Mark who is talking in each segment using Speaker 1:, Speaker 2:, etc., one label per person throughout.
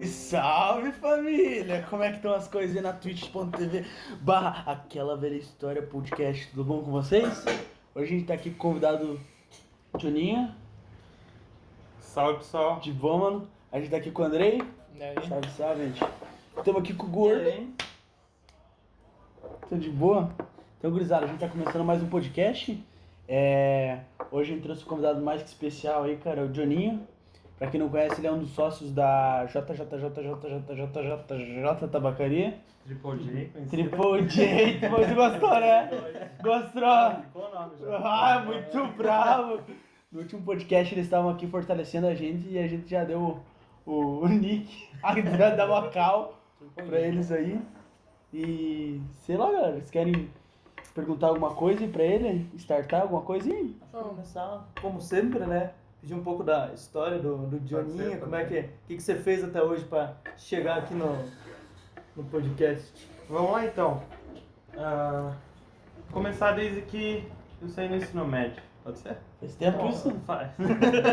Speaker 1: E Salve família! Como é que estão as coisas na twitch.tv barra aquela velha história podcast, tudo bom com vocês? Hoje a gente tá aqui com o convidado Juninha,
Speaker 2: Salve pessoal.
Speaker 1: de bom, mano. A gente tá aqui com o Andrei, salve, salve, gente. Estamos aqui com o Gordo, tudo de boa? Então, gurizada, a gente tá começando mais um podcast. É, Hoje a gente trouxe um convidado mais que especial aí, cara, é o Juninho. Pra quem não conhece, ele é um dos sócios da JJJJJJJ Tabacaria.
Speaker 2: Triple J, conhecido.
Speaker 1: Triple J, tipo, você gostou, né? Gostou?
Speaker 2: Ficou o nome já.
Speaker 1: Ah, muito bravo! No último podcast eles estavam aqui fortalecendo a gente e a gente já deu o, o, o nick a da da Macau pra eles aí. E sei lá, galera, vocês querem perguntar alguma coisa pra ele? Startar alguma coisa? Ih,
Speaker 3: Vamos começar, como sempre, né? Pedir um pouco da história do, do Johninho,
Speaker 2: ser,
Speaker 3: como
Speaker 2: pode
Speaker 3: é que, o que, que você fez até hoje pra chegar aqui no, no podcast.
Speaker 2: Vamos lá então. Ah, começar desde que eu saí no ensino médio. Pode ser?
Speaker 1: Faz tempo isso?
Speaker 2: Faz.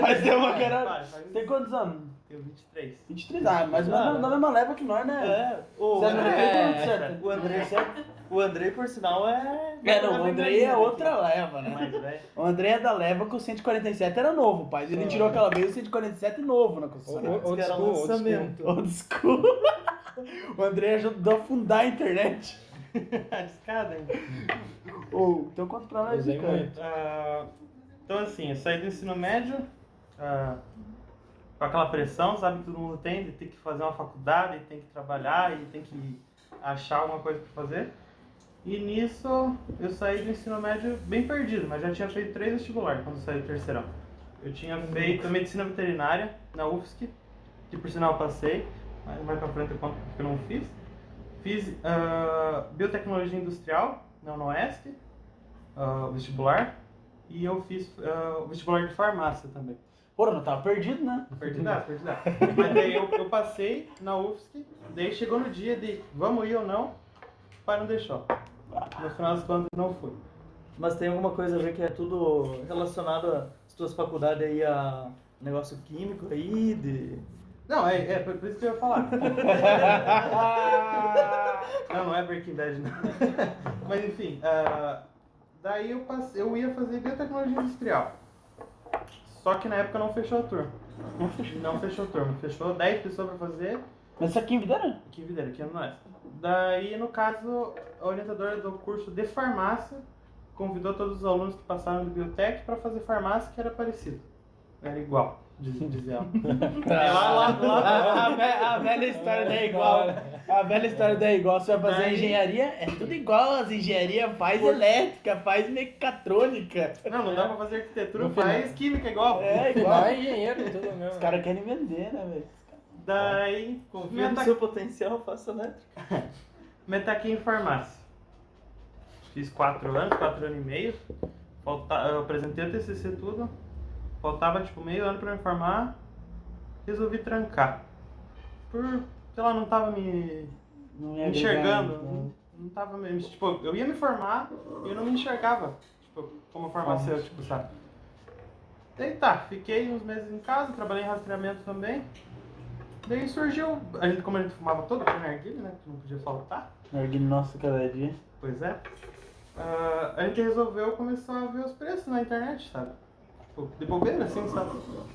Speaker 1: Mas deu uma cara.
Speaker 2: Faz, faz.
Speaker 1: Tem quantos anos?
Speaker 2: Tenho 23.
Speaker 1: 23 anos, mas
Speaker 3: Ah,
Speaker 1: na, na mesma leva que nós, né?
Speaker 3: É, o
Speaker 1: Você é
Speaker 3: André,
Speaker 1: noventa,
Speaker 3: é,
Speaker 1: certo?
Speaker 3: o André,
Speaker 1: certo?
Speaker 3: o André, por sinal, é...
Speaker 1: É, não, o Andrei é outra leva, né?
Speaker 2: Mais velho.
Speaker 1: O André é da leva que o 147 era novo, pai. Ele tirou aquela vez o 147 novo na concessionária.
Speaker 3: Diz que era um
Speaker 4: school, old
Speaker 3: lançamento.
Speaker 1: Old school. o André ajudou a fundar a internet.
Speaker 2: Discada, hein?
Speaker 1: Ô, então conta pra nós,
Speaker 4: Usei
Speaker 1: aí, cara.
Speaker 4: muito.
Speaker 2: Ah, então assim, eu saí do ensino médio ah, com aquela pressão, sabe, que todo mundo tem, de ter que fazer uma faculdade, tem que trabalhar e tem que achar alguma coisa pra fazer. E nisso eu saí do ensino médio bem perdido, mas já tinha feito três vestibulares quando eu saí do terceirão. Eu tinha feito medicina veterinária na UFSC, que por sinal eu passei, mas vai pra frente eu conto porque eu não fiz. Fiz ah, biotecnologia industrial na UNOESC, ah, vestibular. E eu fiz ah, o vestibular de farmácia também.
Speaker 1: Porra, não tava perdido, né?
Speaker 2: Perdidaço, perdidaço. Mas daí eu, eu passei na UFSC, daí chegou no dia de vamos ir ou não, o pai não deixou. No final das contas, não fui.
Speaker 3: Mas tem alguma coisa a ver que é tudo relacionado às tuas faculdades aí, a negócio químico aí, de...
Speaker 2: Não, é, é por por isso que eu ia falar. não, não é Breaking Bad, não. Mas enfim, ah, daí eu, passei, eu ia fazer biotecnologia industrial. Só que na época não fechou a turma. Não fechou, não fechou a turma. Fechou 10 pessoas pra fazer,
Speaker 1: Mas isso aqui em vida né? era?
Speaker 2: Que videira, que não é. Daí, no caso, a orientadora do curso de farmácia convidou todos os alunos que passaram do biotech para fazer farmácia, que era parecido. Era igual, diz, diz ela.
Speaker 4: Tá.
Speaker 2: É, lá, lá, lá.
Speaker 1: A, ve- a velha história da igual. A velha história da igual. Você vai fazer
Speaker 2: Aí-
Speaker 1: engenharia, é tudo igual. As engenharia faz elétrica, faz mecatrônica.
Speaker 2: Não, não dá pra fazer arquitetura,
Speaker 4: No final.
Speaker 2: faz química igual.
Speaker 1: É
Speaker 4: Lá
Speaker 1: igual.
Speaker 4: é engenheiro, tudo mesmo.
Speaker 1: Os caras querem vender, né, velho?
Speaker 2: Daí, me
Speaker 3: Confia no
Speaker 2: ataquei,
Speaker 3: seu potencial, faça né? elétrica.
Speaker 2: me ataquei em farmácia. Fiz quatro anos, quatro anos e meio. Falta, eu apresentei o TCC tudo. Faltava, tipo, meio ano pra me formar. Resolvi trancar. Por, sei lá, não tava me...
Speaker 1: Não
Speaker 2: me
Speaker 1: ia
Speaker 2: enxergando.
Speaker 1: brigar, então.
Speaker 2: Não, não tava mesmo. Tipo, eu ia me formar e eu não me enxergava. Tipo, como farmacêutico, sabe? Daí tá, fiquei uns meses em casa, trabalhei em rastreamento também. Daí surgiu. A gente, como a gente fumava todo dia na narguilha, né? Que não podia faltar.
Speaker 1: Narguilé nosso cada dia.
Speaker 2: Pois é. Ah, a gente resolveu começar a ver os preços na internet, sabe? Tipo, de bobeira, assim, sabe?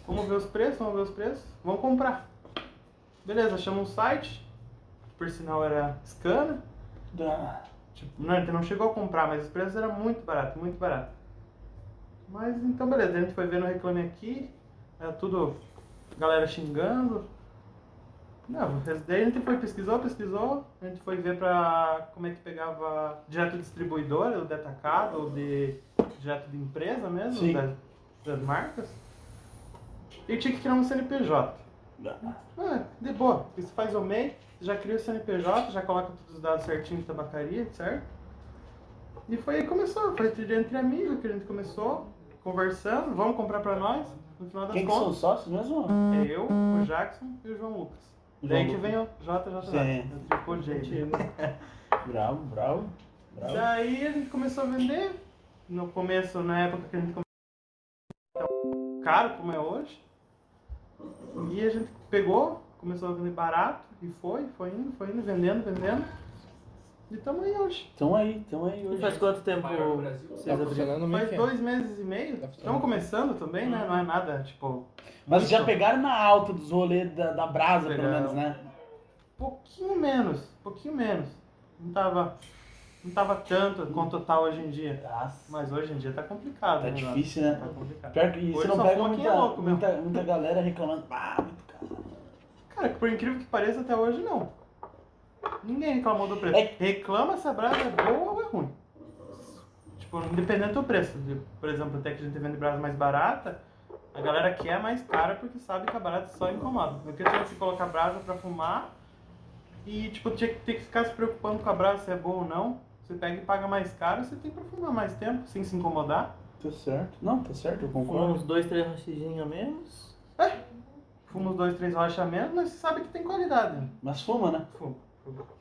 Speaker 2: Vamos ver os preços, vamos ver os preços, vamos comprar. Beleza, achamos um site, que por sinal era Scana.
Speaker 1: Da-
Speaker 2: Tipo, não, ele não chegou a comprar, mas os preços eram muito barato, muito barato. Mas então beleza, a gente foi vendo o reclame aqui, era tudo galera xingando. Não, daí a gente foi pesquisou, pesquisou, a gente foi ver pra como é que pegava direto de distribuidora, ou de atacado, ou de direto de empresa mesmo,
Speaker 1: Sim.
Speaker 2: das, das marcas. E tinha que criar um CNPJ. Ah, de boa. Isso faz o MEI, já cria o CNPJ, já coloca todos os dados certinho de tabacaria, certo? E foi aí que começou, foi tudo entre amigos que a gente começou, conversando, vamos comprar pra nós, no final das
Speaker 1: Quem que são
Speaker 2: contas.
Speaker 1: os sócios mesmo?
Speaker 2: É eu, o Jackson e o João Lucas. Daí que vem o JJJ,
Speaker 1: Sim.
Speaker 2: o Triple J, né?
Speaker 1: Bravo, bravo, bravo.
Speaker 2: Daí a gente começou a vender. No começo, na época que a gente Tá começou, tão caro como é hoje. E a gente pegou, começou a vender barato e foi, foi indo, foi indo, vendendo, vendendo. E tamo aí hoje.
Speaker 1: Então aí, então aí
Speaker 3: E
Speaker 1: hoje.
Speaker 3: faz quanto tempo
Speaker 4: Maior do Brasil.
Speaker 5: Tá
Speaker 3: vocês abriram?
Speaker 5: funcionando meio
Speaker 2: Faz
Speaker 5: que.
Speaker 2: dois meses e meio.
Speaker 5: Tá
Speaker 2: Estamos
Speaker 5: funcionando.
Speaker 2: começando também, né? Não é nada, tipo,
Speaker 1: Mas já
Speaker 2: Muito.
Speaker 1: pegaram na alta dos rolês da, da brasa, pelo
Speaker 2: Pegaram.
Speaker 1: menos, né?
Speaker 2: pouquinho menos, pouquinho menos. Não tava, não tava tanto quanto tá hoje em dia.
Speaker 1: Nossa,
Speaker 2: Mas hoje em dia tá complicado.
Speaker 1: Tá
Speaker 2: né, mano?
Speaker 1: difícil, né?
Speaker 2: Tá complicado.
Speaker 1: Pior que
Speaker 2: Hoje
Speaker 1: você não
Speaker 2: só
Speaker 1: pega
Speaker 2: fuma quem é
Speaker 1: muita,
Speaker 2: louco mesmo.
Speaker 1: muita, muita galera reclamando. Ah, muito caro.
Speaker 2: Cara, por incrível que pareça, até hoje não. Ninguém reclamou do preço.
Speaker 1: É-
Speaker 2: Reclama se a brasa é boa ou é ruim. Tipo, independente do preço. De- Por exemplo, até que a gente vende brasa mais barata, a galera quer mais cara porque sabe que a barata só incomoda. Porque tinha que se colocar brasa pra fumar e, tipo, tinha que ter que ficar se preocupando com a brasa se é boa ou não. Você pega e paga mais caro, você tem pra fumar mais tempo, sem se incomodar.
Speaker 1: Tá certo. Não, tá certo, eu
Speaker 3: Com
Speaker 1: concordo.
Speaker 3: uns dois, três rastidinhos a menos.
Speaker 2: Fuma uns dois, três rochas a menos, mas você sabe que tem qualidade.
Speaker 1: Mas fuma, né?
Speaker 2: Fuma.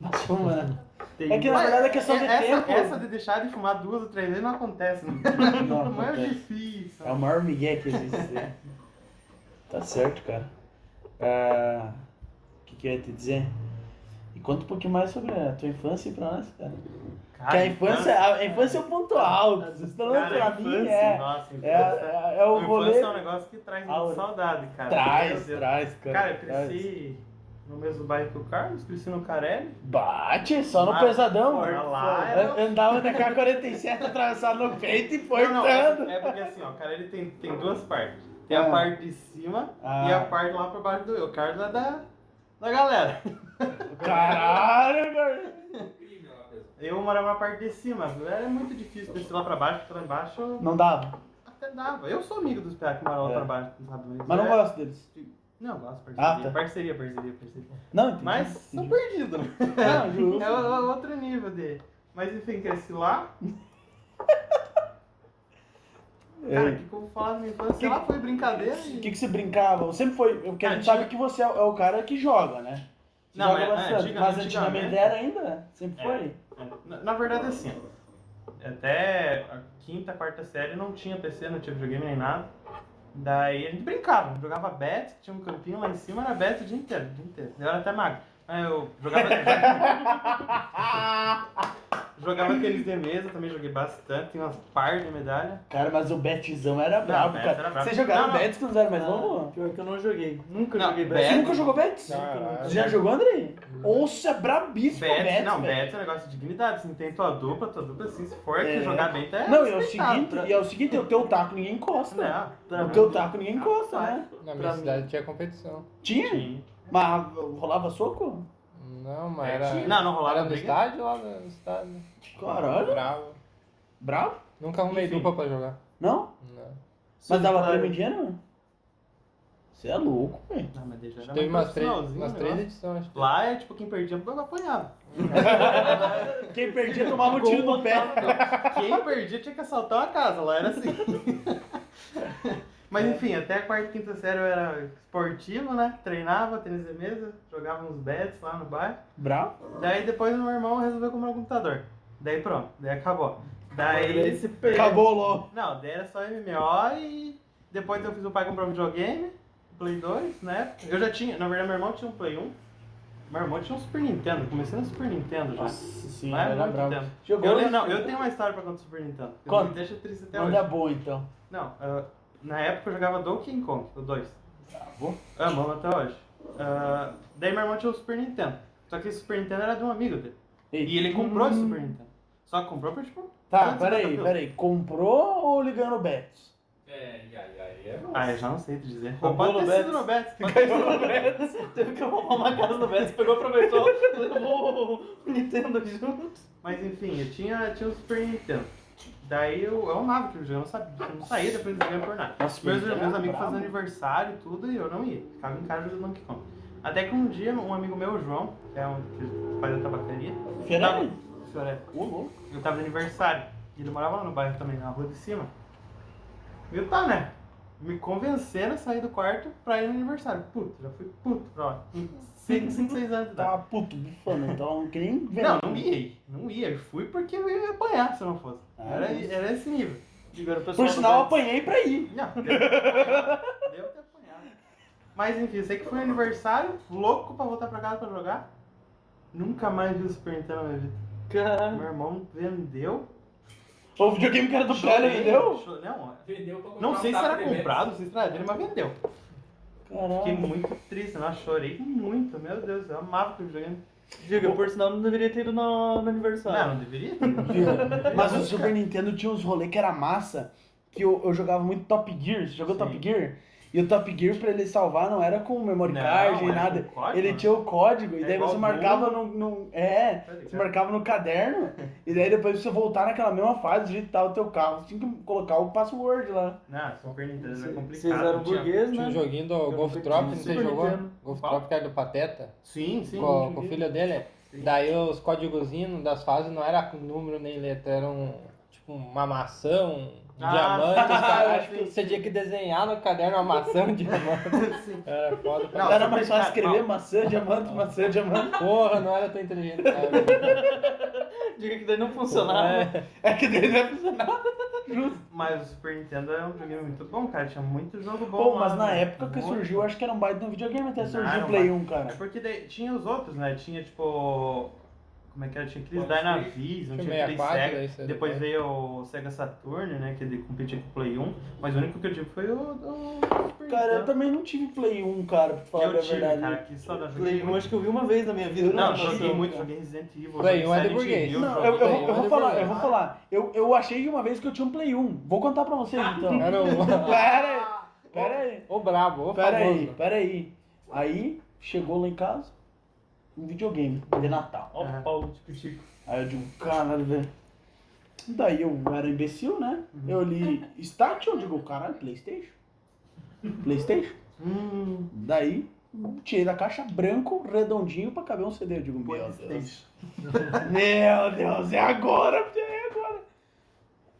Speaker 1: Mas fuma, né?
Speaker 3: Tem
Speaker 1: É que na
Speaker 2: Mas
Speaker 1: verdade é questão de
Speaker 2: essa,
Speaker 1: tempo.
Speaker 2: essa de deixar de fumar duas ou três vezes não acontece, né?
Speaker 1: Não,
Speaker 2: Não é
Speaker 1: acontece.
Speaker 2: difícil.
Speaker 1: É o maior migué que existe. né? tá certo, cara. Ah, O que, que eu ia te dizer? E conta um pouquinho mais sobre a tua infância pra nós, cara.
Speaker 2: Cara,
Speaker 1: que a infância, a infância é o ponto alto. Vocês estão falando
Speaker 2: cara,
Speaker 1: pra
Speaker 2: infância,
Speaker 1: mim, é.
Speaker 2: Nossa, infância.
Speaker 1: É, é, é
Speaker 2: A
Speaker 1: o
Speaker 2: infância
Speaker 1: rolê.
Speaker 2: é um negócio que traz muita
Speaker 1: Aura.
Speaker 2: saudade, cara. Meu
Speaker 1: Traz,
Speaker 2: Deus.
Speaker 1: traz, cara.
Speaker 2: Cara, eu
Speaker 1: traz.
Speaker 2: cresci no mesmo bairro que o Carlos, cresci no Carelli.
Speaker 1: Bate, só no
Speaker 2: Ah,
Speaker 1: pesadão.
Speaker 2: Lá, lá era- um
Speaker 1: An- Andava na K47 atravessado no peito e foi
Speaker 2: Não, não,
Speaker 1: entrando.
Speaker 2: é, é porque assim, ó, o Carelli tem, tem duas partes. Tem a
Speaker 1: Ah.
Speaker 2: parte de cima
Speaker 1: Ah.
Speaker 2: e a parte lá pra baixo do eu. O Carlos é da, da galera.
Speaker 1: Caralho, cara.
Speaker 4: Incrível lá mesmo.
Speaker 2: Eu morava na parte de cima, era muito difícil descer lá pra baixo, porque lá embaixo
Speaker 1: Não dava.
Speaker 2: até dava. Eu sou amigo dos PA que moram lá
Speaker 1: É.
Speaker 2: pra baixo, sabe? Eles
Speaker 1: Mas não
Speaker 2: é-
Speaker 1: gosto deles.
Speaker 2: Não, gosto, parceria.
Speaker 1: Ah, tá.
Speaker 2: Parceria, parceria, parceria.
Speaker 1: Não, entendi.
Speaker 2: Mas sou
Speaker 1: entendi. um
Speaker 2: perdido, né?
Speaker 1: Não, justo.
Speaker 2: É o- o- outro nível de. Mas enfim, cresci lá. Cara, o
Speaker 1: É.
Speaker 2: que, que eu vou falar da minha infância?
Speaker 1: Que-
Speaker 2: lá foi brincadeira e.
Speaker 1: O que, que você brincava? Eu sempre foi. Porque a
Speaker 2: Ah,
Speaker 1: gente
Speaker 2: tinha-
Speaker 1: sabe que você é o é o cara que joga, né? Você
Speaker 2: Não,
Speaker 1: joga
Speaker 2: é- é,
Speaker 1: bastante.
Speaker 2: antigamente-
Speaker 1: mas antigamente
Speaker 2: antigamente-
Speaker 1: era ainda, né? Sempre
Speaker 2: É.
Speaker 1: foi.
Speaker 2: Na, na verdade, assim, ó, até a quinta, quarta série não tinha PC, não tinha videogame nem nada. Daí a gente brincava, jogava bet, tinha um campinho lá em cima, era bet o dia inteiro, o dia inteiro. Eu era até magro. Aí eu jogava. jogava tênis de mesa, também joguei bastante, tinha umas par de medalha.
Speaker 1: Cara, mas o Betzão era brabo,
Speaker 2: Betis
Speaker 1: cara.
Speaker 2: era brabo.
Speaker 1: Vocês jogaram
Speaker 2: Não, não.
Speaker 1: Betis quando era mais
Speaker 3: Não,
Speaker 1: novo?
Speaker 3: Então, pior que eu não joguei. Nunca
Speaker 2: Não,
Speaker 3: joguei
Speaker 1: Você
Speaker 2: Betis.
Speaker 3: Betis.
Speaker 1: nunca jogou Betis?
Speaker 5: Caralho.
Speaker 1: Você já jogou, Andrei? Nossa, é brabíssimo o
Speaker 2: Bet,
Speaker 1: Betis,
Speaker 2: não,
Speaker 1: velho.
Speaker 2: bet é um negócio de dignidade, assim, tem tua dupla, tua dupla, assim, se for
Speaker 1: É.
Speaker 2: que jogar bem, tá.
Speaker 1: Não, e é o
Speaker 2: respeitado,
Speaker 1: seguinte,
Speaker 2: pra-
Speaker 1: e é o seguinte, o teu taco ninguém encosta.
Speaker 2: Não,
Speaker 3: pra-
Speaker 1: O teu taco ninguém encosta, né?
Speaker 5: Na minha
Speaker 3: Pra mim.
Speaker 5: cidade tinha competição.
Speaker 1: Tinha? Mas rolava soco?
Speaker 5: Não, mas era.
Speaker 2: É Não, não rolava
Speaker 5: Era no
Speaker 2: briga.
Speaker 5: estádio lá no estádio.
Speaker 1: Caralho.
Speaker 5: Bravo.
Speaker 1: Bravo?
Speaker 5: Nunca arrumei
Speaker 2: Enfim.
Speaker 5: dupla pra jogar.
Speaker 1: Não?
Speaker 5: Não.
Speaker 1: Mas dava
Speaker 3: Solitário.
Speaker 1: prêmio em dinheiro? Você é louco, velho.
Speaker 2: Não, Ah, mas deixa eu um
Speaker 5: Teve umas três, umas três edições, acho.
Speaker 2: né? Lá é tipo quem perdia apanhava.
Speaker 1: Quem perdia tomava um tiro no pé.
Speaker 2: Quem perdia tinha que assaltar uma casa, lá era assim.
Speaker 5: É.
Speaker 2: Mas enfim, até a quarta e quinta série eu era esportivo, né? Treinava, tênis de mesa, jogava uns bets lá no bairro.
Speaker 1: Bravo?
Speaker 2: Daí depois meu irmão resolveu comprar um computador. Daí pronto, daí acabou. Daí
Speaker 3: Esse
Speaker 1: Acabou logo.
Speaker 2: Não, daí era só MMO e depois eu fiz o pai comprar um videogame, Play 2, né? Eu já tinha, na verdade meu irmão tinha um Play 1. Meu irmão tinha um Super Nintendo, comecei no Super Nintendo já.
Speaker 1: Nossa
Speaker 2: Lá
Speaker 1: senhora,
Speaker 2: é
Speaker 1: era
Speaker 2: muito
Speaker 1: bravo.
Speaker 2: tempo.
Speaker 1: Jogou
Speaker 2: Eu
Speaker 1: no
Speaker 2: lembro, não,
Speaker 1: Super
Speaker 2: eu tenho uma história pra contar do Super Nintendo. Eu
Speaker 1: Conta.
Speaker 2: Me deixa triste até
Speaker 1: Manda
Speaker 2: hoje.
Speaker 1: boa, então.
Speaker 2: Não, ah, na época eu jogava Donkey Kong, o 2.
Speaker 1: Bravo.
Speaker 2: Amo, amo até hoje. Ah, daí meu irmão tinha o Super Nintendo. Só que esse Super Nintendo era de um amigo dele. E ele comprou esse Super Nintendo. Só que comprou por tipo.
Speaker 1: Tá,
Speaker 2: 150
Speaker 1: peraí,
Speaker 2: pila.
Speaker 1: peraí. Comprou ou ligando o Betis?
Speaker 4: É, e aí, aí é bom.
Speaker 2: Ah, eu já não sei te dizer.
Speaker 3: Roubou
Speaker 2: pode ter
Speaker 3: no
Speaker 2: sido no Betis. Pode ter sido no Betis.
Speaker 3: Betis. assim, Teve que arrumar uma casa no Betis, pegou, aproveitou, levou o Nintendo junto.
Speaker 2: Mas enfim, eu tinha, tinha o Super Nintendo. Daí eu, eu amava aquele jogo, eu não, sabia, eu não saía depois do game por nada.
Speaker 1: Nossa, tá
Speaker 2: meus,
Speaker 1: Super
Speaker 2: meus
Speaker 1: Nintendo
Speaker 2: amigos
Speaker 1: era Então, brabo.
Speaker 2: faziam aniversário e tudo, e eu não ia. Ficava em casa jogando Donkey Kong. Até que um dia, um amigo meu, o João, que é um que faz a tabacaria,
Speaker 1: Ferrari?
Speaker 2: tava- Fiorelli.
Speaker 1: Ô, louco.
Speaker 2: eu tava de aniversário. E ele morava lá no bairro também, na rua de cima. E eu tá, né? Me convenceram a sair do quarto pra ir no aniversário. Puto, já fui puto pra lá. 5, 6 anos de idade.
Speaker 1: Tava puto, bufando, então que nem
Speaker 2: Tá. Não, não ia. Não ia. Eu fui porque eu ia me apanhar se eu não fosse.
Speaker 1: Ah,
Speaker 2: Era,
Speaker 1: isso.
Speaker 2: era esse nível.
Speaker 3: Agora o pessoal
Speaker 1: Por
Speaker 3: do
Speaker 1: sinal, eu
Speaker 3: Betis-
Speaker 1: apanhei pra ir.
Speaker 2: Não, deu, deu ter apanhado. Mas enfim, eu sei que foi um aniversário, louco pra voltar pra casa pra jogar. Nunca mais vi o Super Nintendo na minha vida.
Speaker 3: Caralho.
Speaker 2: Meu irmão vendeu.
Speaker 1: O videogame que era do Prelo,
Speaker 2: Joguei,
Speaker 1: entendeu?
Speaker 2: jo- Não,
Speaker 4: Vendeu pra comprar
Speaker 2: não
Speaker 4: um
Speaker 2: sei se
Speaker 4: taco
Speaker 2: era
Speaker 4: de
Speaker 2: comprado, não sei se era dele, mas vendeu. Fiquei
Speaker 1: Caralho.
Speaker 2: muito triste, não, chorei muito, meu Deus, eu amava aquele videogame.
Speaker 3: Diga, por sinal, não deveria ter ido no, no aniversário.
Speaker 2: Não, não deveria.
Speaker 1: Tá. Mas o Super Nintendo tinha uns rolês que era massa, que eu, eu jogava muito Top Gear. Você jogou
Speaker 2: Sim.
Speaker 1: Top Gear? E o Top Gear, pra ele salvar, não era com memory
Speaker 2: Não,
Speaker 1: card nem
Speaker 2: era
Speaker 1: nada.
Speaker 2: com código.
Speaker 1: Ele tinha o código, e
Speaker 2: É
Speaker 1: daí
Speaker 2: igual
Speaker 1: você
Speaker 2: o
Speaker 1: marcava num, num- É,
Speaker 2: Tá ligado?
Speaker 1: você marcava no caderno, e daí depois você voltar naquela mesma fase, digitar o teu carro. Você tinha que colocar o password lá.
Speaker 2: Não, Super Nintendo é complicado.
Speaker 3: Vocês eram
Speaker 2: tinha-
Speaker 3: burguês,
Speaker 5: Tinha
Speaker 3: né?
Speaker 5: um joguinho do
Speaker 3: Eu
Speaker 5: Golf
Speaker 3: não sei
Speaker 5: Trop,
Speaker 3: que
Speaker 5: não sei
Speaker 3: Super
Speaker 5: jogou?
Speaker 3: Nintendo.
Speaker 5: Golf
Speaker 2: Qual?
Speaker 5: Trop, que era do Pateta.
Speaker 2: Sim, sim.
Speaker 5: com,
Speaker 2: joguei.
Speaker 5: com o filho dele.
Speaker 2: Sim.
Speaker 5: Daí os códigozinhos das fases não era com número nem letra, eram tipo uma maçã, um
Speaker 2: Ah,
Speaker 5: diamante, os caras.
Speaker 2: sim,
Speaker 5: Você tinha que desenhar no caderno uma maçã, um diamante. Era foda pra
Speaker 2: Não,
Speaker 1: era
Speaker 2: Super
Speaker 1: mais fácil
Speaker 2: Nintendo,
Speaker 1: escrever maçã, diamante, maçã, diamante.
Speaker 5: Porra, não era tão inteligente. Cara.
Speaker 3: Diga que daí não funcionava.
Speaker 1: É que daí não ia funcionar.
Speaker 2: Mas o Super Nintendo é um videogame muito bom, cara. Tinha muito jogo bom.
Speaker 1: Pô,
Speaker 2: lá,
Speaker 1: mas na
Speaker 2: né?
Speaker 1: época que
Speaker 2: Muito.
Speaker 1: surgiu, acho que era um baita de um videogame até
Speaker 2: Não,
Speaker 1: surgiu
Speaker 2: era
Speaker 1: o
Speaker 2: um
Speaker 1: Play
Speaker 2: baita.
Speaker 1: 1,
Speaker 2: É
Speaker 1: cara.
Speaker 2: porque daí tinha os outros, né? Tinha tipo. Como é que era? Tinha Cris
Speaker 4: Pode ser.
Speaker 2: Dynavision,
Speaker 5: Tinha
Speaker 2: tinha Cris
Speaker 5: 64,
Speaker 2: Sega.
Speaker 5: daí saiu
Speaker 2: Depois
Speaker 5: depois.
Speaker 2: veio o Sega Saturn, né? Que ele competia com o Play 1. Mas o único que eu tive foi o. o Super
Speaker 1: Cara, eu
Speaker 2: Nintendo.
Speaker 1: também não tive Play 1, cara, pra falar
Speaker 2: Então. eu
Speaker 1: a
Speaker 2: tive,
Speaker 1: verdade. um
Speaker 2: cara, que só da joguei.
Speaker 3: Play 1
Speaker 2: muito.
Speaker 3: acho que eu vi uma vez na minha vida.
Speaker 2: é. Não,
Speaker 3: eu
Speaker 2: joguei
Speaker 3: sei.
Speaker 2: muito, joguei Resident Evil.
Speaker 5: Play
Speaker 2: joguei
Speaker 5: um é de
Speaker 2: Silent
Speaker 5: burguês.
Speaker 2: Hill,
Speaker 1: Não,
Speaker 2: joguei-
Speaker 1: eu, eu, vou- eu
Speaker 5: Play
Speaker 1: vou
Speaker 5: um,
Speaker 1: falar,
Speaker 5: depois.
Speaker 1: eu vou falar. Eu, eu achei uma vez que eu tinha um Play 1. Vou contar pra vocês então.
Speaker 5: Era o,
Speaker 1: Pera aí, pera aí.
Speaker 5: o brabo, o
Speaker 1: Pera aí,
Speaker 5: famoso.
Speaker 1: pera aí. Aí chegou lá em casa um videogame de Natal.
Speaker 2: Ó,
Speaker 3: Aham.
Speaker 2: o Paulo tico-tico.
Speaker 1: Aí eu digo, caralho, velho. Daí eu era imbecil, né? Eu li Start, eu digo, caralho, Playstation. Playstation.
Speaker 2: Hum,
Speaker 1: Daí, tirei da caixa branco, redondinho, pra caber um CD. Eu digo, meu
Speaker 5: é
Speaker 1: Deus.
Speaker 2: Playstation.
Speaker 1: Meu Deus, é agora, porque é agora.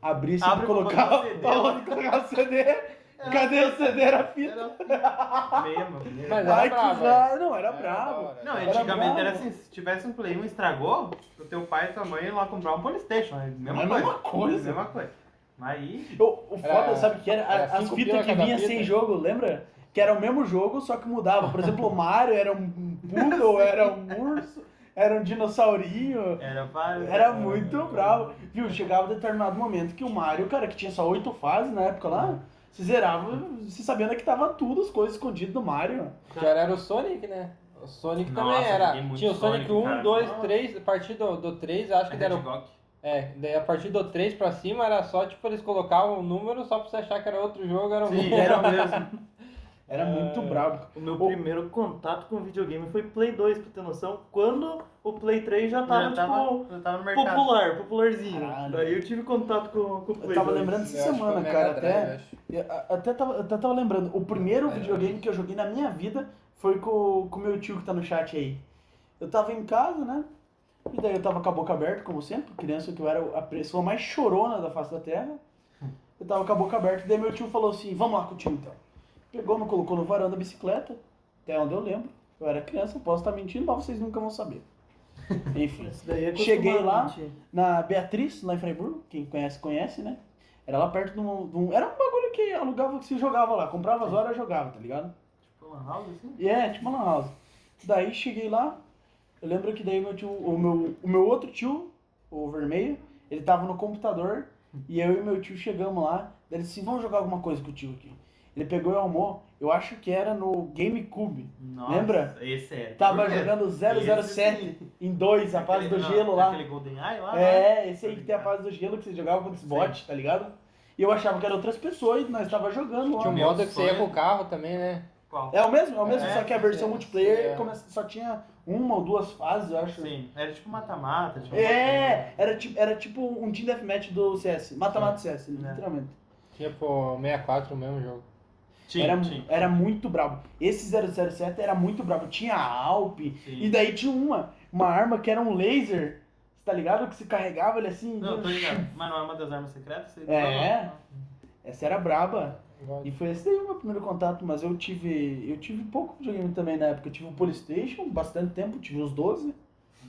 Speaker 1: Abri assim pra
Speaker 2: Abre pra
Speaker 1: colocar
Speaker 2: botar o CD.
Speaker 1: pra onde colocar o CD.
Speaker 5: É.
Speaker 1: Cadê o CD? Era fita.
Speaker 2: Era assim, mesmo.
Speaker 5: Mas era é.
Speaker 1: Ai, que
Speaker 5: brabo.
Speaker 1: ra- Não, era
Speaker 5: Era da
Speaker 1: Tá brabo.
Speaker 5: hora.
Speaker 2: Não,
Speaker 1: Era né?
Speaker 2: antigamente
Speaker 1: bravo.
Speaker 2: era assim, se tivesse um Play 1 e estragou, o teu pai e tua mãe iam lá comprar um Playstation, é a mesma
Speaker 1: É a
Speaker 2: coisa. É
Speaker 1: mesma coisa.
Speaker 2: Mesma coisa. Mas aí,
Speaker 1: Eu- o foda,
Speaker 5: Era-
Speaker 1: sabe o que era? A-
Speaker 5: era
Speaker 1: As
Speaker 5: cinco
Speaker 1: fitas
Speaker 5: pila
Speaker 1: que
Speaker 5: cada
Speaker 1: vinha
Speaker 5: fita.
Speaker 1: sem jogo, lembra? Que era o mesmo jogo, só que mudava. Por exemplo, o Mario era um poodle, era um urso, era um dinossaurinho.
Speaker 2: era vários.
Speaker 1: Era muito bravo. Viu, chegava determinado momento que o Mario, cara, que tinha só oito fases na época lá, se zerava, se sabendo que tava tudo, as coisas escondidas do Mario.
Speaker 5: Já era o Sonic, né? O Sonic
Speaker 2: tá- Nossa,
Speaker 5: também
Speaker 2: joguei
Speaker 5: era.
Speaker 2: muito
Speaker 5: Tinha o Sonic,
Speaker 2: Sonic,
Speaker 5: 1,
Speaker 2: cara.
Speaker 5: 2,
Speaker 2: Nossa.
Speaker 5: 3. A partir do, do 3, eu acho que
Speaker 2: Era
Speaker 5: deram.
Speaker 2: Hedgehog.
Speaker 5: É, daí a partir do 3 pra cima era só, tipo, eles colocavam um número só pra você achar que era outro jogo, era um
Speaker 2: Sim,
Speaker 5: outro.
Speaker 2: era mesmo.
Speaker 1: Era muito brabo.
Speaker 3: O meu primeiro contato com videogame foi Play 2, pra ter noção, quando o Play 3 já tava,
Speaker 2: Eu tava,
Speaker 3: tipo,
Speaker 2: eu tava no mercado.
Speaker 3: popular, popularzinho.
Speaker 1: Caralho.
Speaker 3: Daí eu tive contato com, com o Play
Speaker 1: Eu tava
Speaker 3: 2.
Speaker 1: lembrando essa
Speaker 5: Eu acho que foi
Speaker 1: semana,
Speaker 5: Mega
Speaker 1: cara,
Speaker 5: Drive,
Speaker 1: até.
Speaker 5: acho.
Speaker 1: eu Até tava, até tava lembrando, o primeiro
Speaker 5: É.
Speaker 1: videogame que eu joguei na minha vida foi com com o meu tio que tá no chat aí. Eu tava em casa, né? E daí eu tava com a boca aberta, como sempre, criança que eu era a pessoa mais chorona da face da terra. Eu tava com a boca aberta, e daí meu tio falou assim, vamos lá com o tio então. Pegou, me colocou no varão da bicicleta, até onde eu lembro. Eu era criança, eu posso estar mentindo, mas vocês nunca vão saber. Enfim.
Speaker 3: Isso daí é
Speaker 1: Cheguei lá,
Speaker 3: acostumado, gente.
Speaker 1: na Beatriz, lá em Freiburgo, quem conhece, conhece, né? Era lá perto de um. de um- era um bagulho que alugava, que se jogava lá, comprava as horas e jogava, tá ligado?
Speaker 2: Tipo, uma house, assim.
Speaker 1: E é, tipo uma lan house. Daí cheguei lá, eu lembro que daí meu tio, o meu, o meu outro tio, o vermelho, ele tava no computador, e eu e meu tio chegamos lá, daí ele disse, assim, vamos jogar alguma coisa com o tio aqui. Ele pegou e armou, eu acho que era no GameCube.
Speaker 2: Nossa,
Speaker 1: Lembra?
Speaker 2: Esse é.
Speaker 1: Tava
Speaker 2: Por quê?
Speaker 1: jogando 007 em dois, a fase do
Speaker 2: Aquele- não,
Speaker 1: gelo lá.
Speaker 2: Aquele GoldenEye lá. né?
Speaker 1: É, esse aí que tem a fase do gelo que você jogava com os bots, tá ligado? E eu achava que era outras pessoas e nós tava jogando
Speaker 5: Tinha um
Speaker 1: lá.
Speaker 2: Meu
Speaker 5: modo que você ia
Speaker 2: sonho.
Speaker 5: com o carro também, né?
Speaker 2: Qual?
Speaker 1: É o mesmo, é o mesmo,
Speaker 2: É,
Speaker 1: só que a versão
Speaker 5: é,
Speaker 1: multiplayer
Speaker 5: é.
Speaker 1: come- só tinha uma ou duas fases, eu acho.
Speaker 2: Sim, era tipo mata-mata. tipo-
Speaker 1: É, era tipo, era tipo um Team Deathmatch do CS, mata-mata do CS,
Speaker 2: É.
Speaker 1: literalmente.
Speaker 5: Tinha pro 64 o Tipo, mesmo jogo.
Speaker 2: Tinha,
Speaker 1: era,
Speaker 2: tinha,
Speaker 1: era muito brabo. Esse 007 era muito brabo. Tinha a Alp,
Speaker 2: tinha.
Speaker 1: e daí tinha uma, uma arma que era um laser, tá ligado? Que se carregava ele assim.
Speaker 2: Não, tô ligado. Mas não é uma das armas secretas? Você
Speaker 1: É. Essa era braba.
Speaker 5: Igual-
Speaker 1: E foi esse daí o meu primeiro contato, mas eu tive. Eu tive pouco videogame também na época. Eu tive o Polystation, bastante tempo, tive uns 12.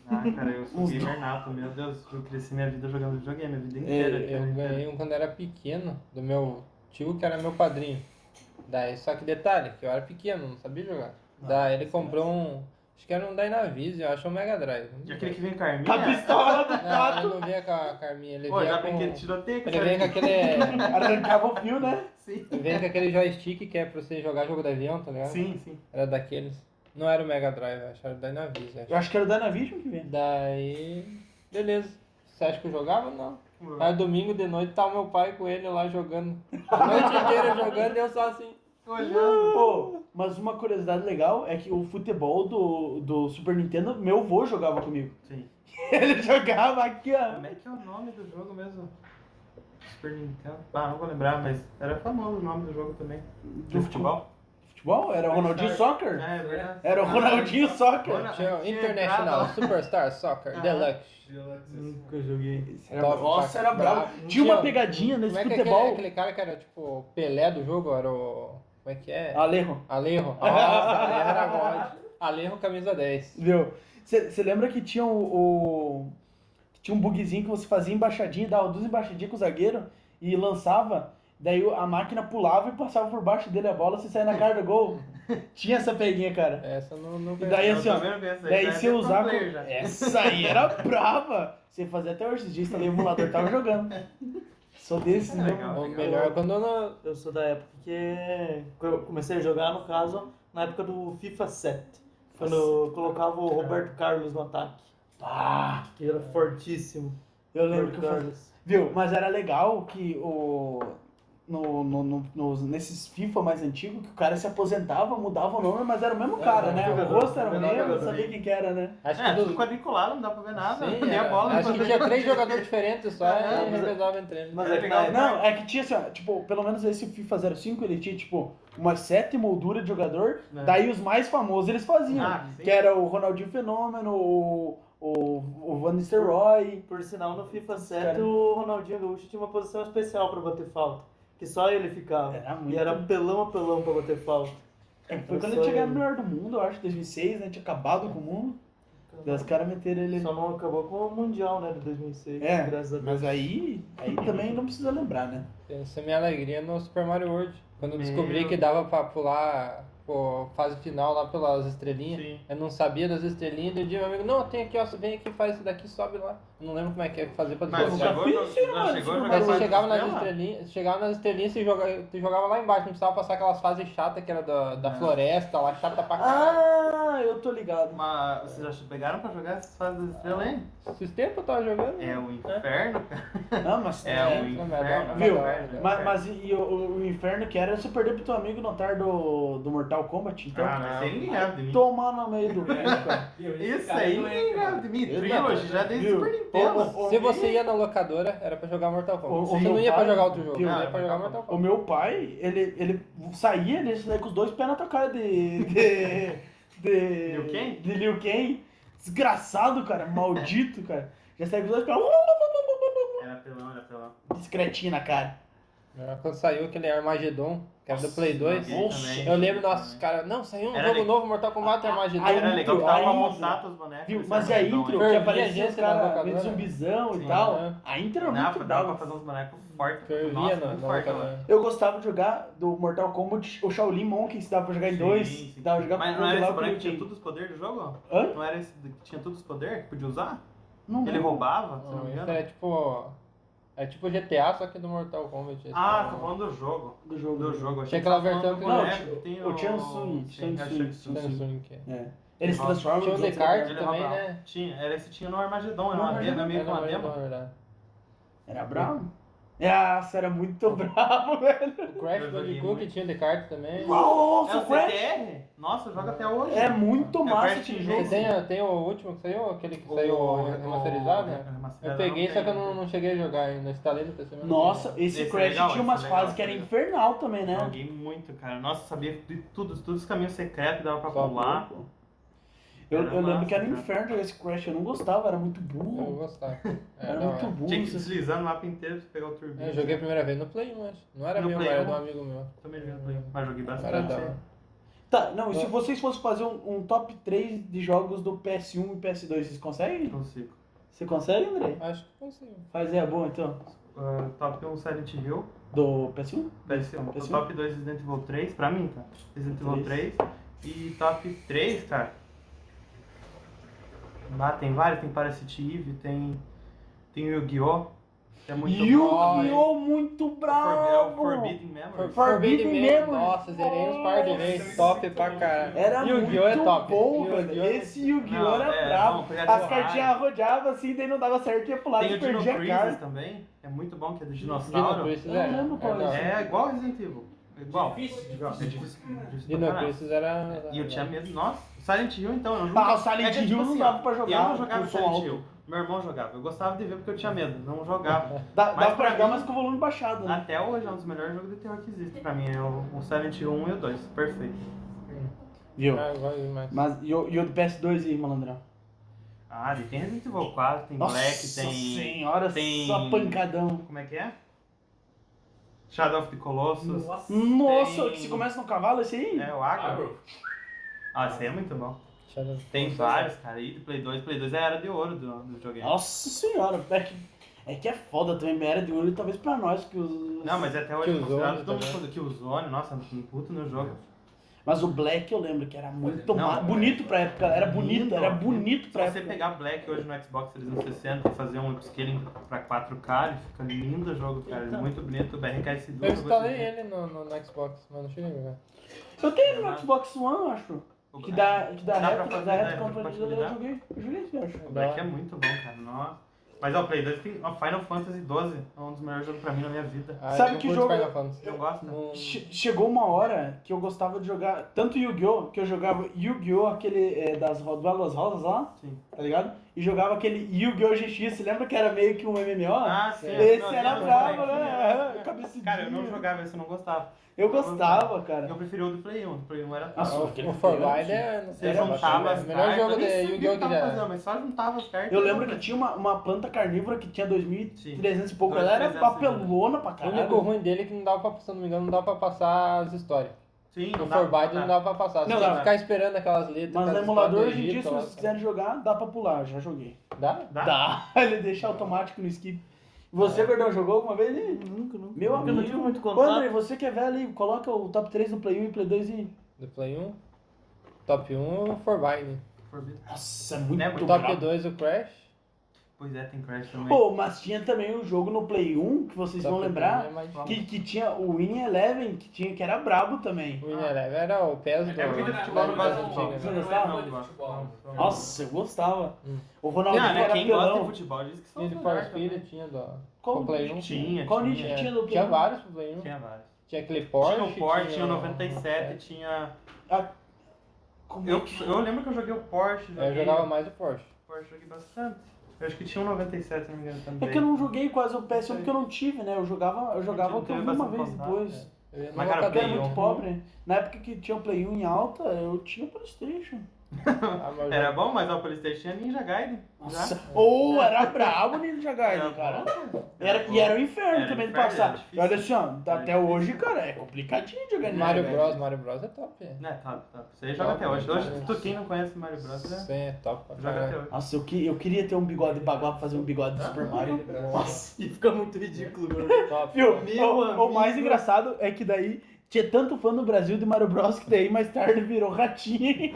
Speaker 2: Ah, cara, eu sou
Speaker 1: Os
Speaker 2: gamer nato, meu Deus, eu cresci minha vida jogando videogame, a vida
Speaker 1: É,
Speaker 2: inteira.
Speaker 5: Eu
Speaker 2: cara,
Speaker 5: ganhei um quando era pequeno, do meu tio que era meu padrinho. Daí, só que detalhe, que eu era pequeno, não sabia jogar. Daí ele comprou um. Acho que era um Dynavision, eu acho um Mega Drive.
Speaker 2: E aquele que vem com a
Speaker 5: É.
Speaker 2: arminha?
Speaker 1: Com a Tá pistola do
Speaker 5: Não,
Speaker 1: tato.
Speaker 5: ele não vinha com a Carminha, ele
Speaker 2: Pô,
Speaker 5: vinha
Speaker 2: já
Speaker 5: com...
Speaker 2: brinquei de tiroteio com
Speaker 5: Ele
Speaker 2: essa
Speaker 5: vem com
Speaker 2: arminha.
Speaker 5: aquele...
Speaker 1: Arrancava o fio, né?
Speaker 2: Sim.
Speaker 5: ele vem com aquele joystick que é pra você jogar jogo de avião, tá ligado?
Speaker 2: Sim, sim.
Speaker 5: Era daqueles. Não era o Mega Drive, eu acho, era o Dynavision. eu acho.
Speaker 1: Eu acho que era o Dynavision que vem.
Speaker 5: Daí... Beleza. Você acha que eu jogava? Não.
Speaker 2: tipo,
Speaker 5: Aí domingo de noite tá o meu pai com ele lá jogando. A noite inteira jogando e eu só assim.
Speaker 2: Olhando.
Speaker 1: Pô, mas uma curiosidade legal é que o futebol do, do Super Nintendo, meu avô jogava comigo.
Speaker 2: Sim.
Speaker 1: Ele jogava aqui, ó.
Speaker 2: Como é que é o nome do jogo mesmo? Super Nintendo. Ah, não vou lembrar, mas era famoso o nome do jogo também. Do futebol?
Speaker 1: Futebol? Era o Ronaldinho
Speaker 5: Né?
Speaker 1: Soccer?
Speaker 2: É, é verdade. então,
Speaker 1: Era o Ronaldinho Soccer.
Speaker 2: Ronald-
Speaker 5: Tinha o International Superstar Soccer
Speaker 2: Ah.
Speaker 5: Deluxe.
Speaker 3: Nunca joguei.
Speaker 1: Era-
Speaker 5: Top,
Speaker 1: Nossa,
Speaker 5: tá
Speaker 1: era bravo.
Speaker 5: bravo.
Speaker 1: Tinha uma
Speaker 5: Tinha-
Speaker 1: pegadinha nesse
Speaker 5: Como é que aquele,
Speaker 1: futebol.
Speaker 5: aquele cara que era tipo o Pelé do jogo? Era o. Como é que é?
Speaker 1: Alejo,
Speaker 5: Alejo.
Speaker 1: Ah.
Speaker 5: Nossa, Alejo era God. Alejo camisa 10.
Speaker 1: viu? Você lembra que tinha o, o- que Tinha um bugzinho que você fazia embaixadinha, dava duas embaixadinhas com o zagueiro e lançava. Daí a máquina pulava e passava por baixo dele a bola, você saia na cara do gol. tinha essa peguinha, cara.
Speaker 5: Essa não, não
Speaker 1: E daí
Speaker 2: Eu
Speaker 1: assim, ó.
Speaker 2: também não conheço,
Speaker 1: Daí
Speaker 2: já
Speaker 1: se
Speaker 2: é
Speaker 1: eu usar.
Speaker 2: player
Speaker 1: com-
Speaker 2: já.
Speaker 1: Essa aí era brava. Você fazia até hoje, esses dias, instalei o emulador, tava jogando. Sou desse,
Speaker 2: É
Speaker 1: né?
Speaker 2: legal.
Speaker 5: O melhor é quando eu não.
Speaker 3: Eu sou da época que eu comecei a jogar, no caso, na época do FIFA 7. Quando eu colocava o Roberto Carlos no ataque,
Speaker 1: Pá!
Speaker 3: que era fortíssimo.
Speaker 1: Ah, Eu lembro que
Speaker 3: Roberto
Speaker 1: eu fazia.
Speaker 3: Carlos.
Speaker 1: Viu? Mas era legal que o. No, no, no- nos- nesses FIFA mais antigos, que o cara se aposentava, mudava o nome, mas era o mesmo cara, né? O
Speaker 3: jogador,
Speaker 1: rosto era o
Speaker 3: menor
Speaker 1: mesmo,
Speaker 3: jogador.
Speaker 1: sabia quem que era, né?
Speaker 5: Acho
Speaker 2: É,
Speaker 5: que
Speaker 2: tudo
Speaker 5: dos.
Speaker 2: quadriculado, não dá pra ver nada.
Speaker 5: Sim,
Speaker 2: Nem a
Speaker 5: é.
Speaker 2: bola.
Speaker 5: acho que
Speaker 2: depois
Speaker 5: tinha
Speaker 2: eu-
Speaker 5: três jogadores diferentes só
Speaker 2: É,
Speaker 5: e
Speaker 3: mas-
Speaker 5: revezava entre eles.
Speaker 3: Mas é que
Speaker 2: Legal.
Speaker 3: na,
Speaker 1: Não, é que tinha assim, ó, tipo, pelo menos esse FIFA 05, ele tinha, tipo, uma sete moldura de jogador,
Speaker 2: É.
Speaker 1: daí os mais famosos eles faziam.
Speaker 2: Ah, sim.
Speaker 1: Que era o Ronaldinho Fenômeno, o, o, o Van Nistelrooy.
Speaker 3: por sinal, no FIFA 7
Speaker 1: Cara. é
Speaker 3: o Ronaldinho Gaúcho tinha uma posição especial pra bater falta. Que só ele ficava.
Speaker 1: Era muito.
Speaker 3: E era pelão a pelão pra bater falta.
Speaker 1: É, Foi quando ele tinha ganhado o melhor do mundo, eu acho, em 2006, né? Tinha acabado com o mundo. Daí os caras meteram ele.
Speaker 3: Só não acabou com o Mundial, né, de 2006,
Speaker 1: É,
Speaker 3: graças a Deus.
Speaker 1: Mas aí, aí também não precisa lembrar, né?
Speaker 5: Essa é minha alegria no Super Mario World. Quando eu descobri
Speaker 2: Meu.
Speaker 5: que dava pra pular pô, fase final lá pelas estrelinhas.
Speaker 2: Sim.
Speaker 5: Eu não sabia das estrelinhas, daí eu disse meu amigo, não, tem aqui, ó, vem aqui, faz isso daqui, sobe lá. Eu não lembro como é que é que fazer pra
Speaker 2: Mas
Speaker 5: desbloquear.
Speaker 2: chegou,
Speaker 1: fiz, sim,
Speaker 2: já
Speaker 1: mano,
Speaker 2: chegou a
Speaker 1: Super
Speaker 2: jogar
Speaker 5: Mas
Speaker 1: Mario
Speaker 5: você
Speaker 2: Fase
Speaker 5: chegava nas
Speaker 2: Estrela?
Speaker 5: estrelinhas, chegava nas estrelinhas e joga, tu jogava lá embaixo, não precisava passar aquelas fases chatas que era da, da floresta, lá chata pra caralho.
Speaker 1: Ah, eu tô ligado.
Speaker 2: Mas vocês já pegaram pra jogar essas fases das estrelas, hein?
Speaker 5: Esses tempos eu tava jogando.
Speaker 2: É o inferno, cara.
Speaker 1: Não, mas.
Speaker 2: É o
Speaker 5: não,
Speaker 2: inferno.
Speaker 5: não,
Speaker 1: Viu?
Speaker 5: não, não, não.
Speaker 1: ma- Mas, e, e o, o inferno que era, você perdeu pro teu amigo no tar do, do Mortal Kombat, então.
Speaker 2: Ah, mas ele ganhava de mim.
Speaker 1: Tomar no meio do é. cu, cara.
Speaker 4: Viu, esse
Speaker 2: Isso
Speaker 4: cara
Speaker 2: aí
Speaker 4: não
Speaker 2: ninguém
Speaker 4: entra.
Speaker 2: ganhava de mim.
Speaker 5: Eu
Speaker 2: Trilogy já desde
Speaker 1: Viu?
Speaker 2: Super Nintendo.
Speaker 1: Ô, ô,
Speaker 5: Se você ia na locadora, era pra jogar Mortal
Speaker 1: É, O- o
Speaker 5: Kombat. Você
Speaker 1: meu
Speaker 5: não ia pra
Speaker 1: pai-
Speaker 5: jogar outro jogo, você
Speaker 1: Viu? né?
Speaker 5: ia
Speaker 2: Não,
Speaker 5: pra jogar
Speaker 2: Mortal
Speaker 5: Mortal
Speaker 1: O
Speaker 5: Kombi.
Speaker 1: meu pai, ele, ele saía, ele saía com os dois pés na tua cara de. de. de.
Speaker 2: Liu Kang?
Speaker 1: de Liu Kang. Desgraçado, cara. Maldito, cara. Já saía com os dois pés. uh,
Speaker 2: Era pelão, era pelão.
Speaker 1: Discretinho na cara.
Speaker 5: Era É, Quando saiu aquele Armageddon, que era do
Speaker 1: Nossa,
Speaker 5: Play 2.
Speaker 1: Nossa,
Speaker 5: Eu lembro, nossa, os caras, não, saiu um
Speaker 2: Era
Speaker 5: jogo
Speaker 2: legal. Ah,
Speaker 5: novo, Mortal Kombat Armageddon.
Speaker 1: Aí
Speaker 2: Era
Speaker 1: muito,
Speaker 2: legal que
Speaker 1: aí
Speaker 2: tava pra
Speaker 1: muito.
Speaker 2: montar os bonecos.
Speaker 1: Viu?
Speaker 2: eles
Speaker 1: Mas e a
Speaker 2: eram doidão,
Speaker 1: intro,
Speaker 2: hein?
Speaker 1: que
Speaker 5: Eu vi
Speaker 1: aparecia
Speaker 5: a
Speaker 1: os
Speaker 5: gente na
Speaker 1: caras
Speaker 5: locadora.
Speaker 1: meio zumbizão e
Speaker 2: Sim,
Speaker 1: tal.
Speaker 5: né?
Speaker 1: A intro era
Speaker 2: Dá
Speaker 1: muito
Speaker 2: pra, dá pra
Speaker 1: legal.
Speaker 2: fazer um uns bonecos fortes.
Speaker 5: Que eu via
Speaker 2: Nossa,
Speaker 5: na,
Speaker 2: muito
Speaker 5: na
Speaker 2: forte, né?
Speaker 5: locadora.
Speaker 2: mano.
Speaker 1: Eu gostava de jogar do Mortal Kombat, o Shaolin Monk, que dava pra jogar em
Speaker 2: Sim,
Speaker 1: dois.
Speaker 2: sim.
Speaker 1: Dava pra jogar
Speaker 2: Mas
Speaker 1: com
Speaker 2: não
Speaker 1: o
Speaker 2: era
Speaker 1: lá com
Speaker 2: esse
Speaker 1: o
Speaker 2: boneco que tinha
Speaker 1: Liu Kang.
Speaker 2: todos os poderes do jogo?
Speaker 1: Hã?
Speaker 2: Não era esse que tinha todos os poderes que podia usar?
Speaker 1: Não.
Speaker 2: Ele roubava, se não
Speaker 5: Não,
Speaker 2: me
Speaker 5: isso
Speaker 2: engano?
Speaker 5: Uhum. é tipo. É tipo GTA, só que do Mortal Kombat. esse
Speaker 2: Ah,
Speaker 5: cara.
Speaker 2: tô falando do jogo.
Speaker 1: do jogo.
Speaker 2: Do jogo.
Speaker 5: Tinha aquela versão que-
Speaker 1: Não,
Speaker 2: boneco,
Speaker 1: o-
Speaker 2: tem
Speaker 1: o Chansung,
Speaker 2: Sim, é
Speaker 1: Chansung,
Speaker 2: Chansung.
Speaker 5: Samsung, que é.
Speaker 1: É. Ele se
Speaker 2: Nossa,
Speaker 1: transforma
Speaker 5: tinha
Speaker 1: em
Speaker 5: um
Speaker 1: outro
Speaker 5: Descartes.
Speaker 1: lugar.
Speaker 2: Ele
Speaker 5: também,
Speaker 2: roubava.
Speaker 5: né?
Speaker 2: Tinha, era esse tinha no Armagedon, era
Speaker 1: No
Speaker 2: uma demo,
Speaker 1: Armagedon,
Speaker 2: era meio que
Speaker 5: Era
Speaker 2: uma
Speaker 5: mais
Speaker 2: demo.
Speaker 5: bom, verdade.
Speaker 1: Era bravo. Nossa, era muito bravo, velho.
Speaker 5: O Crash
Speaker 2: Eu joguei
Speaker 5: Bandicoot
Speaker 2: muito.
Speaker 5: tinha Descartes também.
Speaker 2: É
Speaker 1: Nossa,
Speaker 2: o
Speaker 1: o Crash
Speaker 2: CTR? Nossa, eu jogo até hoje.
Speaker 1: é muito
Speaker 2: o
Speaker 1: massa
Speaker 2: Crash
Speaker 1: esse
Speaker 2: Team
Speaker 1: jogo.
Speaker 5: Você tem, tem o último que saiu? Aquele que saiu remasterizado? né?
Speaker 2: É,
Speaker 5: Eu peguei, só que
Speaker 2: um
Speaker 5: eu não, não cheguei a jogar ainda. Instalei no PC. mas não
Speaker 1: Nossa,
Speaker 5: joguei.
Speaker 1: esse,
Speaker 2: Esse é
Speaker 1: Crash
Speaker 2: legal,
Speaker 1: tinha
Speaker 2: esse
Speaker 1: umas
Speaker 2: é legal,
Speaker 1: fases que era
Speaker 2: esse é
Speaker 1: infernal também, né?
Speaker 2: Joguei muito, cara. Nossa, sabia de tudo, de todos os caminhos secretos dava pra
Speaker 5: Só
Speaker 2: pular.
Speaker 1: Pô. Eu,
Speaker 2: Era
Speaker 1: eu lembro que era um
Speaker 2: massa, tá
Speaker 1: inferno jogar esse Crash, eu não gostava, era muito
Speaker 5: Eu
Speaker 1: burro.
Speaker 5: gostava.
Speaker 1: Era
Speaker 5: da
Speaker 1: muito
Speaker 5: hora.
Speaker 1: burro.
Speaker 2: Tinha que ir
Speaker 1: isso.
Speaker 2: deslizando o mapa inteiro pra pegar o turbino.
Speaker 5: É, Eu joguei a primeira vez no Play 1, acho. Não era
Speaker 2: No
Speaker 5: meu,
Speaker 2: Play Ah,
Speaker 5: era
Speaker 2: 1?
Speaker 5: do amigo meu.
Speaker 2: Também joguei no Play, mas joguei
Speaker 5: Era
Speaker 2: bastante.
Speaker 5: da hora.
Speaker 1: Tá, não, e se vocês fossem fazer um, um top 3 de jogos do PS1 e PS2, vocês conseguem?
Speaker 2: Consigo.
Speaker 1: Você consegue, André?
Speaker 5: Acho que consigo.
Speaker 1: Fazer é bom, então.
Speaker 2: Ah, top 1 Silent Hill.
Speaker 1: Do PS1?
Speaker 2: PS1.
Speaker 1: PS1?
Speaker 2: Top 2 Resident Evil 3, pra mim, tá? Resident Evil 3. E top 3, cara. Ah, tem vários, tem Parasite Eve, tem. Tem o Yu-Gi-Oh! que é muito bom também.
Speaker 1: Yu-Gi-Oh! Muito
Speaker 2: For- é o
Speaker 1: bravo!
Speaker 2: Forbidden
Speaker 1: Forbidden
Speaker 2: Memories.
Speaker 5: Forbidden Memory.
Speaker 1: Memory.
Speaker 5: Nossa, zerei uns par de vezes. Top pra caralho.
Speaker 1: Era
Speaker 5: Yu-Gi-Oh!
Speaker 1: muito
Speaker 5: é top.
Speaker 1: bom,
Speaker 5: Yu-Gi-Oh!
Speaker 1: velho.
Speaker 5: é-
Speaker 1: Esse Yu-Gi-Oh!
Speaker 2: Não,
Speaker 1: era
Speaker 2: é, não,
Speaker 1: bravo.
Speaker 2: porque era
Speaker 1: As
Speaker 2: demais.
Speaker 1: cartinhas rodeavam assim, daí não dava certo, ia pro lado
Speaker 2: Tem
Speaker 1: e
Speaker 2: o Dino
Speaker 1: perdia a
Speaker 2: Crisis
Speaker 1: carta.
Speaker 2: também, é muito bom, que é do
Speaker 5: Dino
Speaker 2: dinossauro.
Speaker 5: Crisis
Speaker 1: Eu
Speaker 5: era.
Speaker 1: lembro qual
Speaker 5: era-
Speaker 1: é
Speaker 2: É igual Resident Evil. É Igual.
Speaker 4: Difícil,
Speaker 2: É difícil. difícil pra
Speaker 5: Dino
Speaker 2: caralho.
Speaker 5: Crisis era.
Speaker 2: E eu tinha mesmo. Nossa, Silent Hill então. Eu nunca...
Speaker 1: Ah, o Silent
Speaker 2: é que,
Speaker 1: Hill
Speaker 2: tipo
Speaker 1: não
Speaker 2: assim,
Speaker 1: dava
Speaker 2: ó,
Speaker 1: pra jogar,
Speaker 2: Eu não
Speaker 1: porque
Speaker 2: jogava
Speaker 1: o som
Speaker 2: Silent
Speaker 1: alto.
Speaker 2: Hill. Meu irmão jogava. Eu gostava de ver porque eu tinha medo. Não jogava.
Speaker 1: Dá,
Speaker 2: Mas
Speaker 1: dá pra
Speaker 2: pra
Speaker 1: jogar,
Speaker 2: mim-
Speaker 1: mas com o volume baixado, né?
Speaker 2: Até hoje é um dos melhores jogos de terror que existe pra mim. É o o Silent Hill 1 e o 2. Perfeito.
Speaker 1: Viu?
Speaker 5: Ah, eu gosto demais.
Speaker 1: Mas e o e o do PS2 aí, malandrão?
Speaker 2: Ah, e tem Resident Evil 4, tem
Speaker 1: Nossa
Speaker 2: Black, tem.
Speaker 1: senhora,
Speaker 2: tem-
Speaker 1: só pancadão.
Speaker 2: Como é que é? Shadow of the Colossus.
Speaker 4: Nossa.
Speaker 1: Hum. Nossa,
Speaker 2: Tem- um
Speaker 1: que se começa no cavalo esse aí?
Speaker 2: É o Agro.
Speaker 4: Agro.
Speaker 2: Ah, esse aí é muito bom.
Speaker 5: Deixa eu-
Speaker 2: Tem vários, cara. E do Play 2, Play 2 é a era de ouro do, do videogame.
Speaker 1: Nossa senhora, é que, é que é foda também, mas era de olho talvez pra nós que os...
Speaker 2: Não, mas até hoje é
Speaker 5: Killzone
Speaker 2: considerado todo
Speaker 5: também.
Speaker 2: mundo que Killzone, nossa, um puto no jogo.
Speaker 1: Mas o Black eu lembro que era muito
Speaker 2: Não,
Speaker 1: ma-
Speaker 2: é-
Speaker 1: bonito pra época, era bonito, era bonito
Speaker 2: Se
Speaker 1: pra
Speaker 2: você
Speaker 1: época.
Speaker 2: pegar Black hoje no Xbox 360 e fazer um upscaling pra 4K, ele fica lindo o jogo, cara.
Speaker 1: Então.
Speaker 2: Ele é muito bonito, o BRKS duro.
Speaker 5: Eu instalei
Speaker 2: assim.
Speaker 5: ele no, no, no Xbox, mas não cheguei a jogar.
Speaker 1: Eu tenho no Xbox One, eu acho.
Speaker 2: O
Speaker 1: Que
Speaker 2: Black-
Speaker 1: dá, que dá,
Speaker 2: Dá pra
Speaker 1: retro,
Speaker 2: fazer,
Speaker 1: da
Speaker 2: né,
Speaker 1: retro compatibilidade. Eu
Speaker 2: retrocompatibilidade.
Speaker 1: joguei, eu joguei esse, eu acho.
Speaker 2: O
Speaker 5: Ah,
Speaker 2: Black é muito bom, cara. Nossa. Mas ó, o Play 2 tem ó, Final Fantasy 12, é um dos melhores jogos pra mim na minha vida.
Speaker 5: Ah, eu
Speaker 1: Sabe
Speaker 5: não
Speaker 1: que
Speaker 5: curto
Speaker 1: jogo-
Speaker 5: Final Fantasy. Um,
Speaker 2: Eu gosto.
Speaker 5: Não-
Speaker 1: Che- Chegou uma hora que eu gostava de jogar tanto Yu-Gi-Oh! que eu jogava Yu-Gi-Oh! aquele é, das ro- duelas rosas lá,
Speaker 2: Sim.
Speaker 1: tá ligado? E jogava aquele Yu-Gi-Oh! GX, você lembra que era meio que um MMO?
Speaker 2: Ah, sim.
Speaker 1: Esse
Speaker 2: Não,
Speaker 1: era
Speaker 2: não,
Speaker 1: bravo,
Speaker 2: não,
Speaker 1: né? É, Cabecidinho.
Speaker 2: Cara, eu não jogava esse, eu não gostava.
Speaker 1: Eu gostava, cara.
Speaker 2: Eu preferia o do Play 1, o do Play 1 era...
Speaker 1: Nossa, um
Speaker 5: O,
Speaker 1: aquele
Speaker 5: o
Speaker 1: primeiro,
Speaker 5: Forbidden é. não sei,
Speaker 2: Você
Speaker 5: era
Speaker 2: juntava
Speaker 5: bacana.
Speaker 2: as
Speaker 5: melhor
Speaker 2: cartas,
Speaker 5: jogo
Speaker 2: eu nem
Speaker 5: de
Speaker 2: sabia o
Speaker 5: Yu-Gi-Oh!
Speaker 2: que
Speaker 5: que
Speaker 2: tava fazendo,
Speaker 5: já.
Speaker 2: mas só juntava as cartas.
Speaker 1: Eu lembro que tinha uma, uma planta carnívora que tinha 2.300 e pouco. Ela era
Speaker 2: 2.300,
Speaker 1: papelona pra
Speaker 5: O único
Speaker 1: caralho.
Speaker 5: ruim dele é que não dava pra, se eu não me engano, não dava pra passar as histórias.
Speaker 2: Sim,
Speaker 5: No
Speaker 2: dá-
Speaker 5: Forbidden
Speaker 2: dá.
Speaker 5: não dava pra passar. Você
Speaker 1: Não
Speaker 5: tem que
Speaker 1: dá.
Speaker 5: ficar esperando aquelas
Speaker 1: Mas
Speaker 5: letras.
Speaker 1: no
Speaker 5: aquelas
Speaker 1: emulador,
Speaker 5: histórias
Speaker 1: hoje
Speaker 5: do
Speaker 1: em dia, se
Speaker 5: Egito lá,
Speaker 1: vocês quiserem jogar, dá pra pular. Já joguei.
Speaker 5: Dá?
Speaker 2: Dá?
Speaker 1: Dá. Ele deixa automático no skip. Ah. Você, Gordão, jogou alguma vez? Ih,
Speaker 3: Nunca,
Speaker 1: Meu
Speaker 3: nunca. Porque eu não
Speaker 1: amigo.
Speaker 3: tive muito
Speaker 1: Ô,
Speaker 3: contato.
Speaker 1: André, você que é velho aí, coloca o top 3 do Play 1 e Play 2 e...
Speaker 5: Do Play 1. Top 1, Forbidden.
Speaker 2: Forbidden.
Speaker 1: Nossa, é muito
Speaker 2: Né,
Speaker 1: brabo.
Speaker 2: muito
Speaker 5: Top 2, o Crash.
Speaker 2: Pois é, tem Crash também.
Speaker 1: Pô, mas tinha também um jogo no Play 1, que vocês vão
Speaker 5: Top
Speaker 1: lembrar,
Speaker 5: três é
Speaker 3: né?
Speaker 5: mais-
Speaker 1: que, que tinha o Win Eleven, que, tinha, que era brabo também.
Speaker 5: O Winelev era o PES do...
Speaker 2: É porque de futebol eu não gosto de futebol.
Speaker 5: Não,
Speaker 1: não,
Speaker 2: Não,
Speaker 4: não,
Speaker 2: não gosto.
Speaker 4: futebol.
Speaker 2: Não, não.
Speaker 1: Nossa, eu gostava.
Speaker 5: Hum.
Speaker 1: O
Speaker 2: Não,
Speaker 1: Ronaldinho
Speaker 2: né?
Speaker 1: era
Speaker 2: Quem
Speaker 1: pelão.
Speaker 2: gosta de futebol diz que são
Speaker 5: Need for
Speaker 2: melhores
Speaker 5: Speed
Speaker 2: também.
Speaker 5: tinha do...
Speaker 1: Qual
Speaker 5: pro Play 1.
Speaker 2: Tinha,
Speaker 1: Qual
Speaker 2: tinha.
Speaker 1: nicho tinha no Play
Speaker 5: Tinha
Speaker 1: 1?
Speaker 5: vários pro Play 1.
Speaker 2: Tinha vários.
Speaker 5: Tinha aquele Porsche.
Speaker 2: Tinha o Porsche,
Speaker 1: né?
Speaker 2: tinha o
Speaker 5: É.
Speaker 2: 97, tinha...
Speaker 1: Ah, Como é
Speaker 2: Eu,
Speaker 1: que-
Speaker 2: eu lembro que eu joguei o um. Porsche.
Speaker 5: É, Eu jogava mais o Porsche.
Speaker 2: Porsche, joguei bastante. Eu acho que tinha um 97, se não me engano, também.
Speaker 1: É que eu não joguei quase o PS1 porque eu não tive, né? Eu jogava, eu jogava
Speaker 2: Não
Speaker 1: o que eu vi
Speaker 2: teve né?
Speaker 1: uma
Speaker 2: bastante
Speaker 1: vez
Speaker 2: contato,
Speaker 1: depois.
Speaker 5: Eu ia no
Speaker 2: Mas, cara,
Speaker 1: Porque eu
Speaker 5: locador
Speaker 1: era
Speaker 2: Play
Speaker 1: muito
Speaker 2: 1.
Speaker 1: pobre. Na época que tinha o Play 1 em alta, eu tinha o Playstation.
Speaker 5: Ah,
Speaker 2: Era bom, mas ó, o Playstation tinha Ninja Gaiden.
Speaker 1: Nossa.
Speaker 2: Já.
Speaker 1: Ou era brabo o Ninja Gaiden,
Speaker 2: É. Era
Speaker 1: cara.
Speaker 2: bom.
Speaker 1: Era, e era o inferno
Speaker 2: Era
Speaker 1: também de
Speaker 2: inferno,
Speaker 1: passar.
Speaker 2: era difícil.
Speaker 1: Olha assim, ó,
Speaker 2: Era
Speaker 1: até hoje, cara, é complicadinho de né? jogar
Speaker 5: Mario
Speaker 1: Ninja
Speaker 5: Bros, Mario Bros é top. é.
Speaker 2: Né, tá, tá. Isso aí joga até hoje. Hoje, tu quem não conhece Mario Bros, né?
Speaker 5: Sim, é top pra
Speaker 2: Joga até
Speaker 5: caralho.
Speaker 2: hoje.
Speaker 1: Nossa, eu, que, eu queria ter um bigode de baguá pra fazer um bigode
Speaker 2: Ah,
Speaker 1: de Super Mario. Nossa.
Speaker 3: E fica muito ridículo, mano.
Speaker 5: Top.
Speaker 1: Viu?
Speaker 3: Meu
Speaker 1: O, o mais
Speaker 3: amigo.
Speaker 1: engraçado é que daí tinha tanto fã no Brasil de Mario Bros que daí mais tarde virou ratinho.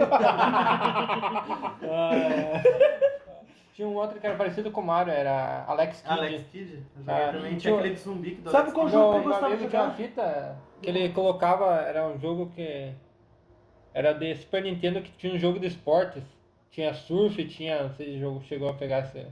Speaker 5: Tinha um outro que era parecido com o Mario, era Alex Kidd.
Speaker 2: Alex Kidd, Uhum. eu joguei
Speaker 5: Ah,
Speaker 2: também.
Speaker 5: tinha-
Speaker 2: Tinha aquele de zumbi que do
Speaker 1: Sabe
Speaker 2: Alex
Speaker 1: qual
Speaker 5: Meu-
Speaker 2: Kidd.
Speaker 1: jogo que eu
Speaker 5: meu
Speaker 1: gostava de
Speaker 5: amigo tinha uma
Speaker 1: jogar?
Speaker 5: fita que ele colocava, era um jogo que era de Super Nintendo que tinha um jogo de esportes. Tinha surf, tinha, não sei se o jogo chegou a pegar esse.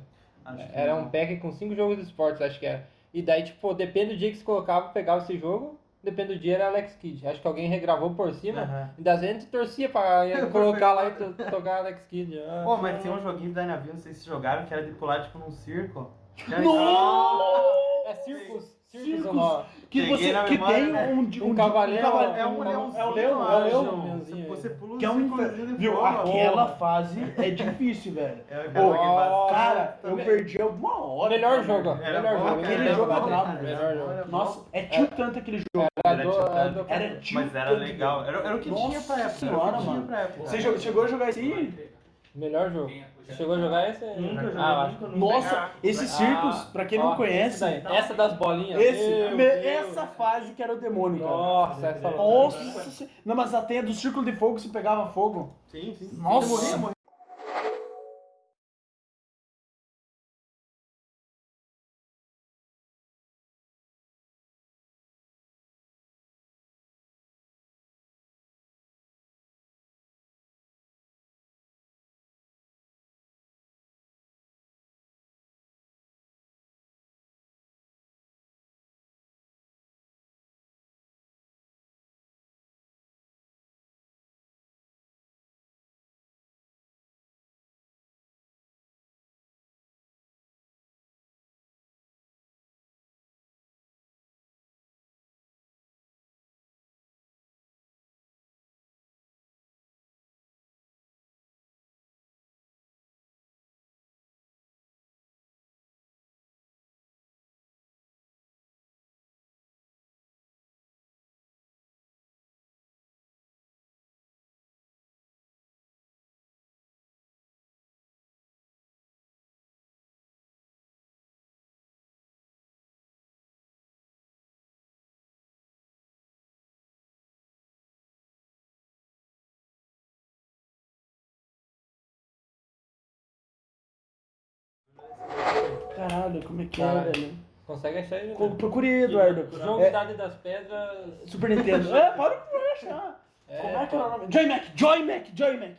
Speaker 2: Acho que
Speaker 5: Era
Speaker 2: não.
Speaker 5: um pack com cinco jogos de esportes, acho que era. E daí, tipo, depende do dia que você colocava, pegava esse jogo, depende do dia era Alex Kidd. Acho que alguém regravou por cima.
Speaker 2: Aham.
Speaker 5: E das vezes tu torcia pra colocar lá e tu- tocar Alex Kidd. Ah.
Speaker 2: Pô, mas tem um joguinho da Dynavision, não sei se jogaram, que era de pular tipo num circo. Já-
Speaker 5: É circus, circus
Speaker 1: Circus.
Speaker 5: ou não?
Speaker 1: Que,
Speaker 2: Cheguei
Speaker 1: você,
Speaker 2: na
Speaker 1: que
Speaker 2: memória,
Speaker 1: tem
Speaker 2: né?
Speaker 1: um, de-
Speaker 5: Um
Speaker 1: um, de-
Speaker 5: cavaleiro,
Speaker 2: É um
Speaker 5: um-
Speaker 2: leãozinho,
Speaker 1: é um leão, é um
Speaker 2: eu acho.
Speaker 5: leão.
Speaker 2: Você- Você pula um
Speaker 1: Que é um
Speaker 2: círculozinho
Speaker 1: inferno.
Speaker 2: de
Speaker 1: Viu?
Speaker 2: fogo.
Speaker 1: Aquela fase é difícil, velho.
Speaker 2: É,
Speaker 1: Ô,
Speaker 2: joguei bastante.
Speaker 1: Cara, eu
Speaker 2: Também.
Speaker 1: perdi alguma hora.
Speaker 5: Melhor
Speaker 1: cara.
Speaker 5: jogo,
Speaker 2: Era
Speaker 5: melhor
Speaker 2: bom,
Speaker 5: jogo.
Speaker 2: cara,
Speaker 1: Aquele
Speaker 2: era
Speaker 1: jogo é
Speaker 2: bom,
Speaker 1: brabo,
Speaker 2: cara,
Speaker 5: melhor
Speaker 2: era bom,
Speaker 5: jogo.
Speaker 2: era bom.
Speaker 1: Nossa, é tiltante aquele jogo.
Speaker 5: Era
Speaker 2: Era
Speaker 5: do-
Speaker 2: titânio.
Speaker 5: era do-
Speaker 1: Era tiltante.
Speaker 2: Mas era legal. Era, era o que
Speaker 1: Nossa
Speaker 2: tinha pra época. Era o
Speaker 1: senhora,
Speaker 2: que tinha
Speaker 1: mano.
Speaker 2: pra época.
Speaker 1: Você jo- chegou a jogar isso? aí?
Speaker 5: Melhor jogo. Chegou a jogar esse?
Speaker 3: Nunca joguei,
Speaker 5: Ah,
Speaker 3: nunca, nunca.
Speaker 1: Nossa, esse circus,
Speaker 5: Ah,
Speaker 1: pra quem
Speaker 5: ó,
Speaker 1: não conhece,
Speaker 5: esse daí, essa das bolinhas.
Speaker 1: esse-
Speaker 5: Meu
Speaker 1: me-
Speaker 5: Deus.
Speaker 1: essa fase que era o demônio, cara.
Speaker 5: Nossa, essa é
Speaker 1: Nossa, se- não, mas a teia do círculo de fogo se pegava fogo.
Speaker 2: Sim, sim.
Speaker 1: Nossa.
Speaker 2: Eu morri, eu morri.
Speaker 1: Caralho, como é que
Speaker 5: Caralho.
Speaker 1: é, velho?
Speaker 5: Consegue achar ele?
Speaker 1: Co- Procure, Eduardo.
Speaker 5: Jogo
Speaker 1: É,
Speaker 5: Idade das Pedras.
Speaker 1: Super Nintendo. é, pode achar. Como é que era o nome? Joy Mac, Joy Mac, Joy Mac.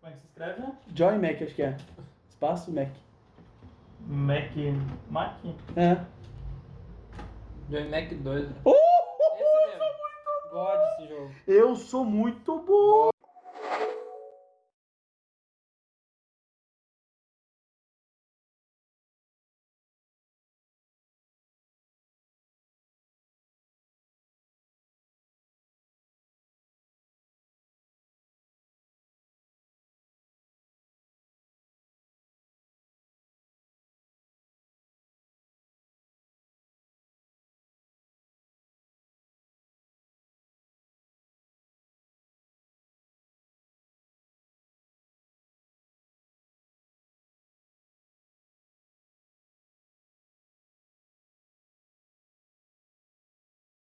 Speaker 2: Como é que se escreve?
Speaker 1: Joy Mac, acho que é. Espaço Mac.
Speaker 2: Mac. Mac?
Speaker 1: É.
Speaker 5: Johnny Mac 2. Esse
Speaker 1: Uh!
Speaker 5: mesmo. God esse jogo.
Speaker 1: Eu sou muito bom.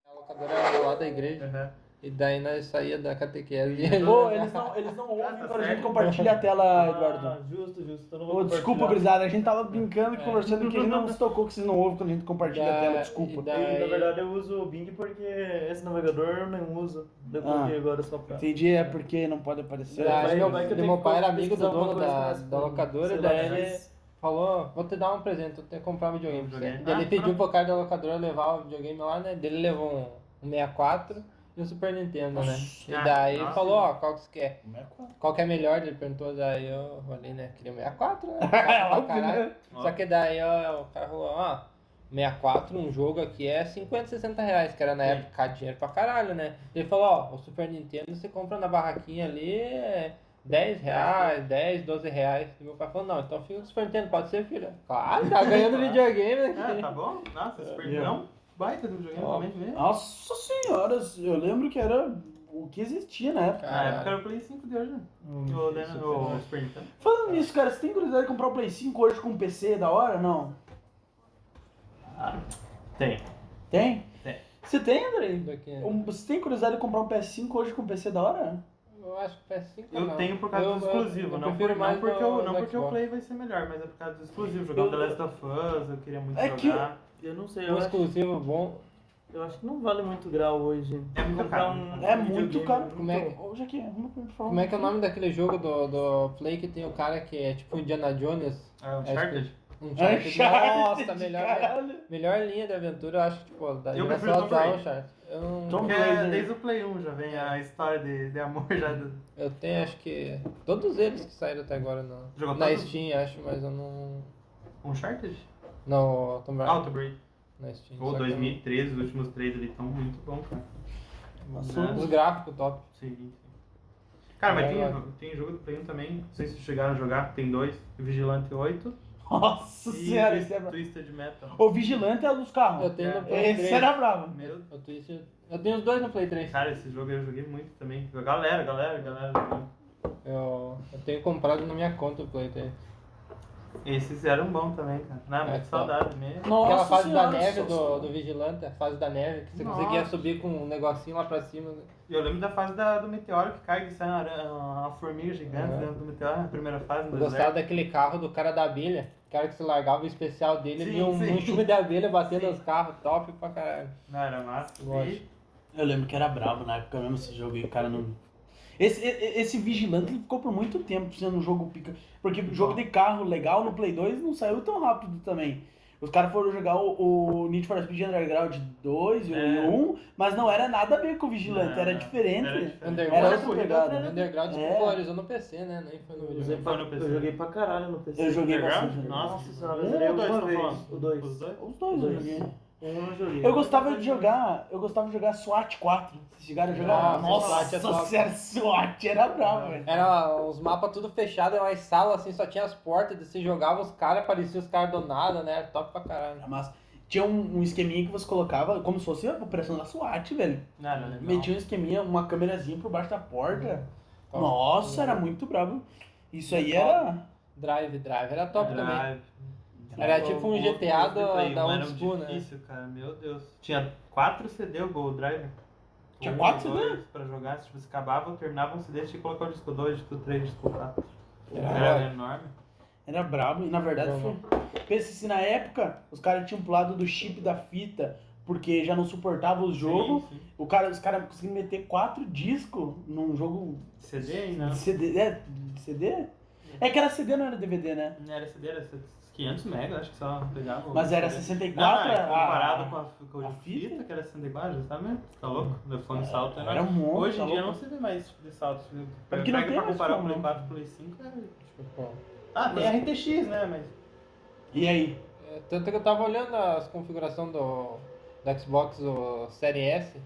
Speaker 5: A locadora era do lado da igreja. E daí nós saía da catequese. e-
Speaker 1: Ô, eles não, eles não ouvem
Speaker 2: tá
Speaker 1: quando a
Speaker 2: certo.
Speaker 1: gente compartilha a tela, Eduardo.
Speaker 3: Ah, justo, justo. Então não vou
Speaker 1: Ô, desculpa,
Speaker 3: compartilhar.
Speaker 1: gurizada, a gente tava brincando e
Speaker 5: É.
Speaker 1: conversando que a gente não se tocou que vocês não ouvem quando a gente compartilha a
Speaker 5: Da-
Speaker 1: tela,
Speaker 5: e
Speaker 1: desculpa.
Speaker 5: da-
Speaker 3: E, É, na verdade eu uso o Bing porque esse navegador eu não uso.
Speaker 1: Ah.
Speaker 3: Eu coloquei agora só pra.
Speaker 1: Entendi, é porque não pode aparecer.
Speaker 5: Daí
Speaker 3: Mas
Speaker 5: meu-
Speaker 3: vai é que eu
Speaker 5: meu
Speaker 3: tenho que
Speaker 5: pai era amigo
Speaker 3: pesquisar
Speaker 5: do dono
Speaker 3: alguma coisa
Speaker 5: da-
Speaker 3: mais
Speaker 5: da locadora,
Speaker 3: sei
Speaker 5: daí
Speaker 3: lá,
Speaker 5: ele-
Speaker 3: X.
Speaker 5: Falou, vou te dar um presente, vou te comprar um videogame pra você.
Speaker 2: Videogame.
Speaker 5: Daí
Speaker 2: Ah,
Speaker 5: Ele pediu
Speaker 2: pronto.
Speaker 5: pro cara da locadora levar o videogame lá, né? Dele levou um- um 64 e um Super Nintendo, né? E
Speaker 2: Ah,
Speaker 5: daí
Speaker 2: nossa.
Speaker 5: falou, ó, qual que você quer?
Speaker 1: Como é que
Speaker 5: Qual que é melhor? Ele perguntou, daí eu falei, né? Queria o 64, né? Pra caralho. Só que daí ó, o cara falou, ó, 64, um jogo aqui é 50, 60 reais, que era na
Speaker 2: Sim.
Speaker 5: época dinheiro pra caralho, né? Ele falou, ó, o Super Nintendo você compra na barraquinha ali é 10 reais, 10, 12 reais. E meu pai falou, não, então fica com o Super Nintendo, pode ser, filho. Claro, tá ganhando videogame
Speaker 2: Ah,
Speaker 5: aqui.
Speaker 2: tá bom? Nossa, esse
Speaker 1: eu-
Speaker 2: perdão. Baita do videogame
Speaker 1: Ó.
Speaker 2: também mesmo.
Speaker 1: Nossa senhora, eu lembro que era o que existia na época.
Speaker 2: Na
Speaker 5: Caralho.
Speaker 2: época Ah, é, era o Play 5 de hoje, né?
Speaker 3: Hum,
Speaker 2: O Leno- o Super Nintendo.
Speaker 1: Falando nisso, cara, você tem curiosidade de comprar o Play 5 hoje com um PC da hora? Não.
Speaker 2: Ah, Tem.
Speaker 5: Tá
Speaker 1: Tem?
Speaker 2: Tem.
Speaker 1: Você tem, Andrei?
Speaker 5: Daqui.
Speaker 1: Um- Você tem curiosidade de comprar um PS5 hoje com um PC da hora?
Speaker 5: Eu acho que o PS5
Speaker 2: Eu
Speaker 5: não.
Speaker 2: tenho por causa
Speaker 5: Eu-
Speaker 2: do
Speaker 5: eu-
Speaker 2: exclusivo,
Speaker 5: eu
Speaker 2: não,
Speaker 5: prefiro
Speaker 2: por, não,
Speaker 5: mais
Speaker 2: porque,
Speaker 5: do-
Speaker 2: o, não
Speaker 5: do
Speaker 2: porque o
Speaker 5: Xbox.
Speaker 2: Play vai ser melhor, mas é por causa do exclusivo. Jogar
Speaker 1: Eu-
Speaker 2: o The Last of Us, eu queria muito
Speaker 1: É que-
Speaker 2: jogar. Ah,
Speaker 3: Eu não sei, eu
Speaker 5: Um
Speaker 3: acho,
Speaker 5: exclusivo bom.
Speaker 3: eu acho que não vale muito grau hoje.
Speaker 2: É muito
Speaker 3: Comprar
Speaker 2: caro.
Speaker 3: um
Speaker 1: É
Speaker 3: videogame
Speaker 1: muito caro. Então,
Speaker 5: Como é que-
Speaker 1: Hoje aqui, arruma pra mim, por favor.
Speaker 5: Como é que é o nome daquele jogo do, do Play que tem o cara que é tipo Indiana Jones?
Speaker 1: É,
Speaker 2: Ah, Uncharted?
Speaker 5: Um
Speaker 1: Uncharted,
Speaker 5: Nossa, melhor, é.
Speaker 1: caralho.
Speaker 5: Melhor linha de aventura, eu acho que, tipo, da
Speaker 2: Eu
Speaker 5: geração
Speaker 2: prefiro Tomb
Speaker 5: atual,
Speaker 2: Raider.
Speaker 5: Uncharted. Eu, não-
Speaker 1: Tomb
Speaker 2: Porque
Speaker 1: Raider.
Speaker 2: é, desde o Play 1 já vem a história de, de amor já do...
Speaker 5: eu tenho, acho que, todos eles que saíram até agora na,
Speaker 2: Jogou
Speaker 5: na
Speaker 2: todos?
Speaker 5: Steam, acho, mas eu não...
Speaker 2: Uncharted?
Speaker 5: Não, Tomb Raider,
Speaker 2: Auto Break.
Speaker 5: na Steam.
Speaker 2: Ou
Speaker 5: só que é eu-
Speaker 2: 2013, os últimos três ali estão muito bons, cara.
Speaker 1: Nossa, um
Speaker 2: Né?
Speaker 5: Os um gráficos top.
Speaker 2: Sim, sim. Cara, mas
Speaker 5: Vai
Speaker 2: tem, tem jogo do Play 1 também, não sei se chegaram a jogar, tem dois, Vigilante 8
Speaker 1: Nossa
Speaker 2: e
Speaker 1: senhora, isso é brabo.
Speaker 2: Twisted Metal.
Speaker 1: O vigilante é o dos
Speaker 5: Eu
Speaker 1: carros.
Speaker 5: tenho
Speaker 2: É.
Speaker 5: no Play
Speaker 1: Esse
Speaker 5: 3.
Speaker 1: era bravo.
Speaker 2: Meu
Speaker 5: Eu,
Speaker 2: Ah.
Speaker 5: tenho esse- eu tenho os dois no Play 3.
Speaker 2: Cara, esse jogo eu joguei muito também. Galera, galera, galera.
Speaker 5: Eu, eu tenho comprado na minha conta o Play daí.
Speaker 2: Esses eram bons também, cara. Não,
Speaker 5: É,
Speaker 2: muito
Speaker 5: tá.
Speaker 2: saudade mesmo.
Speaker 5: Aquela
Speaker 6: Nossa
Speaker 5: fase
Speaker 6: senhora,
Speaker 5: da neve
Speaker 6: só-
Speaker 5: do, do Vigilante, a fase da neve, que você
Speaker 2: Nossa.
Speaker 5: conseguia subir com um negocinho lá pra cima. né?
Speaker 2: E eu lembro da fase da- do meteoro que cai, que sai uma, aranha- uma formiga gigante
Speaker 5: Aham.
Speaker 2: dentro do meteoro, na primeira fase né? do
Speaker 5: Eu gostava
Speaker 2: deserto.
Speaker 5: daquele carro do cara da abelha, o cara que se largava o especial dele,
Speaker 2: Sim,
Speaker 5: vinha um
Speaker 2: sim.
Speaker 5: monte de abelha batendo
Speaker 2: Sim. É.
Speaker 5: nos carros, top pra caralho.
Speaker 2: Não, era massa.
Speaker 5: Lógico.
Speaker 2: E
Speaker 1: Eu lembro que era brabo na época mesmo esse jogo e o cara não. Esse, e- e- esse Vigilante ele ficou por muito tempo sendo um jogo pica. Porque jogo de carro legal no Play 2 não saiu tão rápido também. Os caras foram jogar o, o Need for Speed Underground 2 e o
Speaker 2: É.
Speaker 1: 1, mas não era nada a ver com o Vigilante,
Speaker 2: Não,
Speaker 1: era
Speaker 2: não.
Speaker 1: diferente.
Speaker 2: Era diferente.
Speaker 5: Underground,
Speaker 1: Era super
Speaker 5: Underground,
Speaker 1: legal, né?
Speaker 5: Underground se
Speaker 1: É.
Speaker 5: popularizou no PC, né? Nem foi no
Speaker 3: Eu, usei
Speaker 5: videogame.
Speaker 3: pra-
Speaker 2: Foi no PC.
Speaker 3: eu joguei pra caralho no PC.
Speaker 1: Eu joguei
Speaker 2: Underground?
Speaker 1: bastante.
Speaker 2: Nossa,
Speaker 3: Nossa senhora, eu
Speaker 2: Um
Speaker 3: zerei
Speaker 2: ou dois,
Speaker 3: alguma
Speaker 2: tô
Speaker 3: vez.
Speaker 2: falando?
Speaker 3: O dois.
Speaker 2: Os dois?
Speaker 1: Os dois eu
Speaker 3: Dois.
Speaker 1: joguei.
Speaker 3: Um eu joguei.
Speaker 1: Eu gostava de jogar. Eu gostava de jogar SWAT 4. Vocês chegaram a jogar?
Speaker 5: Ah, SWAT é top.
Speaker 1: senhora, SWAT era bravo, velho.
Speaker 5: Era os mapas tudo fechado, era as salas assim, só tinha as portas, você jogava os caras, apareciam os caras do nada, né? Era top pra caralho.
Speaker 1: Era massa. Tinha um, um esqueminha que você colocava como se fosse a operação da SWAT, velho.
Speaker 2: Não, era Ah, legal. Uhum.
Speaker 1: Metia um esqueminha, uma câmerazinha por baixo da porta.
Speaker 5: Top.
Speaker 1: Nossa, era muito bravo. Isso aí era.
Speaker 5: Drive, drive, era top também.
Speaker 2: Drive.
Speaker 5: Era tipo um
Speaker 2: Os
Speaker 5: GTA
Speaker 2: do Play
Speaker 5: da, da
Speaker 2: um
Speaker 5: Old
Speaker 2: eram
Speaker 5: School, né?
Speaker 2: difícil, cara, meu Deus. Tinha quatro CD o Gold Drive.
Speaker 1: Tinha
Speaker 2: Um,
Speaker 1: quatro né? CD?
Speaker 2: dois Pra jogar, tipo, se você acabava, terminava um CD, tinha que colocar o disco 2, disco 3, disco 4. Era
Speaker 5: Era-
Speaker 2: enorme.
Speaker 1: Era brabo. E na verdade foi.
Speaker 5: Bravo.
Speaker 1: Pensa se na época os caras tinham pulado do chip da fita. Porque já não suportava o jogo.
Speaker 2: Sim, sim.
Speaker 1: O cara, os caras conseguiram meter quatro discos num jogo
Speaker 2: CD ainda. né?
Speaker 1: CD, é, CD? É que era CD, não era DVD, né?
Speaker 2: Não era CD, era 500 mega, acho que só pegava. o
Speaker 1: Mas era
Speaker 2: CD.
Speaker 1: 64
Speaker 2: Não, é
Speaker 1: a-
Speaker 2: comparado
Speaker 1: Ah,
Speaker 2: com a, com
Speaker 1: a
Speaker 2: a
Speaker 1: fita?
Speaker 2: fita, que era 64, tá mesmo? Tá louco? O iPhone salto
Speaker 1: Era um monte.
Speaker 2: Hoje
Speaker 1: tá
Speaker 2: em dia
Speaker 1: louco?
Speaker 2: não se vê mais tipo de salto.
Speaker 1: É
Speaker 2: Pega
Speaker 1: porque não tem
Speaker 2: pra
Speaker 1: mais
Speaker 2: comparar o
Speaker 1: como,
Speaker 2: Play
Speaker 1: né?
Speaker 2: 4 e o Play 5, é tipo...
Speaker 5: Pô,
Speaker 2: Ah, tem RTX, né? Mas
Speaker 1: E aí?
Speaker 5: é, Tanto que eu tava olhando as configurações do, do Xbox o Série S,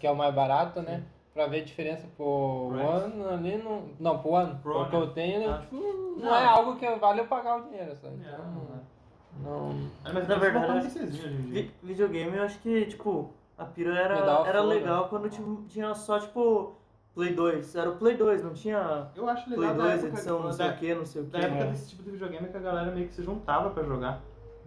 Speaker 5: que é o mais barato, né? Pra ver a diferença pro
Speaker 2: Pro
Speaker 5: One ali não. Não, pro One.
Speaker 2: Pro,
Speaker 5: porque
Speaker 2: né?
Speaker 5: eu tenho, né,
Speaker 2: Ah.
Speaker 5: tipo, não,
Speaker 2: Não.
Speaker 5: é algo que vale eu pagar o dinheiro, sabe?
Speaker 2: É,
Speaker 5: Então,
Speaker 2: não é.
Speaker 5: não.
Speaker 2: Ah, Mas
Speaker 3: É, Na
Speaker 2: na
Speaker 3: verdade,
Speaker 2: verdade,
Speaker 3: acho-
Speaker 2: né?
Speaker 3: Vi- videogame, eu acho que, tipo, a pira era,
Speaker 5: Me dá uma
Speaker 3: era
Speaker 5: folga.
Speaker 3: legal quando ti- tinha só, tipo, Play 2. Era o Play 2, não tinha
Speaker 2: Eu acho
Speaker 3: Play
Speaker 2: legal da
Speaker 3: 2
Speaker 2: época,
Speaker 3: edição, não sei
Speaker 2: da,
Speaker 3: o que, não sei o que. é.
Speaker 2: da época desse tipo de videogame que a galera meio que se juntava pra jogar.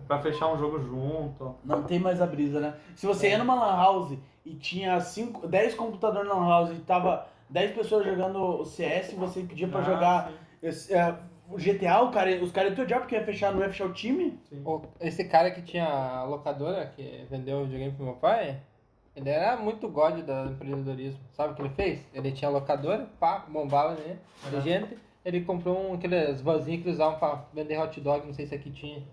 Speaker 2: Pra fechar um jogo junto.
Speaker 1: Não tem mais a brisa, né? Se você ia numa lan house e tinha 5, 10 computadores na lan house e tava 10 pessoas jogando o CS, você pedia Tipo, pra
Speaker 2: Ah,
Speaker 1: jogar
Speaker 2: sim,
Speaker 1: esse, é, o GTA, o cara, os caras iam te odiar porque ia fechar, não ia fechar o time.
Speaker 2: sim.
Speaker 5: O- Esse cara que tinha a locadora, que vendeu o videogame pro meu pai, ele era muito god da empreendedorismo. Sabe o que ele fez? Ele tinha a locadora, pá, bombava né, de
Speaker 2: Aham.
Speaker 5: gente. Ele comprou um, aqueles vanzinhos que eles usavam pra vender hot dog, não sei se aqui tinha.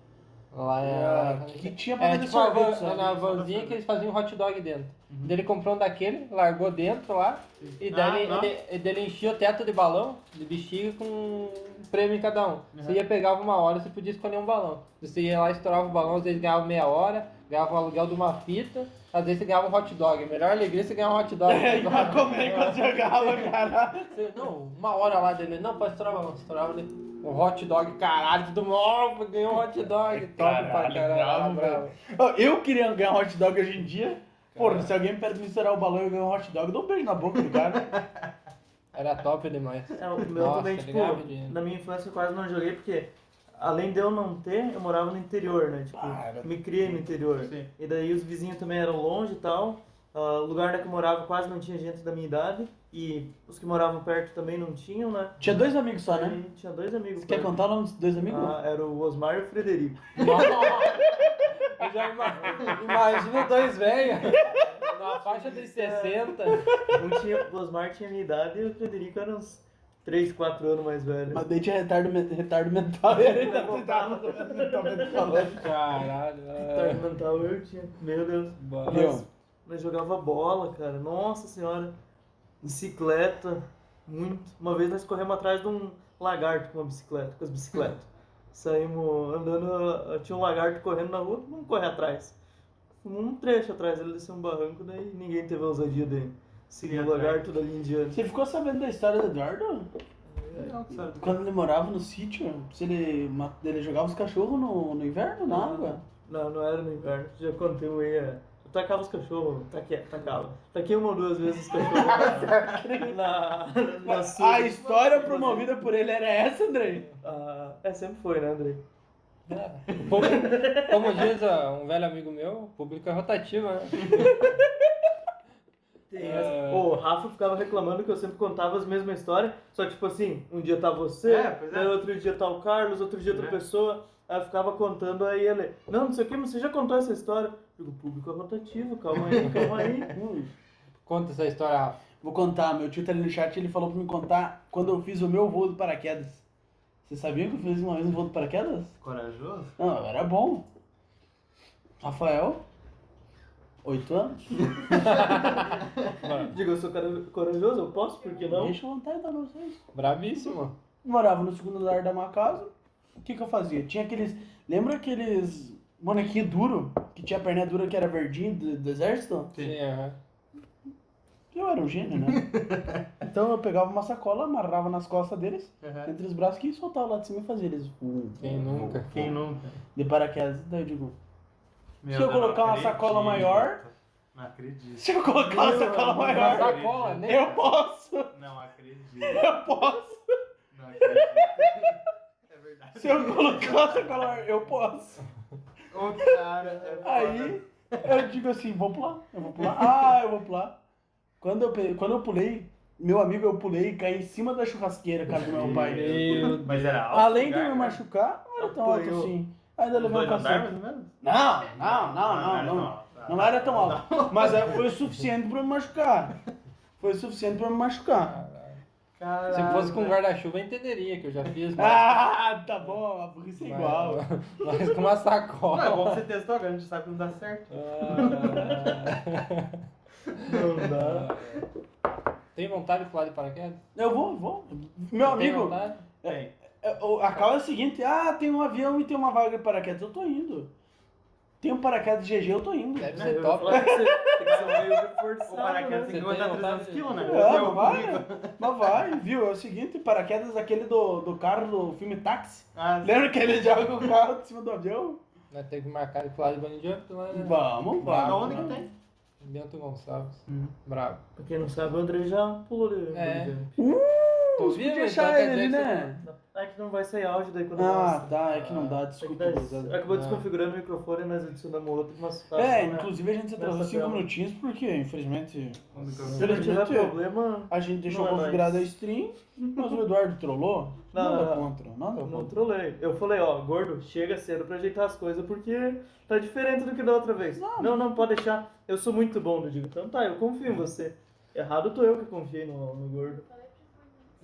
Speaker 5: Lá
Speaker 1: Ah,
Speaker 5: é.
Speaker 1: que tinha pra
Speaker 5: É
Speaker 1: fazer
Speaker 5: tipo a van,
Speaker 1: sorvete, só.
Speaker 5: na vanzinha é que eles faziam hot dog dentro.
Speaker 2: Uhum.
Speaker 5: Daí ele comprou um daquele, largou dentro lá, e daí
Speaker 2: Ah,
Speaker 5: ele,
Speaker 2: nossa.
Speaker 5: ele- e daí ele enchia o teto de balão, de bexiga, com um prêmio em cada um. Você
Speaker 2: Uhum.
Speaker 5: ia, pegava uma hora, você podia escolher um balão. Você ia lá, estourava o balão, às vezes ganhava meia hora, ganhava o aluguel de uma fita, às vezes você ganhava um hot dog. A melhor alegria é você ganhar um hot dog.
Speaker 1: É, ia comer enquanto jogava, cara.
Speaker 5: Você- Não, uma hora lá dele, não, pode estourar o balão, estourava ali. Um hot dog, caralho, todo mundo, ó, ganhou um hot dog, top pra
Speaker 1: É Caralho, bravo,
Speaker 5: caralho, bravo.
Speaker 1: Ó, Eu queria ganhar um hot dog hoje em dia. Porra, se alguém me pede misturar o balão e eu ganhar um hot dog, eu dou um beijo na boca do cara.
Speaker 5: Era top demais.
Speaker 3: É, o meu
Speaker 5: Nossa,
Speaker 3: também,
Speaker 5: tá
Speaker 3: tipo,
Speaker 5: ligado, Dino?
Speaker 3: na minha infância eu quase não joguei, porque além de eu não ter, eu morava no interior, né? Tipo,
Speaker 1: Ah, era-
Speaker 3: me criei no interior.
Speaker 2: Sim.
Speaker 3: E daí os vizinhos também eram longe e tal. Ah, o lugar onde eu morava quase não tinha gente da minha idade. E os que moravam perto também não tinham, né?
Speaker 1: Tinha dois amigos só, né?
Speaker 3: E tinha dois amigos.
Speaker 1: Você quer
Speaker 3: perto.
Speaker 1: contar o nome dos dois amigos?
Speaker 3: Ah, era o Osmar e o Frederico.
Speaker 5: Eu já ima- imagino dois velhos na faixa dos 60.
Speaker 3: Um tinha, o Osmar tinha minha idade e o Frederico era uns 3, 4 anos mais velho.
Speaker 1: Mas daí tinha retardo, men- retardo mental e ele tá tentando mentalmente falando.
Speaker 5: Caralho.
Speaker 3: Tarde
Speaker 5: é.
Speaker 3: mental Tá, eu tinha. Meu Deus.
Speaker 1: Viu?
Speaker 3: Nós jogava bola, cara. Nossa senhora. Bicicleta. Muito. Uma vez nós corremos atrás de um lagarto com uma bicicleta, com as bicicletas. Saímos andando, tinha um lagarto correndo na rua, vamos correr atrás. Fomos Um trecho atrás, ele desceu um barranco, daí ninguém teve a ousadia de seguir
Speaker 2: Ir
Speaker 3: o
Speaker 2: atrás.
Speaker 3: lagarto dali em diante.
Speaker 1: Você ficou sabendo da história do Eduardo?
Speaker 2: Não, que sabe.
Speaker 1: Quando ele morava no sítio, se ele, ma- ele jogava os cachorros no, no inverno, na água?
Speaker 3: Não, não era no inverno, já contei o aí, é, eu tacava os cachorros, taque- tacava. Taquei uma ou duas vezes os cachorros na, na sua.
Speaker 1: A história promovida por ele era essa, Andrei?
Speaker 3: Ah, é, sempre foi, né, André?
Speaker 5: O público- Então, Como diz ah, um velho amigo meu, o público é rotativo, né?
Speaker 3: Tem essa. Pô, o Rafa ficava reclamando que eu sempre contava as mesmas histórias, só que, tipo assim, um dia tá você,
Speaker 2: É, pois é.
Speaker 3: daí outro dia tá o Carlos, outro dia outra
Speaker 2: É.
Speaker 3: pessoa, aí eu ficava contando, aí ele, não, não sei o que, mas você já contou essa história? Eu digo, o público é rotativo, calma aí, calma aí.
Speaker 5: Conta essa história, Rafa.
Speaker 1: Vou contar, meu tio tá ali no chat, ele falou pra me contar quando eu fiz o meu voo do paraquedas. Vocês sabiam que eu fiz uma vez um voo do paraquedas?
Speaker 2: Corajoso?
Speaker 1: Não, eu era bom. Rafael, 8 anos.
Speaker 3: Digo, eu sou cara- corajoso, eu posso, por que não?
Speaker 1: Deixa eu contar então pra vocês.
Speaker 5: Bravíssimo.
Speaker 1: Morava no segundo andar da minha casa. O que que eu fazia? Tinha aqueles... Lembra aqueles bonequinhos duro? Que tinha a perna dura que era verdinho do, do exército?
Speaker 2: Sim.
Speaker 5: Sim, aham.
Speaker 1: Eu era um gênio, né? Então eu pegava uma sacola, amarrava nas costas deles, entre os braços, que soltava lá de cima e fazia eles... um, "Vum,
Speaker 5: Quem nunca?
Speaker 2: Quem nunca?
Speaker 1: um. de paraquedas. Daí eu digo,
Speaker 2: Meu
Speaker 1: Se eu
Speaker 2: Deus,
Speaker 1: colocar uma
Speaker 2: não acredito.
Speaker 1: sacola maior-
Speaker 2: Não
Speaker 1: se
Speaker 2: acredito.
Speaker 1: eu colocar uma sacola
Speaker 5: Uma
Speaker 1: maior,
Speaker 5: sacola, né?
Speaker 1: eu posso,
Speaker 2: Não acredito.
Speaker 1: eu posso.
Speaker 2: Não acredito. É verdade.
Speaker 1: Se eu colocar uma sacola maior, eu posso.
Speaker 2: O cara é foda.
Speaker 1: Aí eu digo assim, vou pular, eu vou pular, ah, eu vou pular. Quando eu, pe- quando eu pulei, meu amigo, eu pulei e caí em cima da churrasqueira, cara do meu pai.
Speaker 5: Meu
Speaker 2: Mas era alto.
Speaker 1: Além de
Speaker 2: lugar,
Speaker 1: me
Speaker 2: né?
Speaker 1: machucar, não era tão alto
Speaker 3: Apanhou.
Speaker 1: assim. Ainda levei um
Speaker 2: Dois andares,
Speaker 1: cacete.
Speaker 2: mais ou menos?
Speaker 1: Não, não, não, não,
Speaker 2: era tão
Speaker 1: não.
Speaker 2: alto, tá.
Speaker 1: Não era tão alto. Mas é, foi o suficiente pra me machucar. Foi o suficiente pra me machucar.
Speaker 2: Caralho,
Speaker 5: Se fosse com
Speaker 2: velho.
Speaker 5: guarda-chuva, eu entenderia que eu já fiz, mas,
Speaker 1: Ah, tá bom, a burrice é igual.
Speaker 5: mas com uma
Speaker 2: Não, é bom
Speaker 5: sacola.
Speaker 2: que você testou, agora a gente sabe que não dá certo.
Speaker 5: Ah,
Speaker 3: Não dá.
Speaker 5: Tem vontade de pular de paraquedas?
Speaker 1: Eu vou, eu vou. Meu
Speaker 5: Tem
Speaker 1: amigo,
Speaker 5: vontade?
Speaker 2: Bem,
Speaker 1: é, o- a causa é a seguinte: ah, tem um avião e tem uma vaga de paraquedas. Eu tô indo. Tem um paraquedas GG, eu tô indo.
Speaker 5: Deve
Speaker 3: Eu
Speaker 5: ser
Speaker 3: ia
Speaker 5: É top.
Speaker 3: né?
Speaker 5: né?
Speaker 3: falar que você- tem que ser meio
Speaker 2: o
Speaker 3: reforçado,
Speaker 2: paraquedas
Speaker 3: né?
Speaker 2: tem que
Speaker 5: Você tem
Speaker 2: aguentar
Speaker 5: vontade
Speaker 2: 300
Speaker 5: de-
Speaker 2: quilos, né?
Speaker 1: É,
Speaker 2: Você
Speaker 1: mas
Speaker 2: um
Speaker 1: vai,
Speaker 2: comigo.
Speaker 1: mas vai, viu? É o seguinte: paraquedas aquele do, do carro do filme Táxi.
Speaker 2: Ah,
Speaker 1: Lembra que ele joga o carro de cima do avião?
Speaker 5: Nós temos que marcar de pular de bungee jump lá, né?
Speaker 1: Vamos, vamos.
Speaker 2: Aonde tá que tem?
Speaker 5: Bento Gonçalves.
Speaker 2: Hum.
Speaker 5: Bravo.
Speaker 3: Pra quem não sabe, o André já pulou né? de
Speaker 5: É.
Speaker 3: bungee jump.
Speaker 5: Tu
Speaker 1: Uh, Podia achar
Speaker 5: então quer
Speaker 1: ele,
Speaker 5: dizer que
Speaker 1: né?
Speaker 5: você-
Speaker 3: É que não vai sair áudio daí quando
Speaker 1: Ah,
Speaker 3: mostra.
Speaker 1: tá, é que não dá,
Speaker 3: É que
Speaker 1: desculpa.
Speaker 3: daí-
Speaker 1: gurizada.
Speaker 3: acabou desconfigurando o microfone, nós adicionamos outro, mas tá.
Speaker 1: É,
Speaker 3: só, né?
Speaker 1: inclusive a gente se atrasou
Speaker 3: Nessa
Speaker 1: 5
Speaker 3: tela.
Speaker 1: minutinhos porque, infelizmente,
Speaker 3: Se ele tiver problema,
Speaker 1: A gente deixou
Speaker 3: Não é
Speaker 1: configurada a
Speaker 3: nóis.
Speaker 1: stream, mas o Eduardo trollou.
Speaker 3: Não,
Speaker 1: nada
Speaker 3: não, não.
Speaker 1: contra, nada
Speaker 3: eu não
Speaker 1: contra.
Speaker 3: trolei. Eu falei, ó, gordo, chega cedo pra ajeitar as coisas, porque tá diferente do que da outra vez. Não, não, pode deixar. Eu sou muito bom, eu digo. Então tá, eu confio em você. Errado tô eu que confiei no, no gordo.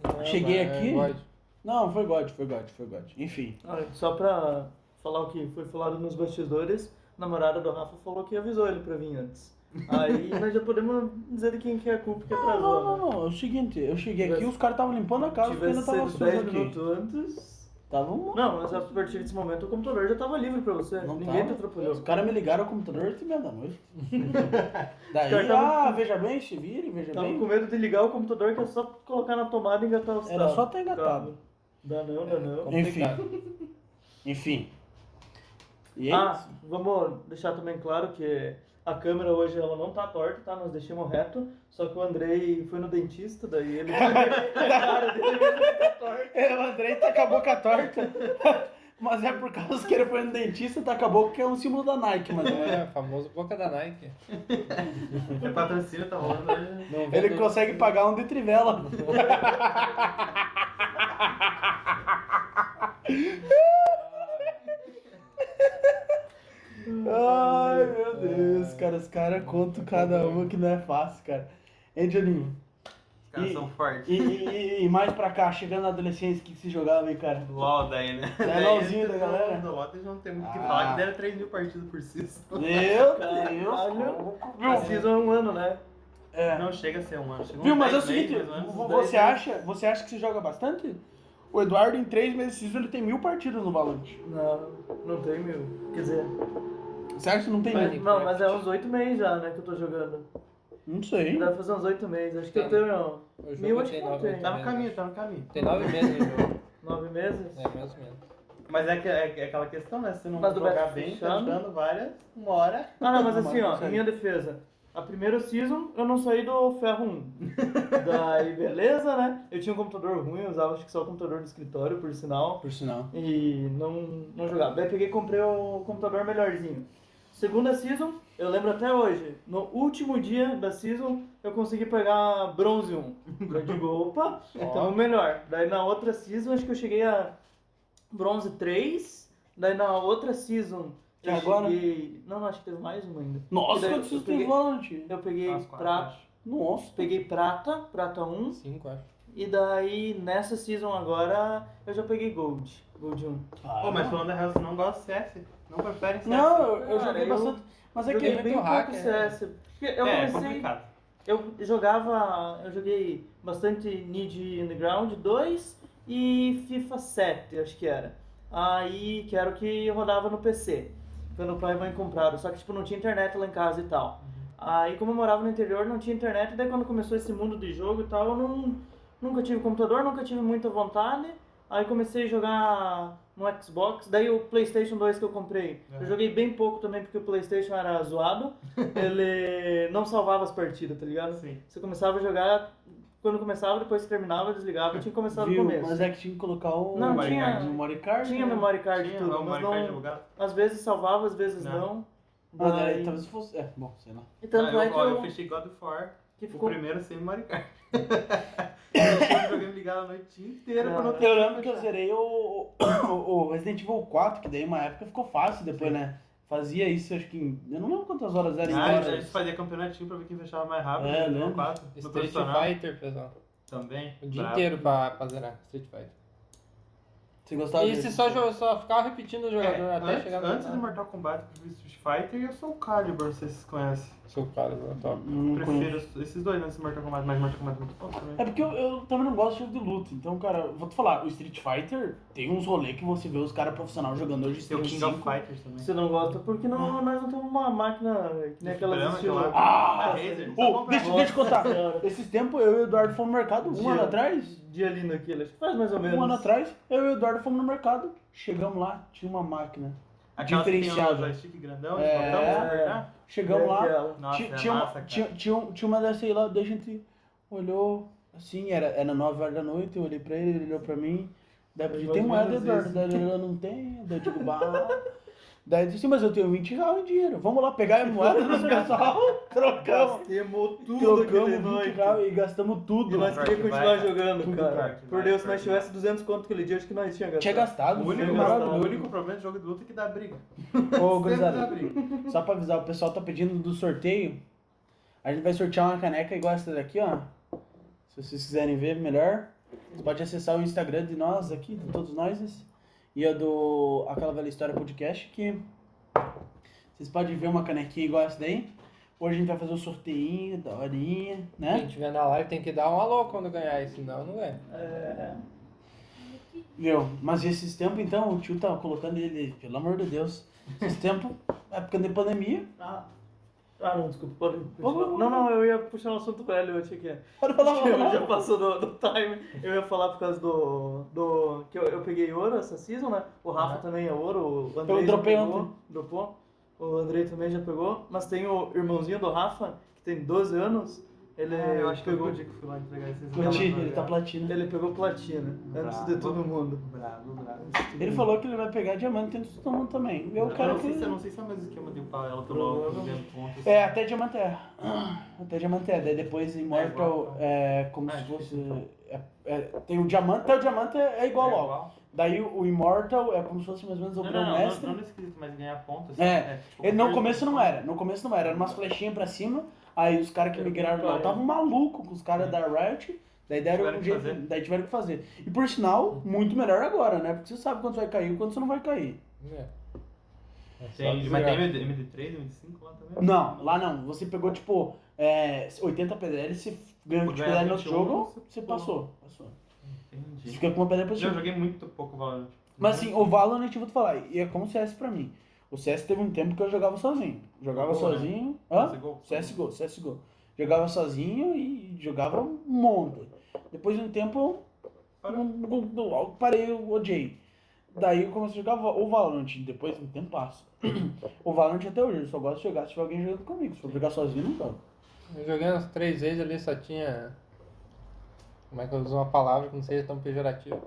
Speaker 5: Não,
Speaker 3: é
Speaker 1: Cheguei
Speaker 5: mas
Speaker 1: aqui.
Speaker 5: eu gosto.
Speaker 1: Não, foi God, foi God, foi God. Enfim.
Speaker 3: Ah, Só pra falar o que foi falado nos bastidores, a namorada do Rafa falou que avisou ele pra vir antes. Aí nós já podemos dizer de quem que é a culpa que
Speaker 1: Não,
Speaker 3: atrasou,
Speaker 1: não, não,
Speaker 3: né?
Speaker 1: não. É o seguinte, eu cheguei aqui
Speaker 3: Tivesse-
Speaker 1: os caras estavam limpando a casa porque ainda
Speaker 3: Tivesse
Speaker 1: tava
Speaker 3: sido
Speaker 1: sujo
Speaker 3: 10
Speaker 1: aqui.
Speaker 3: minutos antes...
Speaker 1: Tava um...
Speaker 3: Não, mas a partir desse momento o computador já tava livre pra você.
Speaker 1: Não
Speaker 3: Ninguém
Speaker 1: tava.
Speaker 3: te atrapalhou.
Speaker 1: Os caras me ligaram ao computador às e meia da noite. Daí,
Speaker 3: caras
Speaker 1: ah,
Speaker 3: tavam-
Speaker 1: veja bem, se vire, veja
Speaker 3: Tava
Speaker 1: bem.
Speaker 3: com medo de ligar o computador que é só colocar na tomada e engatar o
Speaker 1: Era só ter engatado.
Speaker 3: Dá não, dá não.
Speaker 1: Enfim.
Speaker 5: Complicado.
Speaker 1: Enfim. E é
Speaker 3: Ah,
Speaker 1: isso.
Speaker 3: vamos deixar também claro que a câmera hoje ela não tá torta, tá? Nós deixamos reto. Só que o Andrei foi no dentista, daí ele. Cara dele mesmo tá torta.
Speaker 1: É, o Andrei tá com a boca torta. Mas é por causa que ele foi no dentista, tá com a boca, que é um símbolo da Nike, mas é.
Speaker 5: É, famoso boca da Nike.
Speaker 2: É patrocínio, tá rolando hoje.
Speaker 5: Não vendo-
Speaker 1: Ele consegue pagar um de trivela. Ai, meu Deus, cara. Os caras contam cada uma que não é fácil, cara. Hein, Juninho?
Speaker 2: Os caras
Speaker 1: E-
Speaker 2: são fortes.
Speaker 1: E, e- e mais pra cá, chegando na adolescência, o que, que se jogava aí, cara?
Speaker 2: LOL daí, né?
Speaker 1: É,
Speaker 2: Daí
Speaker 1: LOLzinho da
Speaker 2: eles-
Speaker 1: galera.
Speaker 2: Do LOL eles não tem muito o que
Speaker 1: Ah.
Speaker 2: falar, que deram 3 mil partidas por
Speaker 1: Meu
Speaker 2: season.
Speaker 1: Deus.
Speaker 3: A season é um ano, né?
Speaker 1: É.
Speaker 2: Não né? chega a ser um ano. chega
Speaker 1: Viu,
Speaker 2: uns
Speaker 1: mas é o
Speaker 2: 10 meses,
Speaker 1: seguinte,
Speaker 2: mais ou menos,
Speaker 1: vo-
Speaker 2: uns
Speaker 1: você
Speaker 2: 10 meses.
Speaker 1: acha, você acha que você joga bastante? O Eduardo, em três meses de season, ele tem mil partidas no Valorant.
Speaker 3: Não, não tem mil. Quer dizer,
Speaker 1: Você acha que não tem um.
Speaker 3: mas-
Speaker 1: mil?
Speaker 3: não, mas é uns oito meses já, né? Que eu tô jogando.
Speaker 1: Não sei.
Speaker 3: Deve fazer uns oito meses. Acho que eu
Speaker 5: Tem.
Speaker 3: tenho
Speaker 5: O jogo
Speaker 3: Mil acho
Speaker 5: tem
Speaker 3: que não
Speaker 5: nove
Speaker 3: tem.
Speaker 2: Tá no
Speaker 5: meses.
Speaker 2: caminho, tá no caminho.
Speaker 5: Tem nove meses no jogo.
Speaker 3: nove meses.
Speaker 5: É, mais ou menos.
Speaker 2: Mas é, que- é, é aquela questão, né? Se não
Speaker 3: Mas do
Speaker 2: jogar
Speaker 3: Beto
Speaker 2: bem, tá
Speaker 3: Cristiano-
Speaker 2: dando várias, uma hora.
Speaker 3: Ah, não, mas assim, ó,
Speaker 1: Mano,
Speaker 3: em minha defesa. A primeira season eu não saí do Ferro 1. Daí, beleza, né? Eu tinha um computador ruim, eu usava acho que só o computador do escritório, por sinal.
Speaker 1: Por sinal.
Speaker 3: E não, não jogava. Daí peguei e comprei o computador melhorzinho. Segunda season, eu lembro até hoje. No último dia da season, eu consegui pegar bronze 1. Eu digo, opa, então melhor. Daí na outra season, acho que eu cheguei a bronze 3. Daí na outra season,
Speaker 1: E
Speaker 3: eu
Speaker 1: agora?
Speaker 3: cheguei... Não, não, acho que teve mais uma ainda.
Speaker 1: Nossa,
Speaker 3: Daí
Speaker 1: quantos
Speaker 3: eu
Speaker 1: vocês têm
Speaker 3: peguei-
Speaker 1: Valorant? tio?
Speaker 3: Eu peguei
Speaker 2: As quatro,
Speaker 3: prata,
Speaker 2: acho.
Speaker 1: Nossa.
Speaker 3: peguei prata, prata 1.
Speaker 5: Cinco, acho.
Speaker 3: E daí nessa season agora, eu já peguei gold, gold 1.
Speaker 1: Ah,
Speaker 2: Pô, mas falando da House, não gosta de CS. Não prefere CS.
Speaker 1: Não, eu, eu
Speaker 3: Cara,
Speaker 1: joguei
Speaker 3: eu-
Speaker 1: bastante. Mas é que
Speaker 3: joguei
Speaker 5: muito
Speaker 3: bem pouco
Speaker 5: hacker.
Speaker 3: CS. Porque eu
Speaker 2: é, é
Speaker 3: comecei.
Speaker 2: complicado.
Speaker 3: Eu jogava. Eu joguei bastante Need Underground 2 e FIFA 7, acho que era. Aí que era o que rodava no PC. Quando o pai e mãe compraram. Só que tipo, não tinha internet lá em casa e tal. Aí como eu morava no interior, não tinha internet, daí quando começou esse mundo de jogo e tal, eu não, nunca tive computador, nunca tive muita vontade. Aí comecei a jogar no Xbox, daí o Playstation 2 que eu comprei.
Speaker 2: Aham.
Speaker 3: Eu joguei bem pouco também, porque o Playstation era zoado. Ele não salvava as partidas, tá ligado?
Speaker 2: Sim.
Speaker 3: Você começava a jogar, quando começava, depois terminava, desligava, tinha que começar do
Speaker 1: Viu?
Speaker 3: começo.
Speaker 1: Mas é que tinha que colocar o
Speaker 3: Não,
Speaker 2: memory
Speaker 3: tinha,
Speaker 2: card.
Speaker 1: memory card.
Speaker 3: tinha
Speaker 1: né?
Speaker 3: memory card e
Speaker 2: Tinha é um
Speaker 3: tudo,
Speaker 2: o
Speaker 3: mas
Speaker 2: Mario Kart
Speaker 3: não,
Speaker 2: jogado.
Speaker 3: às vezes salvava, às vezes
Speaker 2: Não.
Speaker 3: não.
Speaker 1: Ah, né,
Speaker 3: Daí-
Speaker 1: talvez fosse. É, bom, sei lá.
Speaker 3: E tanto
Speaker 2: Ah,
Speaker 3: é
Speaker 2: eu,
Speaker 3: que,
Speaker 2: ó, eu
Speaker 3: eu,
Speaker 2: fechei God of War,
Speaker 3: que
Speaker 2: o
Speaker 3: ficou
Speaker 2: primeiro sem Mario Kart. eu deixei o videogame ligado a noite inteira pra não ter
Speaker 1: Eu lembro que eu zerei é o, o, o Resident Evil 4, que daí uma época ficou fácil depois, né? Fazia isso, acho que em, Eu não lembro quantas horas era em
Speaker 2: Ah, a
Speaker 1: horas.
Speaker 2: gente fazia campeonatinho pra ver quem fechava mais rápido.
Speaker 1: É,
Speaker 2: no
Speaker 1: lembro.
Speaker 2: quatro, no
Speaker 5: Street
Speaker 2: profissional
Speaker 5: Fighter, pessoal.
Speaker 2: também.
Speaker 5: O dia
Speaker 2: brabo.
Speaker 5: inteiro pra, pra zerar Street Fighter.
Speaker 1: Você gostava
Speaker 5: e
Speaker 1: disso?
Speaker 5: se só, jo- só ficava repetindo o jogador
Speaker 2: É,
Speaker 5: até
Speaker 2: antes,
Speaker 5: chegar no
Speaker 2: antes do
Speaker 5: final.
Speaker 2: Mortal Kombat pro Street Fighter, eu sou o Calibur, não sei se vocês conhecem.
Speaker 5: Sou o cara, meu top.
Speaker 1: Não conheço.
Speaker 2: Prefiro esses dois antes do Mortal Kombat, mas Mortal Kombat é muito bom
Speaker 1: É
Speaker 2: também.
Speaker 1: porque eu, eu também não gosto de jogo de luta. Então, cara, vou te falar, o Street Fighter tem uns rolês que você vê os caras profissionais jogando hoje
Speaker 2: Tem o
Speaker 1: Street
Speaker 2: King of
Speaker 1: 5.
Speaker 2: Fighters também.
Speaker 3: Você não gosta porque não, nós não temos uma máquina né, que nem aquelas
Speaker 2: Fliperama,
Speaker 3: estilo.
Speaker 2: aquela-
Speaker 1: Ah!
Speaker 2: Da Razer. tá Só
Speaker 1: Ô,
Speaker 2: comprar
Speaker 1: deixa,
Speaker 2: uma.
Speaker 1: deixa eu contar. Esses tempos eu e o Eduardo fomos no mercado, um
Speaker 3: Dia.
Speaker 1: ano atrás.
Speaker 3: De ali naquilo, acho que faz mais ou menos.
Speaker 1: Um ano atrás, eu e o Eduardo fomos no mercado. Chegamos lá, tinha uma máquina.
Speaker 2: Aquelas que tem
Speaker 1: Diferenciado.
Speaker 2: o joystick grandão,
Speaker 1: É.
Speaker 2: eles botavam pra apertar.
Speaker 1: Chegamos lá,
Speaker 3: Daquela.
Speaker 2: Nossa,
Speaker 1: tinha,
Speaker 2: é
Speaker 1: tinha,
Speaker 2: massa,
Speaker 1: uma,
Speaker 2: cara.
Speaker 1: tinha, tinha, um- tinha uma dessa aí lá, daí a gente olhou, assim, era, era 9 horas da noite, eu olhei pra ele, ele olhou pra mim. Daí eu
Speaker 3: É
Speaker 1: pedi,
Speaker 3: mais
Speaker 1: tem
Speaker 3: ou
Speaker 1: moeda,
Speaker 3: menos
Speaker 1: Eduardo?
Speaker 3: isso.
Speaker 1: Daí ele, eu não tenho, daí eu digo, bah. Daí eu disse, mas eu tenho 20 reais em dinheiro, vamos lá pegar a moeda dos pessoal, trocamos.
Speaker 3: Gastemos tudo aquele
Speaker 1: Trocamos 20
Speaker 3: noite.
Speaker 1: reais e gastamos tudo.
Speaker 3: E nós
Speaker 2: Pior
Speaker 3: queríamos
Speaker 2: que vai,
Speaker 3: continuar
Speaker 2: cara.
Speaker 3: jogando,
Speaker 2: Tudo pior
Speaker 3: cara.
Speaker 2: que
Speaker 3: Por
Speaker 2: vai,
Speaker 3: Deus, se
Speaker 2: pior
Speaker 3: nós
Speaker 2: que
Speaker 3: tivesse 200 conto aquele dia, acho que nós tinha gastado.
Speaker 1: Tinha
Speaker 2: O
Speaker 1: gastado,
Speaker 2: único,
Speaker 1: foi
Speaker 3: gastado.
Speaker 2: o
Speaker 1: maravilhoso.
Speaker 2: único problema de jogo de luta é que dá briga.
Speaker 1: Ô,
Speaker 2: Sempre dá
Speaker 1: gurizada,
Speaker 2: briga.
Speaker 1: só pra avisar, o pessoal tá pedindo do sorteio. A gente vai sortear uma caneca igual essa daqui, ó. Se vocês quiserem ver melhor, vocês podem acessar o Instagram de nós aqui, de todos nós. E a do Aquela Velha História Podcast, que vocês podem ver uma canequinha igual essa daí. Hoje a gente vai fazer um sorteio, da horinha, né?
Speaker 5: Quem tiver na live tem que dar um alô quando ganhar, e senão não ganha.
Speaker 1: Viu? Mas esses tempos, então, o tio tá colocando ele, pelo amor de Deus. Esses tempos, época de pandemia,
Speaker 3: Ah, ah, não, desculpa. Pode...
Speaker 1: Vamos, vamos,
Speaker 3: Não, não, eu ia puxar um assunto velho, eu achei que é.
Speaker 1: pode falar, pode falar.
Speaker 3: Já passou do, do time. Eu ia falar por causa do. do que eu, eu peguei ouro essa season, né? O Rafa também é ouro. O Andrei já
Speaker 1: dropei
Speaker 3: pegou,
Speaker 1: ontem.
Speaker 3: Dropou. O Andrei também já pegou. Mas tem o irmãozinho do Rafa, que tem 12 anos. Ele
Speaker 2: É, eu acho que foi
Speaker 3: pegou.
Speaker 2: o dia que eu fui lá entregar esses
Speaker 1: Platina,
Speaker 2: jogos.
Speaker 1: ele tá platina.
Speaker 3: Ele pegou platina, antes de
Speaker 2: Bravo.
Speaker 3: todo mundo.
Speaker 2: Bravo, bravo.
Speaker 1: Ele falou que ele vai pegar diamante antes de todo mundo também. Eu quero
Speaker 2: não, sei se, Hum. eu
Speaker 1: um que.
Speaker 2: não sei se é o mesmo esquema de upar ela pelo pelo ponto.
Speaker 1: É, até diamante é. Ah, Até diamante é. Daí depois Immortal é como
Speaker 2: Ah,
Speaker 1: se fosse.
Speaker 2: difícil, então.
Speaker 1: é- é- tem o diamante, até o diamante é igual logo. Daí o Immortal é como se fosse mais ou menos o
Speaker 2: Não, não,
Speaker 1: grão
Speaker 2: não, não,
Speaker 1: mestre.
Speaker 2: não no escrito, mas ganhar pontos.
Speaker 1: É.
Speaker 2: tipo,
Speaker 1: Ele, no
Speaker 2: first-
Speaker 1: começo não era, no começo não era, era umas flechinhas pra cima, aí os caras que
Speaker 3: Eu
Speaker 1: migraram lá
Speaker 3: concordo.
Speaker 1: estavam malucos com os caras da Riot, daí deram
Speaker 2: Hum. Tiveram
Speaker 1: um
Speaker 2: que
Speaker 1: jeito,
Speaker 2: fazer. Hum.
Speaker 1: daí tiveram que fazer. E por sinal, muito melhor agora, né? Porque você sabe quando você vai cair e quando você não vai cair.
Speaker 5: É. É só
Speaker 2: Tem, mas
Speaker 5: desviar.
Speaker 2: tem MD, MD3, MD5 lá também?
Speaker 1: Não, lá não. Você pegou, tipo, é, 80 pedreira, você ganhou de
Speaker 2: Ganhar
Speaker 1: pedreira no outro
Speaker 2: 21,
Speaker 1: jogo,
Speaker 2: você
Speaker 1: você
Speaker 2: pulou.
Speaker 1: passou. passou. Você
Speaker 2: Entendi.
Speaker 1: fica com uma pedreira
Speaker 2: Não, Eu
Speaker 1: positiva.
Speaker 2: joguei muito pouco Valorant.
Speaker 1: Mas assim, o Valorant, eu vou te falar, e é como o CS pra mim. O CS teve um tempo que eu jogava sozinho. Jogava
Speaker 2: Gol, né?
Speaker 1: sozinho. Hã?
Speaker 2: CSGO.
Speaker 1: CSGO, CSGO. Jogava sozinho e jogava um monte. Depois de um tempo, eu
Speaker 2: Parou.
Speaker 1: não- não- não- eu parei, eu odiei. Daí eu comecei a jogar o Valorant, depois de um tempo passa. o Valorant até hoje, eu só gosto de jogar se tiver alguém jogando comigo. Se for jogar sozinho, não jogo.
Speaker 5: Eu joguei umas três vezes ali, só tinha. Como é que eu uso uma palavra que não seja tão pejorativa?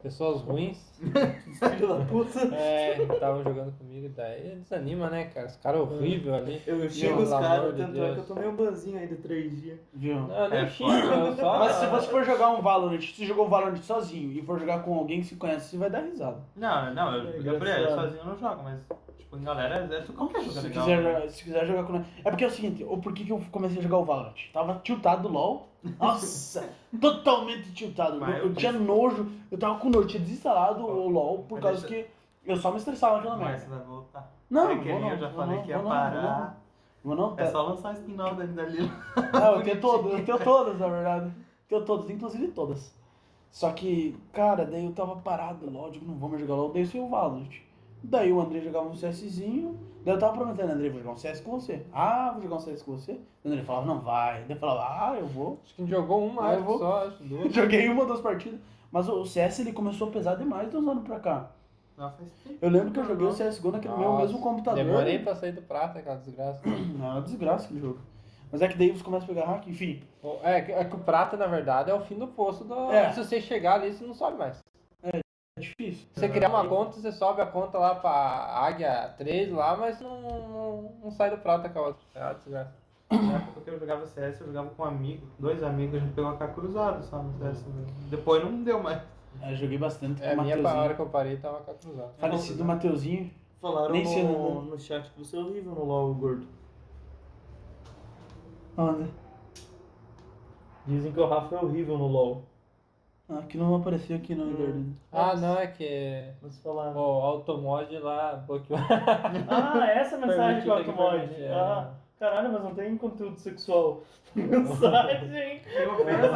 Speaker 5: Pessoas ruins
Speaker 3: Filho da puta.
Speaker 5: é, que estavam jogando comigo, daí desanima, né, cara? Os caras horríveis ali.
Speaker 3: Eu
Speaker 5: Pelo
Speaker 3: xingo os
Speaker 5: amor
Speaker 3: caras,
Speaker 5: de
Speaker 3: tanto é
Speaker 5: Deus.
Speaker 3: que eu tomei um banzinho aí de três dias.
Speaker 1: Viu?
Speaker 5: Não, eu nem
Speaker 2: É,
Speaker 5: xingo, eu só.
Speaker 1: Mas
Speaker 2: Ah.
Speaker 1: se você for jogar um Valorant, se você jogou Valorant sozinho e for jogar com alguém que se conhece, você vai dar risada.
Speaker 2: Não, não, eu,
Speaker 3: É
Speaker 2: eu, falei, eu
Speaker 3: engraçado.
Speaker 2: sozinho eu não jogo, mas tipo, em galera, é, é qualquer jogo é
Speaker 1: Se
Speaker 2: legal.
Speaker 1: quiser,
Speaker 2: né?
Speaker 1: jogar- se quiser jogar com nós. É porque é o seguinte, ou por que, que eu comecei a jogar o Valorant? Tava tiltado do LOL. Nossa, totalmente tiltado.
Speaker 2: Mas
Speaker 1: eu, eu
Speaker 2: eu-
Speaker 1: tinha nojo, eu tava com nojo, tinha desinstalado o LOL por
Speaker 2: Mas
Speaker 1: causa que eu só me estressava naquela
Speaker 2: Mas
Speaker 1: merda.
Speaker 2: você vai voltar.
Speaker 1: Não,
Speaker 2: Sei
Speaker 1: não
Speaker 2: que
Speaker 1: vou não,
Speaker 2: eu já
Speaker 1: vou
Speaker 2: falei
Speaker 1: não,
Speaker 2: que ia
Speaker 1: vou não, vou
Speaker 2: parar.
Speaker 1: Mas não, tá.
Speaker 2: É só lançar a skin nova da Dalila.
Speaker 1: Não, eu tenho todas, eu tenho todas, na verdade. Tenho todas, inclusive todas. Só que, cara, daí eu tava parado, lógico, não vamos jogar LOL, daí eu fui o Valorant. Daí o André jogava um CSzinho, daí eu tava prometendo, André, vou jogar um CS com você. Ah, vou jogar um CS com você. O André falava, não vai. Daí eu falava, ah, eu vou.
Speaker 5: Acho que jogou uma,
Speaker 1: Eu
Speaker 5: acho
Speaker 1: vou-
Speaker 5: só, acho duas.
Speaker 1: Joguei uma ou duas partidas, mas o CS ele começou a pesar demais de uns anos pra cá.
Speaker 2: Não, faz tempo.
Speaker 1: Eu lembro que eu joguei o CSGO naquele meu
Speaker 5: Nossa,
Speaker 1: mesmo computador.
Speaker 5: Demorei pra sair do prata, aquela desgraça.
Speaker 1: Não, é uma desgraça aquele jogo. Mas é que daí você começa a pegar hack, enfim.
Speaker 5: Bom, É, que- é que o prata, na verdade, é o fim do poço. Do...
Speaker 1: É.
Speaker 5: Se você chegar ali, você não sobe mais.
Speaker 1: É difícil.
Speaker 5: Se você criar uma conta, você sobe a conta lá pra Águia 3 lá, mas não, não, não sai do prata com a outra. É uma desgraça.
Speaker 2: Na época que eu jogava CS, eu jogava com um amigo, dois amigos, a gente pegou a cá cruzado, sabe? CS mesmo. Depois não deu mais.
Speaker 1: É, eu joguei bastante com
Speaker 5: É, a
Speaker 1: o
Speaker 5: minha
Speaker 1: Mateuzinho.
Speaker 5: pa- hora que eu parei tava com a cruzada.
Speaker 1: Falecido Mateuzinho.
Speaker 3: Falaram
Speaker 1: Nem sei,
Speaker 3: no,
Speaker 1: né?
Speaker 3: no chat que você é horrível no LOL, gordo.
Speaker 1: Onde?
Speaker 3: Dizem que o Rafa é horrível no LOL.
Speaker 1: Ah, que não apareceu aqui não, Eduardo.
Speaker 5: Ah, não, é que
Speaker 3: Mas falaram.
Speaker 5: o Automod lá bloqueou.
Speaker 3: Ah, essa é a mensagem que o
Speaker 5: Permite, tem que
Speaker 3: Automod.
Speaker 5: permitir, é.
Speaker 3: Ah, caralho, mas não tem conteúdo sexual. Mensagem.
Speaker 2: Tem ofensa,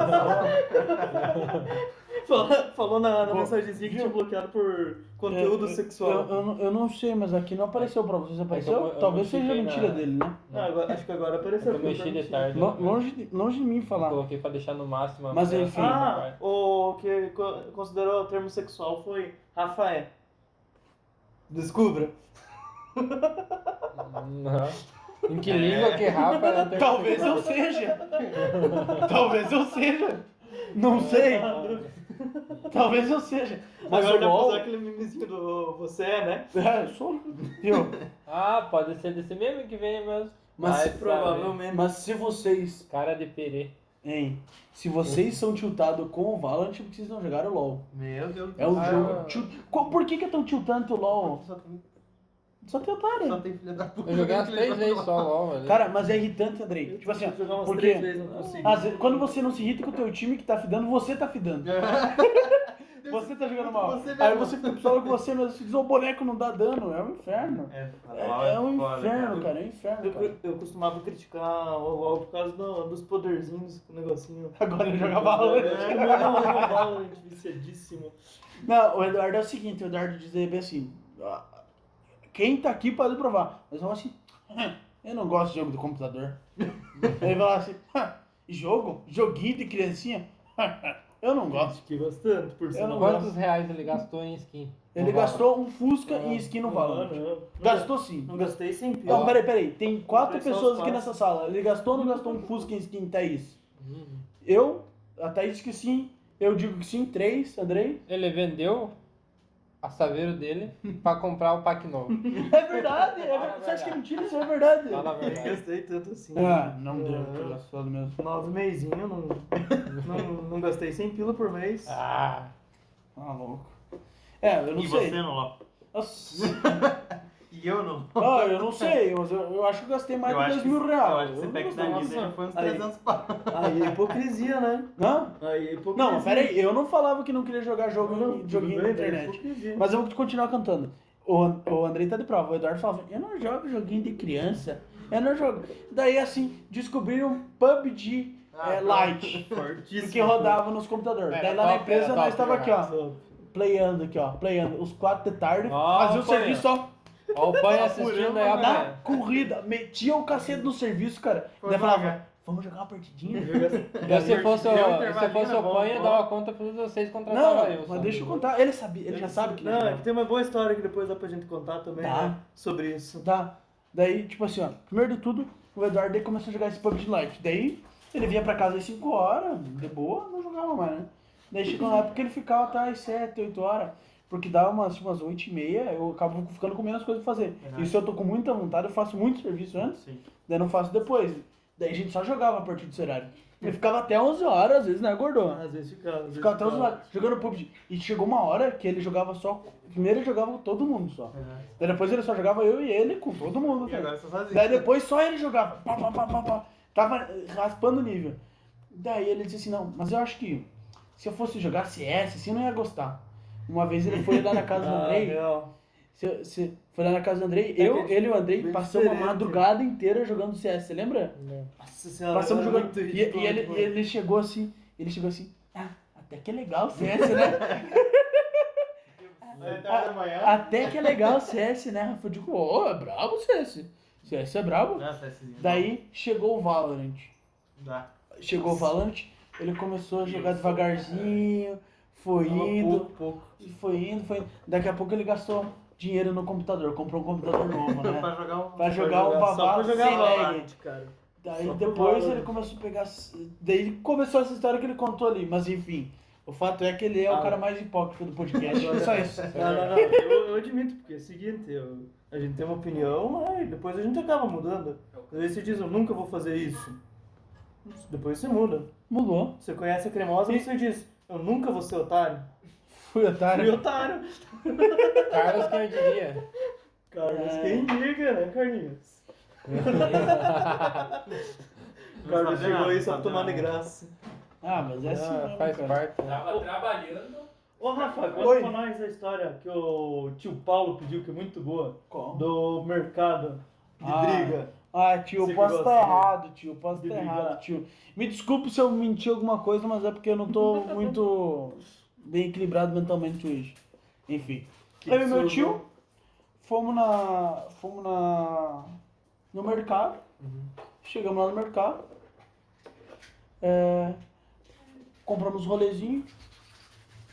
Speaker 3: Fala- Falou na, na
Speaker 1: Bom,
Speaker 3: mensagenzinha que
Speaker 1: viu?
Speaker 3: tinha bloqueado por conteúdo
Speaker 1: É, Eu- eu-
Speaker 3: sexual.
Speaker 1: Eu, eu, não- eu não sei, mas aqui não apareceu pra vocês. Apareceu?
Speaker 5: Então, eu- eu
Speaker 1: Talvez
Speaker 5: não
Speaker 1: seja
Speaker 5: fiquei
Speaker 1: mentira
Speaker 5: na-
Speaker 1: dele, né?
Speaker 3: Não, Ah, agora- acho que agora apareceu.
Speaker 5: Eu
Speaker 3: porque eu
Speaker 5: mexi de
Speaker 3: permiti.
Speaker 5: tarde.
Speaker 1: Lo- longe, de, longe de mim falar.
Speaker 5: Coloquei pra deixar no máximo. a
Speaker 1: Mas
Speaker 5: mulher assim,
Speaker 1: enfim.
Speaker 5: na
Speaker 3: Ah,
Speaker 5: parte.
Speaker 3: o que co- considerou o termo sexual foi Rafael. Descubra.
Speaker 5: Ah. Não. Em que língua que rapa era ter-
Speaker 1: Talvez eu seja. Talvez eu seja. Não sei. Talvez eu seja. Mas
Speaker 3: agora
Speaker 1: eu
Speaker 3: dá pra
Speaker 1: LOL...
Speaker 3: usar aquele memezinho do você, é, né?
Speaker 1: É, eu sou. Eu.
Speaker 5: Ah, pode ser desse mesmo que vem mesmo.
Speaker 1: Mas
Speaker 5: Vai saber.
Speaker 3: Provavelmente.
Speaker 1: Mas se vocês,
Speaker 5: Cara de perê.
Speaker 1: hein, se vocês são tiltados com o Valorant, porque vocês não jogaram LOL.
Speaker 2: Meu Deus do
Speaker 1: É um
Speaker 5: Ah,
Speaker 1: jogo.
Speaker 5: eu-
Speaker 1: tilt- Co- Por que é que estão tiltando o LOL?
Speaker 2: Só tem,
Speaker 1: Só tem otário.
Speaker 2: só tem filha da puta.
Speaker 5: Eu joguei umas
Speaker 2: que
Speaker 5: três
Speaker 2: levanta
Speaker 5: vezes só LOL, velho.
Speaker 1: Cara, mas é irritante, Andrei. Tipo assim, ó,
Speaker 3: jogar umas
Speaker 1: porque-
Speaker 3: três vezes, assim. não consigo.
Speaker 1: às vezes- quando você não se irrita com o teu time que tá fidando, você tá fidando. Você tá jogando mal.
Speaker 2: Você mesmo.
Speaker 1: Aí você fica pistola com você mesmo, se diz, o boneco não dá dano, é um inferno.
Speaker 2: É,
Speaker 1: É, é um inferno,
Speaker 2: cara.
Speaker 1: cara, é um inferno,
Speaker 3: Eu,
Speaker 1: cara.
Speaker 3: eu costumava criticar o LOL por causa do- dos poderzinhos, com o negocinho.
Speaker 1: Agora ele joga
Speaker 3: É,
Speaker 1: Valorant.
Speaker 3: Não, não, não, Valorant, viciadíssimo.
Speaker 1: Não, o Eduardo é o seguinte, o Eduardo diz aí bem assim, "Ah, quem tá aqui pode provar. Mas vamos assim, eu não gosto de jogo do computador. Aí vai lá assim, "Ah, jogo? Joguinho de criancinha? Eu não gosto.
Speaker 3: Critiquei bastante, por
Speaker 1: Eu não
Speaker 3: sinal.
Speaker 5: Quantos reais ele gastou em skin?
Speaker 1: Ele
Speaker 5: No
Speaker 1: gastou um Fusca
Speaker 3: Não,
Speaker 1: e skin no
Speaker 3: não,
Speaker 1: Valorant.
Speaker 3: não. Não
Speaker 1: Gastou sim.
Speaker 3: Não gastei sem pio.
Speaker 1: Não, peraí, peraí. Tem quatro
Speaker 3: Comprei só
Speaker 1: pessoas
Speaker 3: os
Speaker 1: aqui
Speaker 3: passos.
Speaker 1: nessa sala. Ele gastou ou não gastou um Fusca em skin, Thaís?
Speaker 5: Valorant. Uhum.
Speaker 1: Eu, a Thaís diz que sim. Eu digo que sim, três, Andrei.
Speaker 5: Ele vendeu a saveiro dele pra comprar o pack novo.
Speaker 1: É verdade, é verdade. Você acha que é mentira? Isso é verdade.
Speaker 5: Fala a
Speaker 3: Eu
Speaker 5: verdade.
Speaker 3: gastei tanto assim.
Speaker 1: Ah, não deu,
Speaker 3: Ah.
Speaker 1: tô gastando mesmo.
Speaker 3: Nove meizinho, não, não, não gastei 100 pila por mês.
Speaker 5: Ah,
Speaker 1: Ah, louco. É, eu não
Speaker 2: E
Speaker 1: sei.
Speaker 2: você não, Lopes?
Speaker 1: Nossa.
Speaker 2: E eu não.
Speaker 1: Ah, eu não sei, mas eu, eu acho que eu gastei mais
Speaker 2: eu
Speaker 1: de
Speaker 2: acho
Speaker 1: 2
Speaker 2: que-
Speaker 1: mil reais.
Speaker 2: Eu acho que
Speaker 1: Eu
Speaker 2: esse
Speaker 1: não
Speaker 2: pack
Speaker 1: gastei.
Speaker 2: da
Speaker 3: nossa.
Speaker 2: Guiné né? foi uns
Speaker 3: Aí.
Speaker 2: 300 pau.
Speaker 3: Aí é hipocrisia, né?
Speaker 1: Hã?
Speaker 3: Aí é hipocrisia.
Speaker 1: Não, mas peraí, eu não falava que não queria jogar jogo,
Speaker 3: Não, tudo
Speaker 1: joguinho na
Speaker 3: bem, é
Speaker 1: internet.
Speaker 3: hipocrisia.
Speaker 1: Mas eu vou continuar cantando. O, An- o Andrei tá de prova. O Eduardo falava, eu não jogo joguinho de criança. Eu não jogo. Daí, assim, descobriram PUBG
Speaker 3: Ah,
Speaker 1: é,
Speaker 3: tá.
Speaker 1: Lite.
Speaker 2: Ah, Fortíssimo.
Speaker 1: Que rodava nos computadores.
Speaker 5: Era
Speaker 1: Daí lá na
Speaker 5: top, era
Speaker 1: empresa
Speaker 5: top
Speaker 1: nós estava aqui,
Speaker 5: jogar.
Speaker 1: ó. Playando aqui, ó. Playando. Os quatro de tarde.
Speaker 5: Ó,
Speaker 1: fazia o
Speaker 5: apanhando.
Speaker 1: serviço, ó.
Speaker 5: ó, o Pan assistindo aí a
Speaker 1: Na corrida. Metia o cacete no serviço, cara.
Speaker 2: Foi
Speaker 1: Daí
Speaker 2: jogar.
Speaker 1: falava, vamos jogar uma partidinha.
Speaker 5: Eu, se fosse,
Speaker 2: Deu um
Speaker 5: eu, se
Speaker 2: intervalinho,
Speaker 5: fosse o
Speaker 2: bom,
Speaker 5: Panho, eu
Speaker 2: bom.
Speaker 5: dava conta pra vocês contratar
Speaker 1: Não,
Speaker 5: o Wilson.
Speaker 1: mas deixa eu contar. Ele sabia, ele, já sabe que não.
Speaker 3: Não, é que tem uma boa história que depois dá pra gente contar também
Speaker 1: Tá.
Speaker 3: né, sobre isso.
Speaker 1: Tá? Daí, tipo assim, ó, primeiro de tudo, o Eduardo daí começou a jogar esse PUBG Lite. Daí, ele vinha pra casa às 5 horas, de boa, não jogava mais, né? Daí chegou na época que ele ficava até às 7, 8 horas, porque dá umas, tipo, umas 8 e meia, eu acabo ficando com menos coisa pra fazer.
Speaker 2: Uhum.
Speaker 1: E se eu tô com muita vontade, eu faço muito serviço antes,
Speaker 2: Sim.
Speaker 1: daí não faço depois. Daí a gente só jogava a partir desse horário. Ele ficava até 11 horas, às vezes, né, gordão?
Speaker 3: Às vezes fica. às vezes
Speaker 1: Ficava até 11 horas, jogando PUBG. E chegou uma hora que ele jogava só, primeiro ele jogava com todo mundo só.
Speaker 2: Uhum.
Speaker 1: Daí depois ele só jogava eu e ele com todo mundo,
Speaker 2: E
Speaker 1: cara.
Speaker 2: agora você sozinho.
Speaker 1: Daí depois só ele jogava. Pá, pá, pá, pá, pá. Tava eh, raspando o nível. Daí ele disse assim, não, mas eu acho que se eu fosse jogar CS, assim, eu não ia gostar. Uma vez ele foi lá na casa do
Speaker 3: Ah,
Speaker 1: Andrei.
Speaker 3: real.
Speaker 1: Se, se- foi lá na casa do Andrei,
Speaker 3: É
Speaker 1: eu,
Speaker 3: que é
Speaker 1: ele e o Andrei
Speaker 3: bem
Speaker 1: passamos a
Speaker 3: diferente.
Speaker 1: madrugada inteira jogando CS, você lembra?
Speaker 3: Nossa senhora.
Speaker 1: Passamos
Speaker 3: era
Speaker 1: jogando.
Speaker 3: Ah, é muito
Speaker 1: E, e
Speaker 3: ridículo,
Speaker 1: ele,
Speaker 3: mano.
Speaker 1: e ele chegou assim, ele chegou assim, ah, até que é legal o CS, né?
Speaker 2: Até horas da manhã.
Speaker 1: até que é legal o CS, né, Rafa? Eu digo, ô, é brabo o CS. CS é brabo.
Speaker 2: Nossa, esse-
Speaker 1: Daí chegou o Valorant.
Speaker 2: Dá.
Speaker 1: Chegou o Valante, ele começou a jogar devagarzinho, foi
Speaker 3: Tava
Speaker 1: indo,
Speaker 3: Pouco, pouco.
Speaker 1: e foi indo, foi indo. Daqui a pouco ele gastou dinheiro no computador, comprou um computador novo, né?
Speaker 2: Pra jogar um.
Speaker 1: Pra jogar um
Speaker 3: né? Só
Speaker 1: babá
Speaker 3: pra jogar
Speaker 1: sem lag.
Speaker 3: Valorant, cara.
Speaker 1: Daí
Speaker 3: Só pro
Speaker 1: depois
Speaker 3: Valorant.
Speaker 1: ele começou a pegar. Daí começou essa história que ele contou ali, mas enfim. O fato é que ele é o
Speaker 3: Ah.
Speaker 1: cara mais hipócrita do podcast. É só isso.
Speaker 3: Não, não, não. Eu, eu admito, porque é o seguinte, eu- a gente tem uma opinião, mas depois a gente acaba mudando. Às vezes você diz, eu nunca vou fazer isso. Depois você muda.
Speaker 1: Mudou.
Speaker 3: Você conhece a cremosa e você diz, eu nunca vou ser otário.
Speaker 1: Fui
Speaker 3: Fui
Speaker 1: otário.
Speaker 3: otário.
Speaker 5: Carlos, quem eu diria?
Speaker 3: Carlos,
Speaker 1: É.
Speaker 3: quem diga, né, Carlinhos? O Carlos chegou aí só pra tomar de graça.
Speaker 1: Ah, mas é assim.
Speaker 5: Ah,
Speaker 1: mesmo,
Speaker 5: faz
Speaker 1: cara.
Speaker 5: parte. né?
Speaker 4: Tava trabalhando.
Speaker 3: Ô, Rafa,
Speaker 1: Oi.
Speaker 3: conta pra nós a história que o tio Paulo pediu, que é muito boa,
Speaker 1: Qual?
Speaker 3: do mercado de
Speaker 1: Ah.
Speaker 3: briga.
Speaker 1: Ah, tio,
Speaker 3: Você
Speaker 1: eu
Speaker 3: que
Speaker 1: posso
Speaker 3: gosta,
Speaker 1: estar
Speaker 3: né?
Speaker 1: errado, tio. eu Posso
Speaker 3: De
Speaker 1: estar
Speaker 3: brigar.
Speaker 1: errado, tio. Me desculpe se eu menti alguma coisa, mas é porque eu não tô muito bem equilibrado mentalmente hoje. Enfim.
Speaker 3: Que
Speaker 1: eu e meu
Speaker 3: absurdo.
Speaker 1: tio fomos na. fomos na. no mercado. Chegamos lá no mercado. É, compramos rolezinho.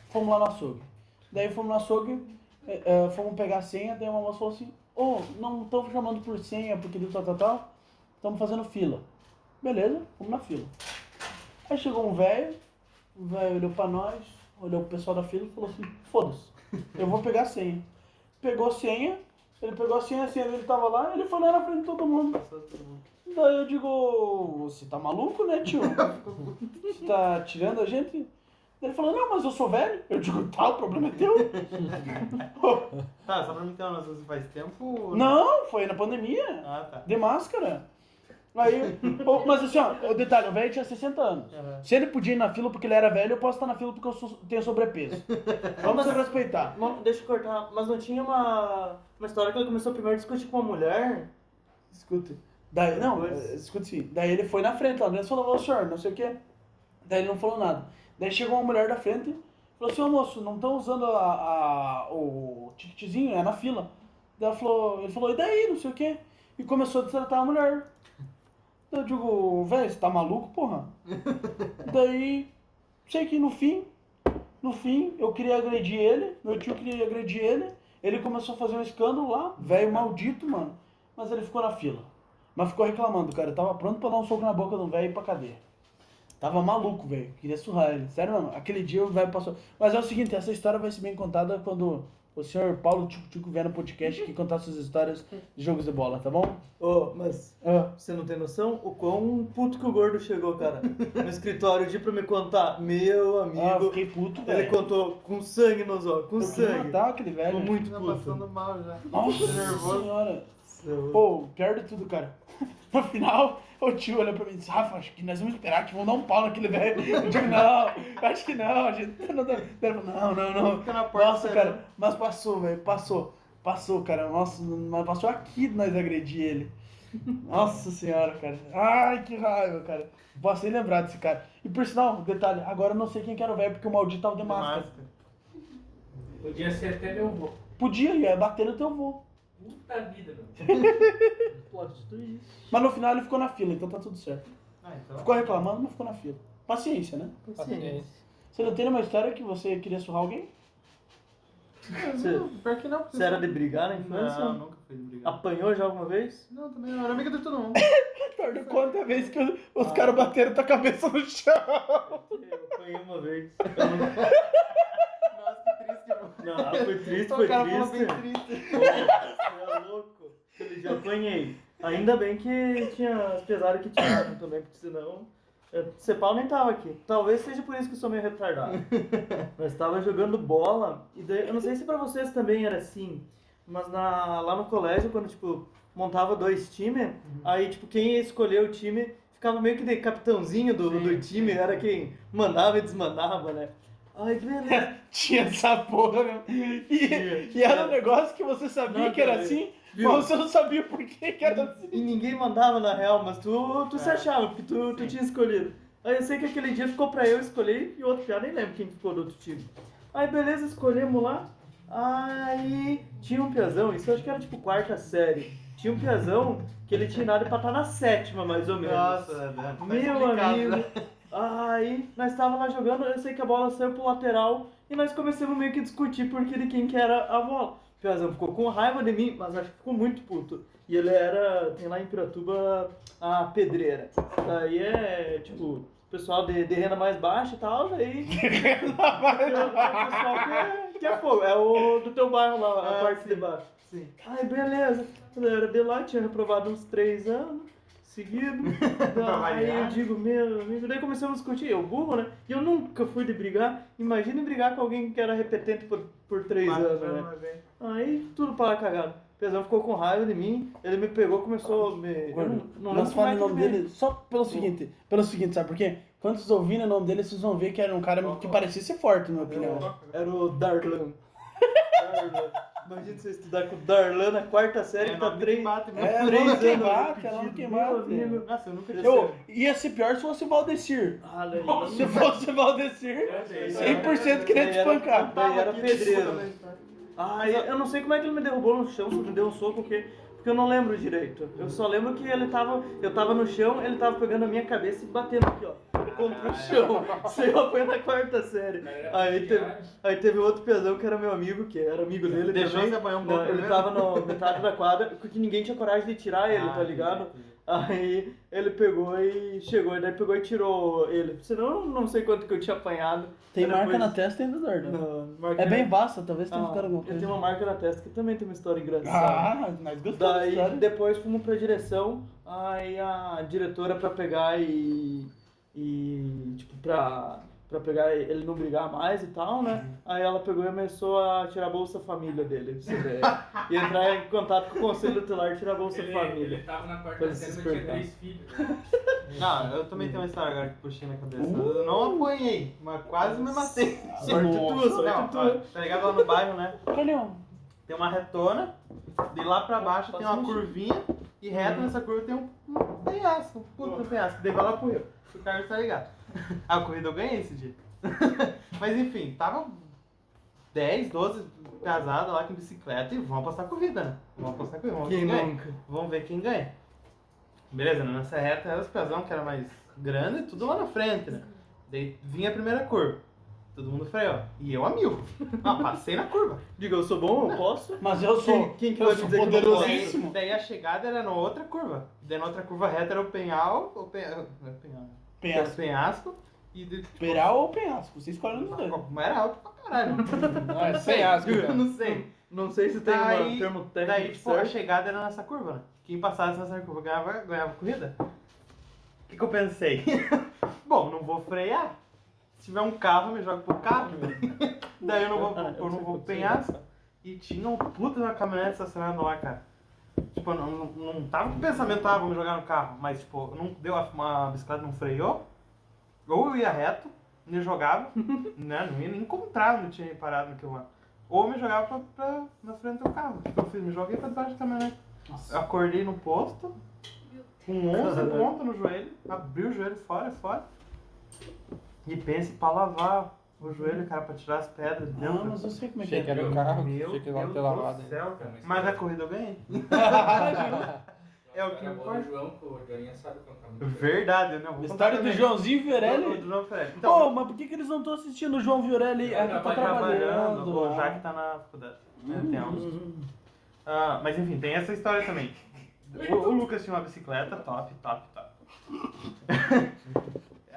Speaker 1: Fomos lá no açougue. Daí fomos no açougue, é, é, fomos pegar a senha, daí uma moça falou assim, ô, não estão chamando por senha, porque do tal, tal, tal, estamos fazendo fila. Beleza, fomos na fila. Aí chegou um velho, o velho olhou pra nós, olhou pro pessoal da fila e falou assim, foda-se, eu vou pegar a senha. Pegou a senha, ele pegou a senha, a senha dele tava lá, ele foi lá na frente de todo mundo. Daí eu digo, você tá maluco, né, tio? Você tá tirando a gente? Ele falou, não, mas eu sou velho. Eu digo, tá, o problema é teu.
Speaker 2: Tá, só pra mim ter uma noção se faz tempo. ou
Speaker 1: não, foi na pandemia,
Speaker 2: Ah, tá.
Speaker 1: de máscara. Aí, pô, mas assim, ó, o detalhe, o velho tinha 60 anos.
Speaker 2: Uhum.
Speaker 1: Se ele podia ir na fila porque ele era velho, eu posso estar na fila porque eu sou- tenho sobrepeso. Vamos se respeitar.
Speaker 3: Não, deixa eu cortar, mas não tinha uma, uma história que ele começou primeiro a discutir com uma mulher?
Speaker 1: Escuta. Daí, não,
Speaker 3: Pois.
Speaker 1: eh, escuta sim. Daí ele foi na frente lá, ele falou, ô senhor, não sei o quê. Daí ele não falou nada. Daí chegou uma mulher da frente e falou assim, ô moço, não estão usando a, a- o ticketzinho, é na fila. Daí ela falou, ele falou, e daí, não sei o quê. E começou a destratar a mulher. Daí eu digo, velho, você tá maluco, porra? daí, sei que no fim, no fim, eu queria agredir ele, meu tio queria agredir ele, ele começou a fazer um escândalo lá, velho maldito, mano. Mas ele ficou na fila. Mas ficou reclamando, cara. Eu tava pronto pra dar um soco na boca do velho e ir pra cadeia. Tava maluco, velho. Queria surrar ele. Sério mesmo. Aquele dia o velho passou. Mas é o seguinte, essa história vai ser bem contada quando o senhor Paulo Tico Tico vier no podcast e contar suas histórias de jogos de bola, tá bom?
Speaker 3: Ô, mas
Speaker 1: Ah,
Speaker 3: você não tem noção o quão puto que o gordo chegou, cara. No escritório de pra me contar. Meu
Speaker 1: ah,
Speaker 3: amigo,
Speaker 1: fiquei puto,
Speaker 3: ele
Speaker 1: velho.
Speaker 3: contou com sangue nos olhos, com
Speaker 1: Eu queria
Speaker 3: sangue.
Speaker 1: matar aquele velho.
Speaker 3: Ficou É muito
Speaker 2: Tá
Speaker 3: puto.
Speaker 2: passando mal já.
Speaker 1: Nossa
Speaker 2: Nervoso.
Speaker 1: senhora. Pô, pior de tudo, cara. No final, o tio olhou pra mim e disse, Rafa, acho que nós vamos esperar que vão dar um pau naquele velho. Eu digo, não, acho que não, a gente não dá. Ele falou, não, não, não.
Speaker 2: Fica na porta. né?
Speaker 1: Nossa, cara, mas passou, velho, passou. Passou, cara, nossa, mas passou aqui de nós agredir ele. Nossa senhora, cara. Ai, que raiva, cara. Posso nem lembrar desse cara. E por sinal, detalhe, agora eu não sei quem que era o velho, porque o maldito tava de
Speaker 2: de
Speaker 1: máscara.
Speaker 2: máscara.
Speaker 4: Podia ser até meu avô.
Speaker 1: Podia, ia bater no teu avô.
Speaker 4: Puta vida, meu.
Speaker 3: Pô, tudo isso.
Speaker 1: Mas no final ele ficou na fila, então tá tudo certo.
Speaker 2: Ah, então.
Speaker 1: Ficou reclamando, mas ficou na fila. Paciência, né?
Speaker 3: assim. Paciência.
Speaker 1: Você não tem uma história que você queria surrar alguém?
Speaker 3: Você-
Speaker 2: Pior que não. porque-
Speaker 3: é? Você era de brigar na infância?
Speaker 2: Não, nunca fui de brigar.
Speaker 3: Apanhou já alguma vez?
Speaker 2: Não, também não. Eu era amigo de todo mundo.
Speaker 1: Torna quanta vez que os
Speaker 3: Ah.
Speaker 1: caras bateram tua cabeça no chão.
Speaker 3: Eu apanhei uma vez.
Speaker 2: Nossa, que triste. mano.
Speaker 3: Não, ah, foi triste,
Speaker 2: O
Speaker 3: foi
Speaker 2: cara falou
Speaker 3: triste.
Speaker 2: bem triste.
Speaker 3: Pô, Você é louco. Eu já apanhei. Ainda bem que tinha as pesadas que tiraram também, porque senão. eu- Cepal nem tava aqui. Talvez seja por isso que eu sou meio retardado. Nós tava jogando bola, e daí, eu não sei se pra vocês também era assim, mas na- lá no colégio, quando tipo, montava dois times,
Speaker 2: Uhum.
Speaker 3: aí tipo, quem ia escolher o time ficava meio que de capitãozinho do,
Speaker 2: Sim,
Speaker 3: do time,
Speaker 2: sim.
Speaker 3: era quem mandava e desmandava, né? Ai, que beleza.
Speaker 1: Tinha essa porra mesmo. E, e era um negócio que você sabia
Speaker 3: Nada
Speaker 1: que era
Speaker 3: a ver.
Speaker 1: assim,
Speaker 3: Viu?
Speaker 1: mas você não sabia por que que era assim.
Speaker 3: E ninguém mandava na real, mas tu, tu se
Speaker 2: É.
Speaker 3: achava, porque tu, tu
Speaker 2: Sim.
Speaker 3: tinha escolhido. Aí eu sei que aquele dia ficou pra eu escolher e o outro já nem lembro quem ficou do outro time. Aí beleza, escolhemos lá. Aí tinha um piazão, isso eu acho que era tipo quarta série. Tinha um piazão que ele tinha idade pra estar na sétima, mais ou menos.
Speaker 2: Nossa, né? Tá
Speaker 3: Meu
Speaker 2: complicado, né?
Speaker 3: amigo. Aí nós estávamos lá jogando, eu sei que a bola saiu pro lateral e nós começamos meio que discutir porque de quem que era a bola. O Piazão ficou com raiva de mim, mas acho que ficou muito puto. E ele era, tem lá em Piratuba, a pedreira. Daí é, tipo, pessoal de, de renda mais baixa e tal, daí é o pessoal que é, que é fogo, é o do teu bairro lá, a
Speaker 2: Ah,
Speaker 3: parte
Speaker 2: sim.
Speaker 3: de baixo.
Speaker 2: Sim.
Speaker 3: Ai, beleza. Eu era de lá, tinha reprovado uns três anos seguido. Daí eu
Speaker 2: variar.
Speaker 3: digo, meu amigo. Daí começamos a discutir, eu burro, né? E eu nunca fui de brigar. Imagina brigar com alguém que era repetente por, por três anos,
Speaker 2: Quatro
Speaker 3: né?
Speaker 2: anos, né?
Speaker 3: Aí tudo para cagado. O Pesão ficou com raiva de mim, ele me pegou, começou a me. eu
Speaker 1: Gordo,
Speaker 3: não
Speaker 1: nós
Speaker 3: lembro como é
Speaker 1: falamos
Speaker 3: que
Speaker 1: o nome
Speaker 3: ele-
Speaker 1: dele só pelo seguinte, pelo seguinte, sabe por quê? Quando vocês ouvirem o nome dele, vocês vão ver que era um cara
Speaker 3: Uhum.
Speaker 1: que parecia ser forte, na minha opinião.
Speaker 3: Era o Darlan. Darlan. Imagina você estudar com o Darlan na quarta série,
Speaker 2: É,
Speaker 3: que tá
Speaker 2: nome que
Speaker 3: três.
Speaker 2: bate, né?
Speaker 1: É,
Speaker 3: três
Speaker 1: nome que
Speaker 3: anos
Speaker 1: bate, é nome
Speaker 3: repetido,
Speaker 1: que
Speaker 3: meu
Speaker 1: bate.
Speaker 3: amigo.
Speaker 2: Nossa, eu nunca
Speaker 1: Eu ia ser pior se fosse o Valdecir.
Speaker 3: Olha aí.
Speaker 1: Se fosse o Valdecir,
Speaker 3: É,
Speaker 2: sei.
Speaker 1: 100% queria te
Speaker 3: Ele era-
Speaker 1: espancar.
Speaker 3: Daí era
Speaker 2: aqui,
Speaker 3: pedreiro.
Speaker 2: desculpa, né?
Speaker 3: Ah, eu, eu não sei como é que ele me derrubou no chão, se me deu um soco, porque, porque eu não lembro direito. Eu só lembro que ele tava. Eu tava no chão, ele tava pegando a minha cabeça e batendo aqui, ó. Contra o chão. Isso aí eu apanho na quarta série. Aí teve, aí teve outro pesão que era meu amigo, que era amigo dele.
Speaker 2: Deixou
Speaker 3: também.
Speaker 2: você apanhar um
Speaker 3: Não,
Speaker 2: pouco
Speaker 3: Ele
Speaker 2: primeiro?
Speaker 3: tava na metade da quadra, porque ninguém tinha coragem de tirar ele,
Speaker 2: Ah,
Speaker 3: tá ligado?
Speaker 2: entendi.
Speaker 3: Aí ele pegou e chegou, e daí pegou e tirou ele. Senão eu não sei quanto que eu tinha apanhado.
Speaker 1: Tem
Speaker 3: Aí
Speaker 1: marca
Speaker 3: depois-
Speaker 1: na testa ainda, Dorda.
Speaker 3: Não, marca
Speaker 1: É
Speaker 3: na-
Speaker 1: bem vasta, talvez tenha
Speaker 3: Ah,
Speaker 1: ficado alguma
Speaker 3: eu
Speaker 1: coisa.
Speaker 3: tenho uma marca na testa que também tem uma história engraçada.
Speaker 1: Ah, nós gostamos da
Speaker 3: Daí
Speaker 1: história.
Speaker 3: depois fomos pra direção, aí a diretora pra pegar e. e. tipo, pra. pra pegar ele não brigar mais e tal, né? Aí ela pegou e começou a tirar a Bolsa Família dele, pra você ver. E entrar em contato com o conselho tutelar e tirar a Bolsa
Speaker 4: Ele,
Speaker 3: Família.
Speaker 4: ele tava na quarta
Speaker 3: Coisa
Speaker 4: série, mas tinha
Speaker 3: despertar.
Speaker 4: três filhos. né?
Speaker 2: Não, eu também tenho uma história agora que puxei na cabeça. Eu não apanhei, mas quase me matei.
Speaker 1: Sorte tua,
Speaker 3: sorte
Speaker 2: Não,
Speaker 3: tua.
Speaker 2: olha, Tá ligado lá no bairro, né?
Speaker 1: Calhão.
Speaker 2: Tem uma retona, de lá pra baixo tem uma
Speaker 3: Passa um
Speaker 2: curvinha, e reto
Speaker 3: Uhum.
Speaker 2: nessa curva tem um, um penhasco, um puto do penhasco. Daí vai lá pro rio. O Carlos tá ligado. A corrida eu ganhei esse dia. Mas enfim, tava 10, 12 casadas lá com bicicleta e vão passar a corrida, né? Vão passar a corrida, vão ver
Speaker 3: Quem
Speaker 2: quem ganha.
Speaker 3: nunca?
Speaker 2: Vamos ver quem ganha. Beleza, né? nessa reta era os pesão que era mais grande, tudo lá na frente, né? Daí vinha a primeira curva. Todo mundo freou. E eu a mil. Ah, passei na curva.
Speaker 3: Diga, eu sou bom, eu posso?
Speaker 1: Mas eu sou.
Speaker 3: Quem- quem que
Speaker 1: eu
Speaker 3: vai
Speaker 1: sou
Speaker 3: dizer que não
Speaker 1: poderosíssimo.
Speaker 2: Daí a chegada era na outra curva. Daí na outra curva reta era o penhal. O penhal. Não é penhal. né? Era o
Speaker 1: Penhasco.
Speaker 2: penhasco. E de,
Speaker 1: Peral ou penhasco? Você escolhe um dos dois.
Speaker 2: mas era alto pra caralho.
Speaker 5: Não, é
Speaker 2: Sei,
Speaker 5: sem asco,
Speaker 2: Eu
Speaker 5: cara.
Speaker 2: não sei.
Speaker 3: Não sei se tem
Speaker 2: Daí-
Speaker 3: um termo técnico.
Speaker 2: Daí, tipo, a
Speaker 3: certo.
Speaker 2: chegada era nessa curva, né? Quem passasse nessa curva ganhava, ganhava a corrida. O que, que eu pensei? Bom, não vou frear. Se tiver um carro, eu me jogo pro carro. Daí eu não vou,
Speaker 3: Ah,
Speaker 2: eu
Speaker 3: sei
Speaker 2: não vou
Speaker 3: o que aconteceu.
Speaker 2: penhasco. E tinha um puta de uma caminhonete estacionada lá, cara. Tipo, eu não, não, não tava com o pensamento, ah, vou me jogar no carro. Mas, tipo, não deu a, uma bicicleta, não freou. Ou eu ia reto, me jogava. né? Não ia nem encontrar, não tinha parado naquilo lá. Ou eu me jogava pra, pra- na frente do carro. Tipo, eu fiz, me joguei pra debaixo da caminhonete. Eu acordei no posto,
Speaker 1: um
Speaker 2: com 11
Speaker 3: Caralho.
Speaker 2: pontos no joelho, abri o joelho fora, fora. E pense pra lavar o joelho, cara, pra tirar as pedras né? de dentro.
Speaker 1: Ah, mas eu sei como é que
Speaker 5: Achei que
Speaker 1: é.
Speaker 5: era o carro, achei que era
Speaker 2: Deus
Speaker 5: o telado.
Speaker 2: do céu, cara. Mas a corrida eu ganhei. é o que
Speaker 4: Era boa do
Speaker 2: importa.
Speaker 4: João, que o Joinha sabe cantar muito bem.
Speaker 2: Verdade, né? Eu vou
Speaker 1: História
Speaker 2: contar
Speaker 1: do
Speaker 2: também.
Speaker 1: Joãozinho e
Speaker 2: Do- do
Speaker 1: Fiorelli?
Speaker 2: João Ferreira.
Speaker 1: Pô,
Speaker 2: Então,
Speaker 1: mas por que, que eles não estão assistindo o João Fiorelli? Ah,
Speaker 4: Tá
Speaker 1: tá
Speaker 2: tá
Speaker 1: trabalhando.
Speaker 2: trabalhando, o
Speaker 1: ah.
Speaker 2: Jaque tá na faculdade. né, tem aula. Ah, mas enfim, tem essa história também. O, o Lucas tinha uma bicicleta, top, top, top.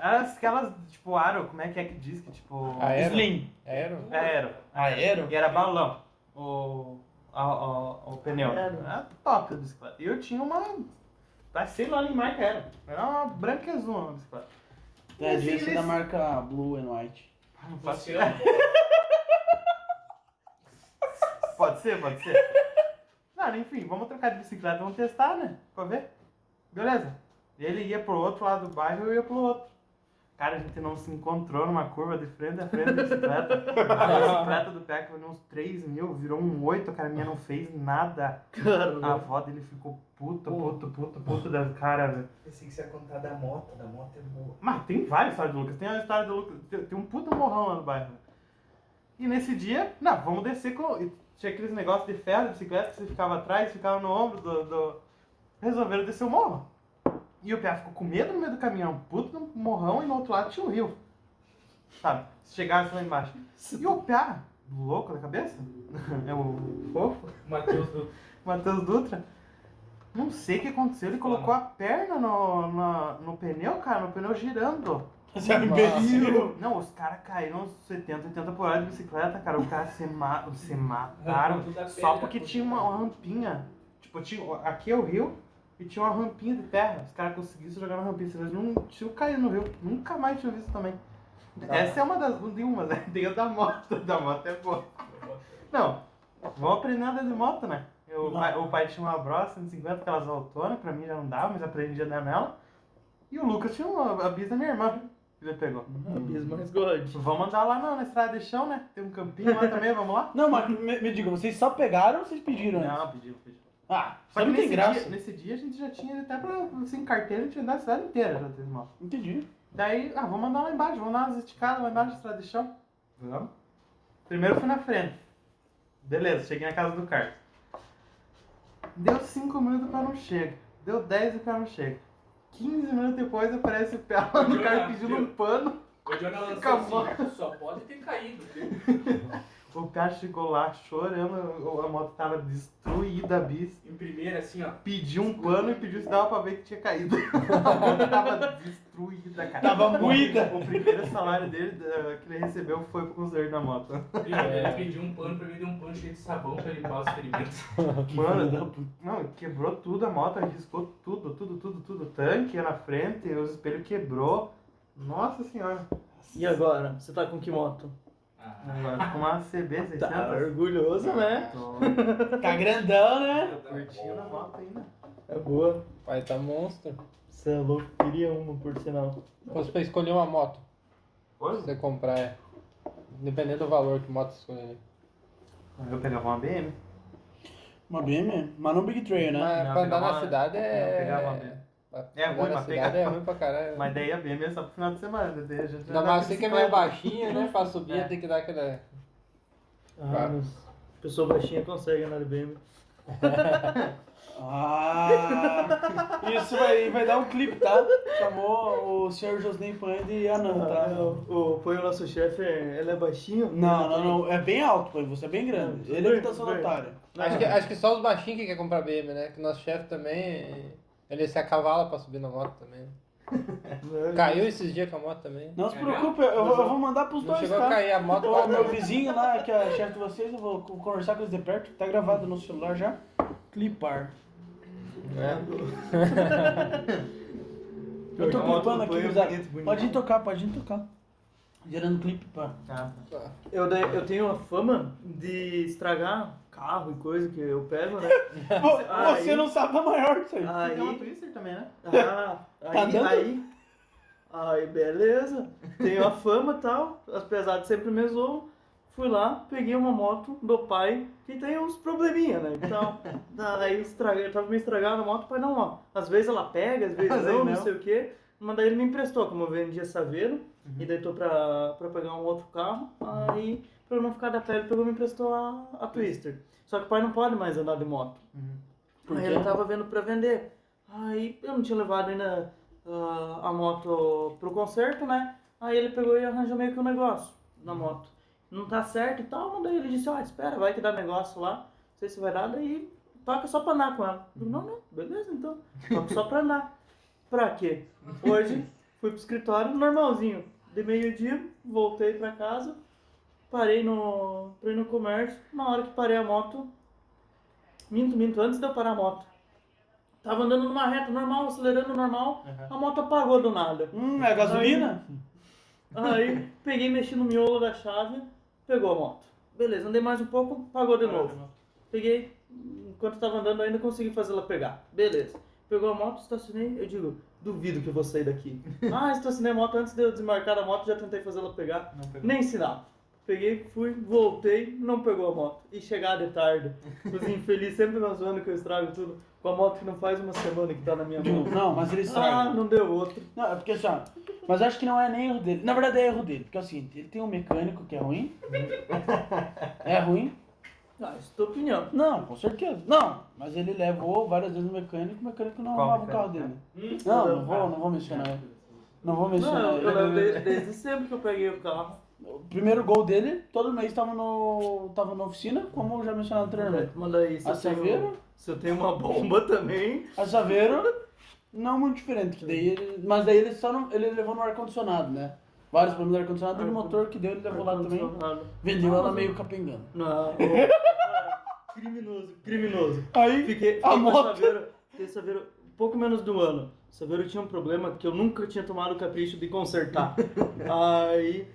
Speaker 2: As, aquelas, tipo, aro, como é que é que diz que, tipo...
Speaker 5: Ah, é?
Speaker 1: Slim.
Speaker 5: Aero?
Speaker 2: Aero.
Speaker 1: Aero?
Speaker 2: E era balão. O, a- a- o pneu.
Speaker 3: Aero.
Speaker 2: Era top a bicicleta. E eu tinha uma... ah, Sei lá nem marca era. Era uma branca e azul uma bicicleta.
Speaker 1: É, devia
Speaker 2: Eles-
Speaker 1: ser da marca Blue and White.
Speaker 2: Ah, Não faço
Speaker 4: Luciano,
Speaker 2: Pode ser, pode ser. Não, enfim, vamos trocar de bicicleta, vamos testar, né? Quer ver? Beleza. Ele ia pro outro lado do bairro e eu ia pro outro. Cara, a gente não se encontrou numa curva de frente a frente da bicicleta. A bicicleta do Peco valeu uns 3 mil, virou um 8, cara, a minha não fez nada. A
Speaker 3: Cara,
Speaker 2: avó dele ficou puta, puta, puta, puta da cara, velho.
Speaker 4: Pensei que você ia contar da moto, da moto é boa.
Speaker 2: Mas tem várias histórias do Lucas. Tem a história do Lucas. Tem, tem um puta morrão lá no bairro. E nesse dia, não, vamos descer com. e Tinha aqueles negócios de ferro de bicicleta que você ficava atrás, ficava no ombro do. do- Resolveram descer o morro. E o Pia ficou com medo no meio do caminhão. Puta no morrão e no outro lado tinha um rio. Sabe? Se chegasse lá embaixo. E o Pia, louco da cabeça? É o fofo.
Speaker 4: Matheus do.
Speaker 2: Matheus Dutra. Não sei o que aconteceu, ele colocou a perna no, na- no pneu, cara, no pneu girando.
Speaker 1: Você é um
Speaker 2: E
Speaker 1: imbecil.
Speaker 2: o- Não, os caras caíram uns 70, 80 por hora de bicicleta, cara. O cara se, ma se mataram só porque tinha uma uma rampinha. Tipo, tinha, aqui é o rio e tinha uma rampinha de terra. Os caras conseguiram se jogar na rampinha, senão eles não tinham caído no rio. Nunca mais tinha visto também. Essa é uma das de umas, né? Tem a da moto, da moto é boa. Não, vamos aprender a andar de moto, né? Eu- o, pai, o pai tinha uma Bros 150, aquelas autonas, pra mim já não dava, mas aprendi a andar nela. E o Lucas tinha uma, a bis da minha irmã, que ele pegou.
Speaker 3: a mesma mais gordinha.
Speaker 2: Vamos andar lá não, na estrada de chão, né? Tem um campinho lá também, vamos lá?
Speaker 1: Não, mas me, me digam, vocês só pegaram ou vocês pediram antes?
Speaker 2: Não, pediu, pediu.
Speaker 1: Ah, só
Speaker 2: Só que
Speaker 1: não
Speaker 2: nesse
Speaker 1: tem graça.
Speaker 2: dia, nesse dia a gente já tinha ido até pra, sem carteira, a gente ia andar a cidade inteira já teve moto.
Speaker 1: Entendi.
Speaker 2: Daí, ah, vamos andar lá embaixo, vamos dar umas esticadas lá embaixo, estrada de chão. Vamos. Primeiro eu fui na frente. Beleza, cheguei na casa do Carlos. Deu 5 minutos para não chega. Deu 10 e o pé não chega. 15 minutos depois aparece o pé lá no carro pedindo um pano.
Speaker 4: O Jonah lançou
Speaker 2: Acabou.
Speaker 4: assim, só pode ter caído. viu?
Speaker 2: O pé chegou lá chorando, a moto tava destruída a bis.
Speaker 4: Em primeira, assim, ó.
Speaker 2: pediu um pano e pediu se dava pra ver que tinha caído. A mão tava destruída, cara.
Speaker 1: Tava moída.
Speaker 2: O primeiro salário dele eh, que ele recebeu foi pro conserto da moto.
Speaker 4: Ele pediu um pano pra mim, deu um pano cheio de sabão pra limpar os ferimentos.
Speaker 2: Mano, não, quebrou tudo a moto, riscou tudo, tudo, tudo, tudo. O tanque na frente, os espelhos quebrou. Nossa senhora.
Speaker 3: E agora? Você tá com que moto?
Speaker 4: Ah,
Speaker 2: Agora com uma CB 600.
Speaker 3: Tá orgulhoso, né?
Speaker 2: Tô
Speaker 1: Tá grandão, né?
Speaker 2: curtindo a moto ainda.
Speaker 3: É boa.
Speaker 5: Pai tá monstro.
Speaker 3: Você é louco, queria uma, por sinal.
Speaker 5: Se fosse pra escolher uma moto, pra
Speaker 2: Hoje
Speaker 5: você comprar, é. Dependendo do valor que moto você escolher.
Speaker 2: eu pegava uma BM.
Speaker 1: Uma BM, mas não Big Trail, né?
Speaker 5: Mas
Speaker 2: Não,
Speaker 5: É, pra
Speaker 2: pegar
Speaker 5: andar na
Speaker 2: uma-
Speaker 5: cidade
Speaker 2: não,
Speaker 5: é.
Speaker 2: pegar uma mesmo.
Speaker 5: pra
Speaker 2: É
Speaker 5: andar
Speaker 2: ruim,
Speaker 5: na
Speaker 2: mas
Speaker 5: cidade
Speaker 2: pegar.
Speaker 5: é ruim pra caralho.
Speaker 2: Mas daí a BM é só pro final de semana. Daí a gente
Speaker 5: Ainda
Speaker 2: andava
Speaker 5: mais
Speaker 2: de
Speaker 5: você que é meio
Speaker 2: bicicleta.
Speaker 5: baixinho, né? Pra subir
Speaker 2: É.
Speaker 5: tem que dar aquela.
Speaker 3: Ah,
Speaker 5: Claro.
Speaker 3: mas pessoa baixinha consegue andar de BM.
Speaker 1: Ah! Isso vai, vai dar um clipe, tá? Chamou o senhor Josnei Pan de anão, tá?
Speaker 3: Ah, O, o, foi o nosso chefe, ele é baixinho?
Speaker 1: Não, não, não. É bem alto, pai. Você é bem grande.
Speaker 3: Não,
Speaker 1: Ele é que
Speaker 3: super,
Speaker 1: tá sendo
Speaker 3: super.
Speaker 1: otário.
Speaker 5: Acho que, é. acho que só os baixinhos que quer comprar BM, né? Que nosso chefe também. Ele se acavala pra subir na moto também. né? Caiu esses dias com a moto também.
Speaker 1: Não se preocupe, eu, eu vou- eu vou mandar pros
Speaker 5: É, Não
Speaker 1: dois,
Speaker 5: chegou a
Speaker 1: tá?
Speaker 5: cair a moto.
Speaker 1: O meu
Speaker 5: parou.
Speaker 1: vizinho lá, que é chefe de vocês, eu vou co- conversar com eles de perto. Tá gravado no celular já. Clipar.
Speaker 5: É.
Speaker 1: Eu tô
Speaker 3: Uma moto
Speaker 1: clipando
Speaker 3: do
Speaker 1: aqui,
Speaker 3: Pan é
Speaker 1: Zé.
Speaker 3: bonito, bonito.
Speaker 1: Pode ir tocar, pode ir tocar. Gerando clipe, pá.
Speaker 2: Ah,
Speaker 3: Eu, dei- eu tenho a fama de estragar carro e coisa que eu pego, né?
Speaker 1: Pô, Você
Speaker 3: Aí-
Speaker 1: não sabe da maior disso aí.
Speaker 3: Ah,
Speaker 2: Você tem uma
Speaker 3: Aí.
Speaker 2: Twister também, né?
Speaker 3: Ah, aí,
Speaker 1: Tá dando?
Speaker 3: aí. Aí, beleza. Tenho a fama e tal. As pesadas sempre me zoam. Fui lá, peguei uma moto do pai que tem uns probleminha, né? Então, aí estraguei, tava me estragando a moto, o pai não, ó. Às vezes ela pega, às vezes
Speaker 2: Às vezes
Speaker 3: não, não
Speaker 2: não.
Speaker 3: sei o quê. Mas daí ele me emprestou, como eu vendia saveiro, e
Speaker 2: Uhum.
Speaker 3: daí tô pra, pra pegar um outro carro. Aí, pra eu não ficar da pele, pegou e me emprestou a, a Twister. Só que o pai não pode mais andar de moto.
Speaker 2: Uhum.
Speaker 1: Por
Speaker 3: Aí
Speaker 1: quê?
Speaker 3: ele tava vendo pra vender. Aí eu não tinha levado ainda ah, a moto pro concerto, né? Aí ele pegou e arranjou meio que um negócio na moto. Não tá certo e tal, mas daí ele disse, ó, espera, vai que dá negócio lá. Não sei se vai dar, daí toca só pra andar com ela. Eu, não, não, beleza então. Toca só pra andar. Pra quê? Hoje fui pro escritório normalzinho. De meio-dia, voltei pra casa, parei no. parei no comércio. Na hora que parei a moto. Minto, minto, antes de eu parar a moto. Tava andando numa reta normal, acelerando normal,
Speaker 2: Aham.
Speaker 3: a moto apagou do nada.
Speaker 1: Hum, é gasolina?
Speaker 3: Aí peguei, mexi no miolo da chave, pegou a moto. Beleza, andei mais um pouco, pagou de novo. Peguei, enquanto eu tava andando ainda consegui fazer ela pegar. Beleza. Pegou a moto, estacionei, eu digo, duvido que eu vou sair daqui. ah, estacionei a moto antes de eu desmarcar a moto, já tentei fazer ela pegar.
Speaker 2: Não pegou.
Speaker 3: Nem sinal. Peguei, fui, voltei, não pegou a moto. E chegar de tarde. Os infelizes sempre me zoando que eu estrago tudo com a moto que não faz uma semana que tá na minha mão.
Speaker 1: Não, mas ele estraga.
Speaker 3: Ah, não deu outro.
Speaker 1: Não, é porque assim, ó, mas eu acho que não é nem erro dele. Na verdade é erro dele, porque é o seguinte, ele tem um mecânico que é ruim. É ruim?
Speaker 3: Ah, isso é tua opinião.
Speaker 1: Não, com certeza. Não, mas ele levou várias vezes o mecânico, o mecânico não
Speaker 2: Qual
Speaker 1: arrumava o carro
Speaker 2: mecânico?
Speaker 1: dele. Não, não vou, não vou mencionar ele. Não vou mencionar
Speaker 3: Hum? Não, eu, eu
Speaker 1: ele.
Speaker 3: levo desde, desde sempre que eu peguei o carro.
Speaker 1: O primeiro gol dele, todo mês tava, no, tava na oficina, como eu já mencionado anteriormente.
Speaker 3: é, Manda aí, se
Speaker 1: A
Speaker 3: eu, tenho,
Speaker 1: Saveiro?
Speaker 3: se eu tenho uma bomba também.
Speaker 1: A Saveiro, não muito diferente, que daí ele- mas daí ele só não, ele levou no ar-condicionado, né? Vários problemas do ar-condicionado, e o motor que deu ele levou lá também. Vendeu ela meio capengando.
Speaker 3: Não. ô, criminoso, criminoso.
Speaker 1: Aí
Speaker 3: Fiquei, fiquei
Speaker 1: a
Speaker 3: com
Speaker 1: moto.
Speaker 3: Saveiro, fiquei Saveiro pouco menos de um ano. Saveiro tinha um problema que eu nunca tinha tomado o capricho de consertar. Aí,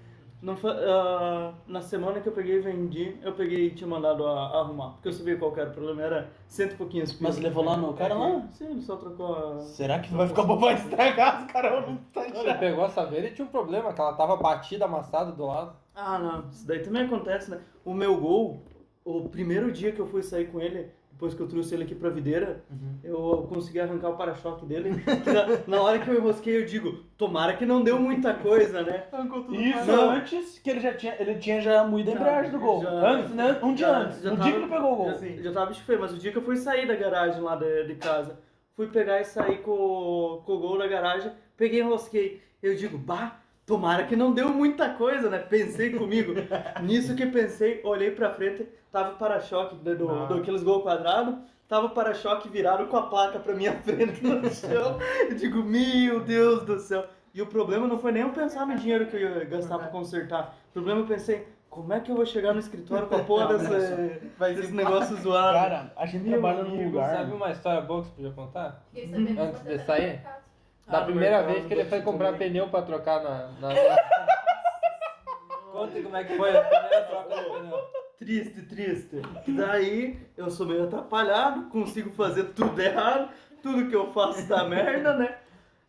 Speaker 3: não fa- ah, na semana que eu peguei e vendi, eu peguei e tinha mandado a- arrumar. Porque eu sabia qual que era o problema, era cento e pouquinhos
Speaker 1: Mas
Speaker 3: pilas.
Speaker 1: levou lá no cara lá?
Speaker 3: Sim, ele só trocou a...
Speaker 1: Será que vai ficar bom pra estragar os caras vão
Speaker 5: Ele pegou essa vez e tinha um problema, que ela tava batida, amassada do lado.
Speaker 3: Ah, não. Isso daí também acontece, né? O meu gol, o primeiro dia que eu fui sair com ele, depois que eu trouxe ele aqui pra videira, eu consegui arrancar o para-choque dele. que na, na hora que eu enrosquei, eu digo, tomara que não deu muita coisa, né?
Speaker 1: Isso
Speaker 3: Não.
Speaker 1: antes que ele já tinha, ele tinha já moído a embreagem do gol.
Speaker 3: Já-
Speaker 1: antes, né? Um dia
Speaker 3: já-
Speaker 1: antes.
Speaker 3: já
Speaker 1: no
Speaker 3: tava-
Speaker 1: dia que ele pegou o gol.
Speaker 3: Já, assim, já tava bicho feio, mas o dia que eu fui sair da garagem lá de, de casa, fui pegar e sair com, o- com o gol da garagem, peguei e enrosquei. Eu digo, bah, tomara que não deu muita coisa, né? Pensei comigo. Nisso que pensei, olhei pra frente, tava o para-choque do, do,
Speaker 2: Ah.
Speaker 3: daqueles gol quadrado, tava o para-choque virado com a placa pra minha frente no chão. Eu digo, meu Deus do céu. E o problema não foi nem eu pensar no dinheiro que eu ia gastar pra consertar. O problema eu pensei, como é que eu vou chegar no escritório com a porra dessa,
Speaker 2: Vai
Speaker 3: desse negócio zoado?
Speaker 1: Cara, a gente
Speaker 3: Meu
Speaker 1: trabalha num
Speaker 3: amigo,
Speaker 1: lugar.
Speaker 5: Sabe uma história boa que você podia contar?
Speaker 6: Fiquei sabendo que
Speaker 5: Antes
Speaker 6: você
Speaker 5: de
Speaker 6: tá no
Speaker 5: sair?
Speaker 6: mercado.
Speaker 5: Da
Speaker 3: Ah,
Speaker 5: primeira
Speaker 3: verdade,
Speaker 5: vez que ele foi
Speaker 3: você
Speaker 5: comprar
Speaker 3: também.
Speaker 5: pneu pra trocar na. na... Conta como é que foi a primeira troca de pneu.
Speaker 3: Triste, triste. Daí eu sou meio atrapalhado, consigo fazer tudo errado, tudo que eu faço dá merda, né?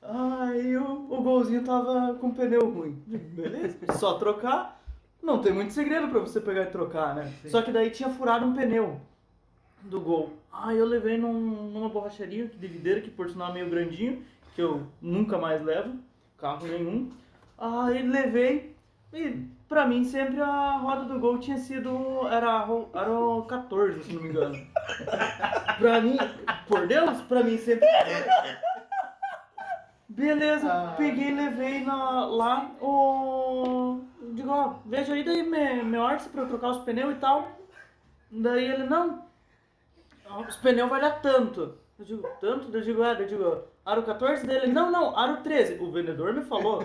Speaker 3: Aí o, o golzinho tava com pneu ruim. Beleza? Só trocar. Não tem muito segredo pra você pegar e trocar, né? Só que daí tinha furado um pneu do gol. Aí eu levei num- numa borracharia de videira, que por sinal é meio grandinho, que eu nunca mais levo, carro nenhum. Aí levei e pra mim sempre a roda do gol tinha sido. Era, a ro- era o 14, se não me engano. pra mim, por Deus, pra mim sempre. Beleza, peguei e levei na- lá o. Digo, ó, veja aí daí me, me orça pra eu trocar os pneus e tal. Daí ele, não, Então, os pneus vai dar tanto. Eu digo, tanto? Daí Eu digo, é, daí eu digo, aro 14 dele? Não, não, aro 13. O vendedor me falou,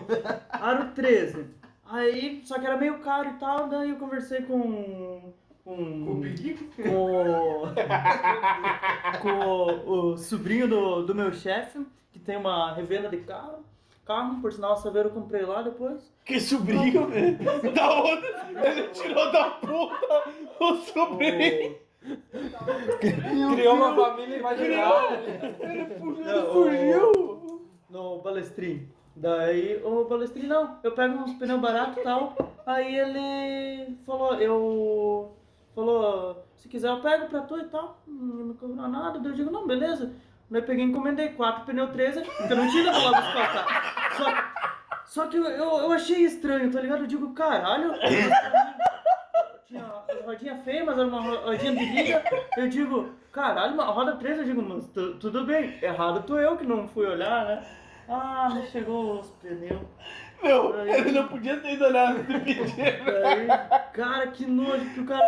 Speaker 3: aro 13. Aí, só que era meio caro e tal, daí eu conversei com.
Speaker 4: O
Speaker 3: com.
Speaker 4: perigo.
Speaker 3: com o- com o, o sobrinho do, do meu chefe, que tem uma revenda de carro. Carro, por sinal, a Saveiro eu comprei lá depois.
Speaker 1: Que sobrinho, velho. Da onde? Ele tirou da puta o sobrinho.
Speaker 5: Criou uma família imaginária.
Speaker 1: Ele
Speaker 3: Não,
Speaker 1: fugiu.
Speaker 3: no balestrinho. Daí o balestrinho, não, eu pego uns pneus baratos e tal. Aí ele falou, eu. Falou, se quiser eu pego pra tu e tal. Hum, Não me cobrou nada. Daí eu digo, não, beleza. Daí eu peguei e encomendei quatro pneus 13, porque eu não tinha ido lá buscar o carro. Só, só que eu, eu, eu achei estranho, tá ligado? Eu digo, caralho. Tinha as rodinhas feias, mas era uma ro- rodinha de liga. Eu digo, caralho, uma roda 3, eu digo, mas tu- tudo bem, errado tu eu que não fui olhar, né? Ah, não chegou os pneus.
Speaker 1: Não, ele não podia ter ido olhar antes de pedir.
Speaker 3: Daí, cara, que nojo, que o cara.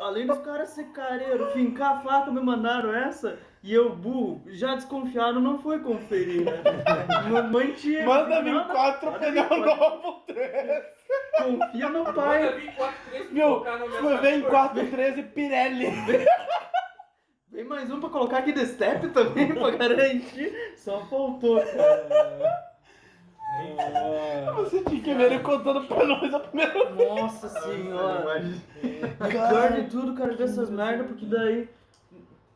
Speaker 3: Além dos caras ser careiro, fincar a faca, me mandaram essa. E eu, burro, já desconfiaram, não foi conferir, né? Ma- Mantinha.
Speaker 1: Manda
Speaker 3: nada,
Speaker 1: vir quatro
Speaker 3: nada,
Speaker 1: pneu
Speaker 3: quatro.
Speaker 1: novo, três.
Speaker 3: Confia no
Speaker 4: Manda
Speaker 3: pai.
Speaker 4: vir 4, 3
Speaker 1: Meu, vem 413 Pirelli.
Speaker 3: Vem mais um pra colocar aqui de step também, pra garantir. Só faltou, cara.
Speaker 1: Você tinha que ver ele contando pra nós a primeira
Speaker 3: Nossa senhora. Pior de tudo, cara, dessas merda, porque daí.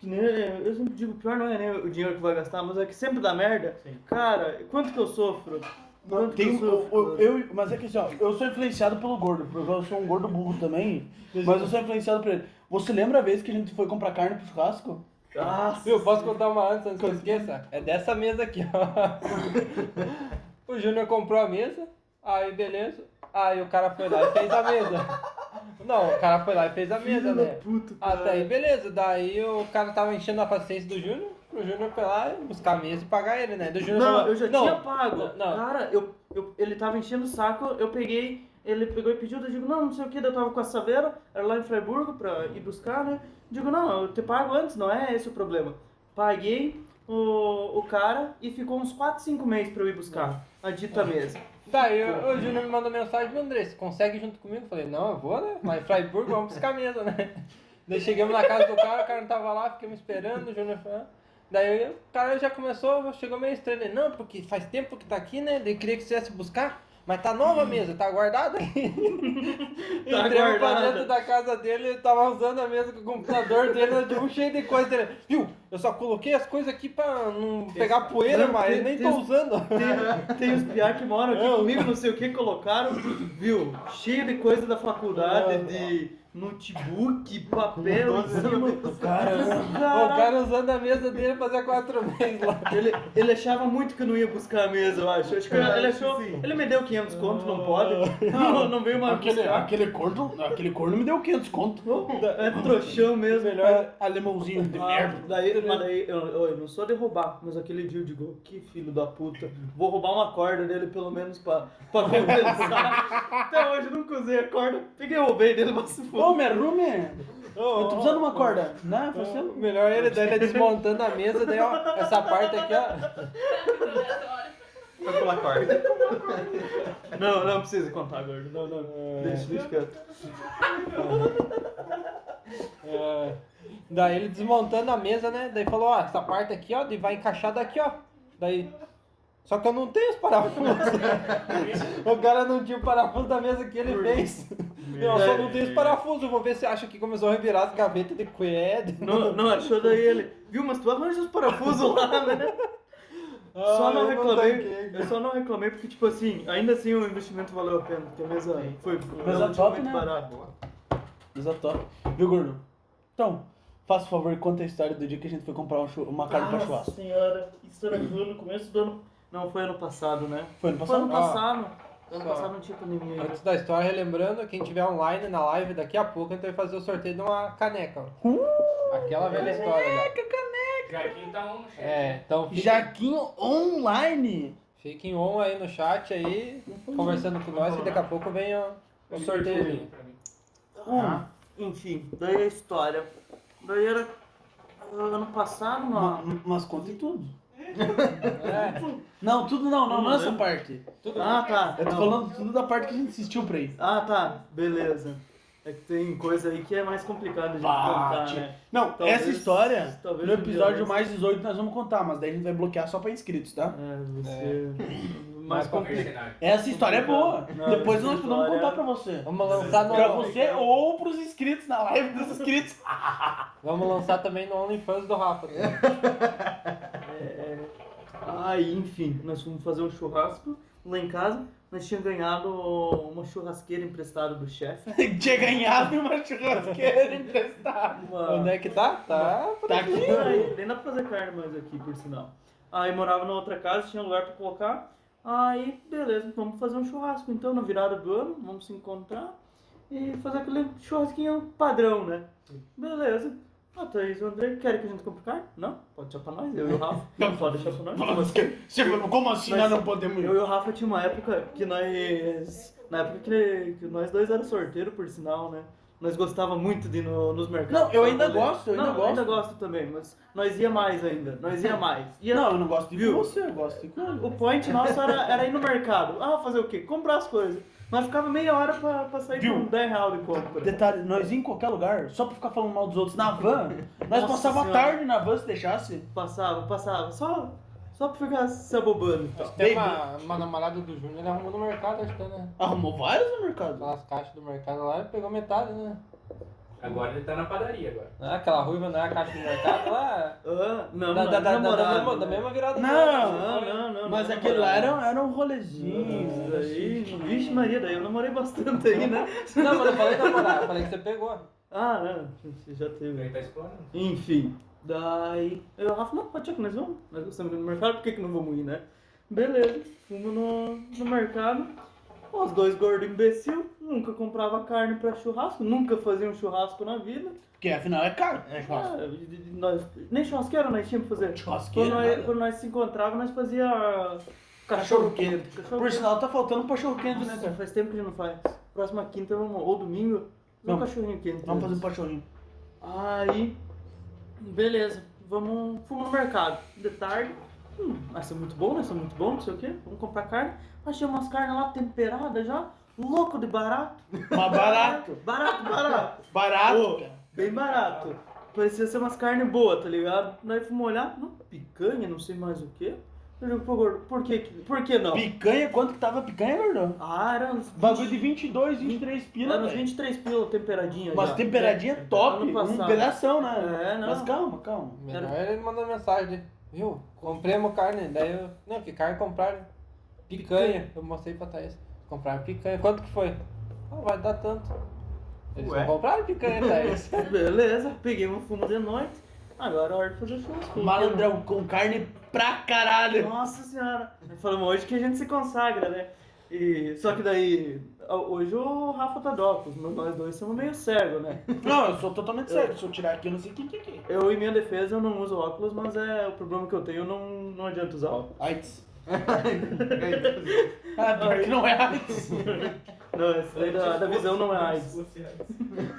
Speaker 3: que nem- eu sempre digo, pior não é nem o dinheiro que vai gastar, mas é que sempre dá merda.
Speaker 2: Sim.
Speaker 3: Cara, quanto que eu sofro? Quanto
Speaker 1: Tem,
Speaker 3: que eu
Speaker 1: eu,
Speaker 3: sofro?
Speaker 1: eu, eu- mas é que assim, ó, eu sou influenciado pelo gordo, porque eu sou um gordo burro também, mas eu sou influenciado por ele. Você lembra a vez que a gente foi comprar carne pro churrasco?
Speaker 3: Nossa.
Speaker 5: Viu, posso contar uma antes, antes que eu esqueça? É dessa mesa aqui, ó. O Júnior comprou a mesa, aí beleza. Aí o cara foi lá e fez a mesa. Não, o cara foi lá e fez a mesa,
Speaker 3: Filho da
Speaker 5: né?
Speaker 3: puta, cara.
Speaker 5: Até aí, beleza. Daí o cara tava enchendo a paciência do Júnior, pro Júnior foi lá buscar a mesa e pagar ele, né? Do Júnior
Speaker 3: Não,
Speaker 5: falou,
Speaker 3: eu já
Speaker 5: "Não,
Speaker 3: tinha pago.
Speaker 5: não.
Speaker 3: Cara, eu, eu- ele tava enchendo o saco, eu peguei, ele pegou e pediu, eu digo, não, não sei o que, daí eu tava com a Saveira, era lá em Freiburgo pra ir buscar, né? Digo, não, eu te pago antes, não é esse o problema. Paguei o, o cara e ficou uns 4, 5 meses pra eu ir buscar a dita mesa.
Speaker 5: Daí Tá, o, o Júnior me mandou mensagem, meu André, você consegue ir junto comigo? Eu falei, não, eu vou, né? Mas em Freiburg, vamos buscar a mesa, né? Daí chegamos na casa do cara, o cara não tava lá, fiquei me esperando, o Júnior falou... "Ah." Daí o cara já começou, chegou meio estranho, ele, não, porque faz tempo que tá aqui, né? Ele queria que você viesse buscar, mas tá nova a mesa, tá guardada aí.
Speaker 3: Tá
Speaker 5: Entramos pra
Speaker 3: Hum. guardada.
Speaker 5: dentro da casa dele, ele tava usando a mesa com o computador dele, de um cheio de coisa dele. Viu, eu só coloquei as coisas aqui pra não pegar poeira,
Speaker 3: Não,
Speaker 5: mas
Speaker 3: tem-
Speaker 5: nem tô
Speaker 3: tem-
Speaker 5: usando.
Speaker 3: Tem, tem os piá que moram aqui comigo, não sei o que, colocaram, viu? Cheio de coisa da faculdade, de notebook, papel, em cima.
Speaker 1: Caramba.
Speaker 5: O cara usando a mesa dele fazia quatro meses lá.
Speaker 3: Ele, ele achava muito que eu não ia buscar a mesa, eu acho. Acho que
Speaker 1: É,
Speaker 3: ele achou. Ele me deu 500 conto, não pode. Não, não veio uma
Speaker 1: Ah. Aquele,
Speaker 3: buscar.
Speaker 1: aquele, corno, aquele corno me deu 500 conto.
Speaker 3: É trouxão mesmo.
Speaker 1: Melhor alemãozinho de
Speaker 3: Ah,
Speaker 1: merda.
Speaker 3: daí, mas daí eu, eu não sou de roubar, mas aquele dia eu digo, "Oh, que filho da puta, vou roubar uma corda dele pelo menos pra, pra compensar. Até hoje eu nunca usei a corda, peguei e roubei dele, mas se
Speaker 1: Ô,
Speaker 3: for.
Speaker 1: me arrume! Eu tô precisando de uma corda. Não, é você...
Speaker 5: Melhor ele, daí ele desmontando a mesa, daí ó, essa parte aqui, ó.
Speaker 2: Foi pela corda.
Speaker 3: Não, não precisa contar, gordo. Não, não, não. Deixa, deixa quieto.
Speaker 5: É, daí ele desmontando a mesa, né? Daí falou, ó, essa parte aqui, ó, daí vai encaixar daqui, ó. Daí. Só que eu não tenho os parafusos. o cara não tinha o parafuso da mesa que ele fez. Não, eu só não tenho os parafusos. Vou ver se acha que começou a revirar as gavetas de cueca.
Speaker 3: Não, não achou daí ele. Viu, mas tu arranja os parafusos lá, né? Só
Speaker 5: Ah,
Speaker 3: não
Speaker 5: eu não
Speaker 3: reclamei.
Speaker 5: tanquei.
Speaker 3: Eu só não reclamei porque, tipo assim, ainda assim o investimento valeu a pena, porque a mesa foi um
Speaker 1: Mesa
Speaker 3: relativamente
Speaker 1: top, né?
Speaker 3: barata.
Speaker 1: Exato. é Viu, gordo? Então, faça o favor e conta a história do dia que a gente foi comprar um chu- uma carne pra
Speaker 3: Nossa
Speaker 1: churrasco.
Speaker 3: senhora, isso era no começo do ano. Não, foi ano passado, né?
Speaker 1: Foi ano
Speaker 3: Foi ano
Speaker 1: passado?
Speaker 5: Ah.
Speaker 3: passado. ano
Speaker 5: Só.
Speaker 3: passado não tinha pandemia ainda.
Speaker 5: Antes da história, relembrando, quem tiver online na live daqui a pouco, a gente vai fazer o sorteio de uma caneca. ó.
Speaker 3: Uh!
Speaker 5: Aquela velha história. né?
Speaker 4: Jaquinho tá on no chat.
Speaker 5: É, então fiquem,
Speaker 1: Jaquinho online!
Speaker 5: fiquem on aí no chat aí, conversando com nós, que daqui a pouco vem ó, o sorteio ali.
Speaker 4: Pra mim.
Speaker 2: Ah.
Speaker 3: Enfim, daí a história. Daí era ah, ano passado,
Speaker 1: Ma-
Speaker 3: não.
Speaker 1: Mas conta em tudo.
Speaker 5: É,
Speaker 1: Não, tudo não, não, né? não essa
Speaker 3: Uhum.
Speaker 1: parte.
Speaker 5: tudo
Speaker 3: Ah, tá.
Speaker 1: Eu tô
Speaker 3: Não.
Speaker 1: falando tudo da parte que a gente assistiu pra isso.
Speaker 3: Ah, tá. Beleza. É que tem coisa aí que é mais complicada de contar,
Speaker 1: Bate.
Speaker 3: né?
Speaker 1: Não,
Speaker 3: Talvez-
Speaker 1: essa história,
Speaker 3: talvez
Speaker 1: no
Speaker 3: um dia
Speaker 1: episódio
Speaker 3: desse.
Speaker 1: mais 18 nós vamos contar, mas daí a gente vai bloquear só pra inscritos, tá?
Speaker 3: É, você. Mais
Speaker 5: Mais
Speaker 3: complicado.
Speaker 4: é Mercenário.
Speaker 1: Essa história é boa.
Speaker 3: Não,
Speaker 1: Depois
Speaker 3: essa
Speaker 1: nós podemos
Speaker 3: história-
Speaker 1: contar pra você.
Speaker 5: Vamos lançar
Speaker 1: Pra
Speaker 5: no,
Speaker 1: você ou pros inscritos na live dos inscritos.
Speaker 5: vamos lançar também no OnlyFans do Rafa. tá?
Speaker 3: Aí, enfim, nós fomos fazer um churrasco lá em casa. Nós tínhamos ganhado uma churrasqueira emprestada do chefe.
Speaker 1: Tinha ganhado uma churrasqueira emprestada.
Speaker 3: Uma...
Speaker 5: Onde é que tá? Tá.
Speaker 1: Tá aqui.
Speaker 3: Aí, nem dá pra fazer carne mais aqui, por sinal. Aí morava na outra casa, tinha um lugar pra colocar. Aí, beleza, vamos fazer um churrasco então, na virada do ano, vamos se encontrar e fazer aquele churrasquinho padrão, né? Beleza. Ah, Thaís e o André querem que a gente compre carne? Não, pode deixar pra nós, eu e o Rafa. Pode deixar pra nós.
Speaker 1: Como assim nós não podemos
Speaker 3: Eu e o Rafa tinha uma época que nós. Na época que, que nós dois era sorteiro, por sinal, né? Nós gostava muito de ir no, nos mercados.
Speaker 1: Não, eu ainda
Speaker 3: Não,
Speaker 1: gosto, eu ainda
Speaker 3: Eu ainda gosto também, mas nós ia mais ainda. Nós ia mais. Ia...
Speaker 1: Não, eu não gosto de
Speaker 3: Viu?
Speaker 1: você, eu gosto de coisa.
Speaker 3: O point nosso era, era ir no mercado. Ah, fazer o quê? Comprar as coisas. Nós ficava meia hora pra, pra sair
Speaker 1: Viu?
Speaker 3: com 10 reais de compra.
Speaker 1: Detalhe, nós ia em qualquer lugar, só pra ficar falando mal dos outros. Na van, nós
Speaker 3: Nossa
Speaker 1: passava a
Speaker 3: Senhora.
Speaker 1: tarde na van se deixasse.
Speaker 3: Passava, passava. Só, só pra ficar se abobando.
Speaker 5: Tem uma, uma namorada do Júnior, ele arrumou no mercado, acho que, né?
Speaker 1: Arrumou vários no mercado.
Speaker 3: Ah,
Speaker 5: Aquelas caixas do mercado lá, ele pegou metade, né?
Speaker 4: Agora ele tá na padaria agora.
Speaker 5: Não é Aquela ruiva não é a caixa do mercado lá.
Speaker 3: Ah, não, não,
Speaker 5: Da, da, da, da,
Speaker 3: namorado,
Speaker 5: mesma, da
Speaker 3: né?
Speaker 5: mesma virada.
Speaker 1: Não,
Speaker 3: Não,
Speaker 5: né?
Speaker 3: não, não.
Speaker 1: Mas
Speaker 3: não,
Speaker 1: aquele
Speaker 3: namorado.
Speaker 1: lá era, era um rolezinho.
Speaker 3: Isso aí, vixe Maria, daí eu namorei bastante aí, né?
Speaker 5: Não, mas eu falei namorada, eu falei que você pegou.
Speaker 3: Ah, não, você já teve.
Speaker 4: Ele tá explorando.
Speaker 3: Enfim, daí eu, Rafa, não, pode ser que nós vamos, nós gostamos de ir no mercado, por que, que não vamos ir, né? Beleza, fomos no, no mercado, os dois gordos imbecil, nunca comprava carne pra churrasco, nunca fazia um churrasco na vida.
Speaker 1: Porque afinal é caro. É
Speaker 3: Ah, e- e- nós, nem churrasqueiro nós tínhamos pra fazer.
Speaker 1: Churrasqueiro,
Speaker 3: Quando nós,
Speaker 1: nada.
Speaker 3: quando nós se encontrávamos, nós fazia cachorro quente. Cachorro
Speaker 1: Por
Speaker 3: quente.
Speaker 1: sinal, tá faltando um cachorro quente, né,
Speaker 3: Nossa,
Speaker 1: cara?
Speaker 3: faz tempo que a gente não faz. Próxima quinta vamos, ou domingo, fazer um
Speaker 1: Vamos.
Speaker 3: cachorrinho quente.
Speaker 1: Vamos fazer um cachorrinho.
Speaker 3: Aí, beleza, vamos, fomos no mercado. De tarde, hum, vai ser muito bom, vai ser muito bom, não sei o quê. Vamos comprar carne. Achei umas carnes lá temperadas já, louco de barato.
Speaker 1: Mas barato.
Speaker 3: Barato, barato.
Speaker 1: Barato,
Speaker 3: Ô,
Speaker 1: cara.
Speaker 3: Bem barato. Parecia ser umas carnes boas, tá ligado? Daí fomos olhar, não, picanha, não sei mais o quê. Eu digo pro gordo, por que, que- por que não?
Speaker 1: Picanha, quanto que tava a picanha, gordão?
Speaker 3: Ah, era uns
Speaker 1: Bagulho de 22, 23 pila,
Speaker 3: Era uns
Speaker 1: velho.
Speaker 3: 23 pila temperadinha.
Speaker 1: Mas
Speaker 3: já. É,
Speaker 1: temperadinha top,
Speaker 3: Ano
Speaker 1: um
Speaker 3: passado.
Speaker 1: pedação, né?
Speaker 3: É, não.
Speaker 1: Mas calma, calma.
Speaker 5: Melhor ele mandou mensagem, né? viu? Compremos carne, daí eu. Não, que carne compraram? Picanha. Eu mostrei pra Thaís. Compraram picanha. Quanto que foi? Ah, vai dar tanto. Eles
Speaker 2: Ué?
Speaker 5: não compraram picanha,
Speaker 3: Tá.
Speaker 5: Thaís.
Speaker 3: Beleza, peguei um fumo de noite. Agora é hora de fazer churrasco.
Speaker 1: Malandrão com carne pra caralho.
Speaker 3: Nossa senhora. Falamos hoje que a gente se consagra, né? E, só que daí, hoje o Rafa tá dopos, mas nós dois somos meio cegos, né?
Speaker 1: Não, eu sou totalmente sério. Se eu tirar aqui, eu não sei o que que é que é.
Speaker 3: Eu, em minha defesa, eu não uso óculos, mas é o problema que eu tenho, não, não adianta usar óculos.
Speaker 1: AIDS.
Speaker 2: Ganhei.
Speaker 1: Ah, pior que não é AIDS.
Speaker 3: Não, isso daí da, da visão não é AIDS.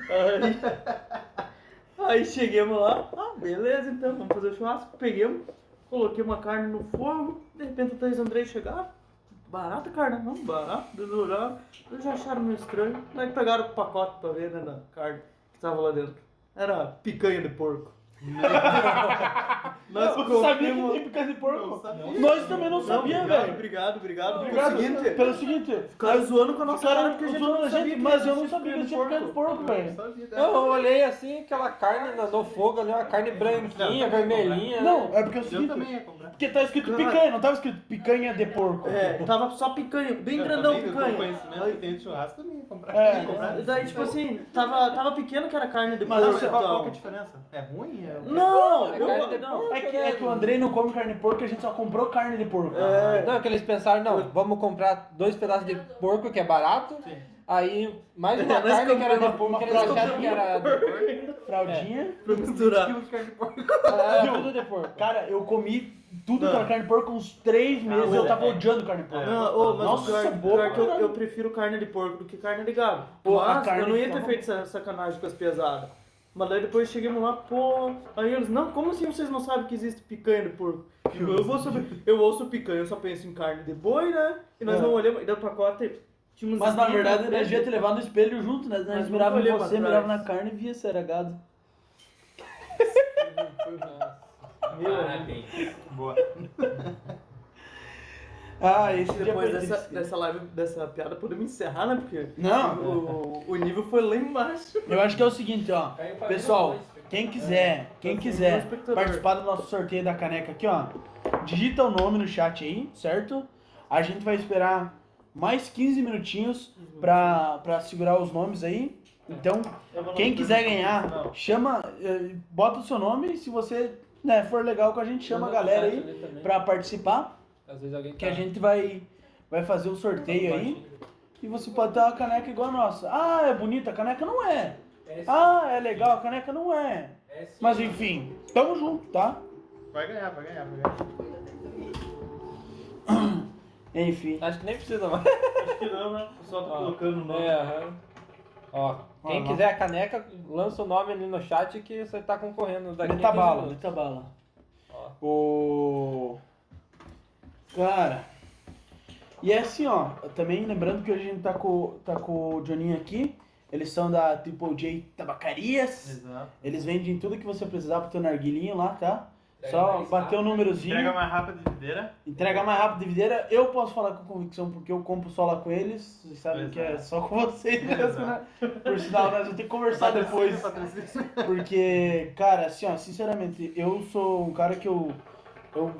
Speaker 3: Aí, aí chegamos lá, ah, beleza, então vamos fazer o churrasco. Peguemos, coloquei uma carne no fogo, de repente o Thais Andrei chegaram. Barata carne, não, barata, desolado. Eles acharam meio estranho. Aí pegaram o pacote pra ver, né, da carne que tava lá dentro. Era picanha de porco. Nós
Speaker 1: Você sabia que
Speaker 3: comemos-
Speaker 1: tinha picanha de porco?
Speaker 3: sabia.
Speaker 1: Nós também não
Speaker 3: Não,
Speaker 1: sabia,
Speaker 3: obrigado,
Speaker 1: velho.
Speaker 3: Obrigado, obrigado. pelo
Speaker 1: Obrigado.
Speaker 3: seguinte,
Speaker 1: Pelo seguinte.
Speaker 3: Ficaram zoando com a nossa
Speaker 1: Cara,
Speaker 3: cara porque a gente
Speaker 1: zoando
Speaker 3: não
Speaker 1: a
Speaker 3: sabia
Speaker 1: gente,
Speaker 3: que
Speaker 1: mas eu
Speaker 3: tinha
Speaker 1: não sabia que
Speaker 3: picanha de
Speaker 1: tinha picanha de porco, velho.
Speaker 5: Eu olhei assim, aquela carne no- no fogo ali, uma carne branquinha, vermelhinha.
Speaker 1: Não,
Speaker 5: né?
Speaker 1: é porque é o
Speaker 2: Eu
Speaker 1: seguinte.
Speaker 2: também ia comprar.
Speaker 1: Porque tá escrito picanha, não tava escrito picanha de porco.
Speaker 3: É, tava só picanha, bem
Speaker 2: Eu
Speaker 3: grandão
Speaker 2: também, eu tenho
Speaker 3: picanha.
Speaker 2: conhecimento que tem de churrasco, também ia comprar.
Speaker 1: É.
Speaker 2: Ia comprar.
Speaker 3: Aí, daí, tipo assim, tava, tava pequeno que era carne de
Speaker 1: Mas
Speaker 3: porco.
Speaker 2: Mas
Speaker 1: você- tá-
Speaker 2: qual, qual que é a
Speaker 3: então.
Speaker 2: diferença? É ruim? É...
Speaker 3: Não,
Speaker 5: É
Speaker 3: eu-
Speaker 5: carne de
Speaker 3: não.
Speaker 5: porco.
Speaker 1: É que, é que o Andrei não come carne de porco, a gente só comprou carne de porco.
Speaker 3: É,
Speaker 5: Não, é que eles pensaram, não, vamos comprar dois pedaços de porco que é barato,
Speaker 2: Sim.
Speaker 5: aí mais
Speaker 3: É,
Speaker 5: uma
Speaker 3: nós
Speaker 5: carne que era de
Speaker 1: compramos
Speaker 5: porco, que
Speaker 1: uma
Speaker 5: eles acharam que era de porco.
Speaker 1: Fraldinha.
Speaker 3: pra misturar.
Speaker 2: Quilo de carne de porco.
Speaker 5: Era
Speaker 1: Viu?
Speaker 5: tudo de porco.
Speaker 1: Cara, eu comi tudo
Speaker 3: É. Não.
Speaker 1: aquela carne de porco uns três meses
Speaker 2: Ah,
Speaker 1: eu
Speaker 2: é,
Speaker 1: tava
Speaker 2: é.
Speaker 1: odiando carne de porco.
Speaker 3: Não, ô, mas
Speaker 1: Nossa, é
Speaker 3: o pior,
Speaker 1: boa
Speaker 3: pior que eu,
Speaker 1: caralho.
Speaker 3: eu prefiro carne de porco do que carne de gado.
Speaker 1: Pô, a
Speaker 3: mas
Speaker 1: carne tá
Speaker 3: eu não
Speaker 1: de
Speaker 3: ia ter
Speaker 1: porco-
Speaker 3: feito essa sacanagem com as pesadas. Mas daí depois chegamos lá, pô. Aí eles, não, como assim vocês não sabem que existe picanha de porco? Tipo, eu, vou saber, eu ouço picanha, eu só penso em carne de boi, né? E nós
Speaker 1: É.
Speaker 3: não olhamos, e daí o pacote. tinha uns
Speaker 1: Mas na
Speaker 3: espinhos
Speaker 1: verdade é nós
Speaker 3: frente.
Speaker 1: devia ter levado no espelho junto, né? Nós
Speaker 3: Mas
Speaker 1: mirava
Speaker 3: não
Speaker 1: em
Speaker 3: olhei pra
Speaker 1: você,
Speaker 3: trás.
Speaker 1: mirava na carne e via se era gado.
Speaker 3: Meu,
Speaker 4: Parabéns.
Speaker 2: Boa.
Speaker 1: Ah, esse
Speaker 3: Depois dessa,
Speaker 1: é
Speaker 3: dessa live, dessa piada, podemos encerrar, né? Porque
Speaker 1: Não.
Speaker 3: o, o nível foi lá embaixo.
Speaker 1: Eu acho que é o seguinte, ó.
Speaker 4: Caiu pra
Speaker 1: Pessoal,
Speaker 4: menos dois.
Speaker 1: quem quiser, quem
Speaker 3: Tá sem
Speaker 1: quiser
Speaker 3: espectador.
Speaker 1: participar do nosso sorteio da caneca aqui, ó. Digita o nome no chat aí, certo? A gente vai esperar mais 15 minutinhos pra, pra segurar os nomes aí. Então, Quem quiser ganhar, chama, eh, bota o seu nome e se você né, for legal com a gente, chama a galera aí pra participar,
Speaker 5: Às vezes alguém
Speaker 1: que a gente vai, vai fazer o sorteio aí e você pode ter uma caneca igual a nossa. Ah, é bonita, a caneca não é.
Speaker 4: É,
Speaker 1: Ah, é legal, a caneca não é.
Speaker 4: é,
Speaker 1: Mas enfim, tamo junto, tá?
Speaker 2: Vai ganhar, vai ganhar, vai ganhar.
Speaker 1: Enfim.
Speaker 5: Acho que nem precisa mais.
Speaker 2: Acho que não, né? O pessoal tá
Speaker 5: Ó,
Speaker 2: colocando o nome.
Speaker 5: É, aham. Ó, quem
Speaker 1: Ó,
Speaker 5: quiser a caneca, lança o nome ali no chat que você tá concorrendo daqui a 15
Speaker 1: Muita bala,
Speaker 5: minutos.
Speaker 1: muita bala.
Speaker 5: Ó.
Speaker 1: O. Cara. E é assim, ó. Também lembrando que hoje a gente tá com, tá com o Johninho aqui. Eles são da Triple J Tabacarias.
Speaker 2: Exato.
Speaker 1: Eles vendem tudo que você precisar pro teu narguilinho lá, tá?
Speaker 4: Entrega
Speaker 1: Só
Speaker 4: mais
Speaker 1: bater o
Speaker 4: rápido.
Speaker 1: númerozinho.
Speaker 2: Entrega mais rápido de videira.
Speaker 1: Entrega mais rápido de videira, eu posso falar com convicção, porque eu compro só lá com eles. Vocês sabem
Speaker 2: Exato.
Speaker 1: que é só com vocês mesmo,
Speaker 2: Exato. assim,
Speaker 1: né? Por sinal, nós vamos ter que conversar depois.
Speaker 2: Patrocínio.
Speaker 1: Porque, cara, assim, ó, sinceramente, eu sou um cara que eu. Eu,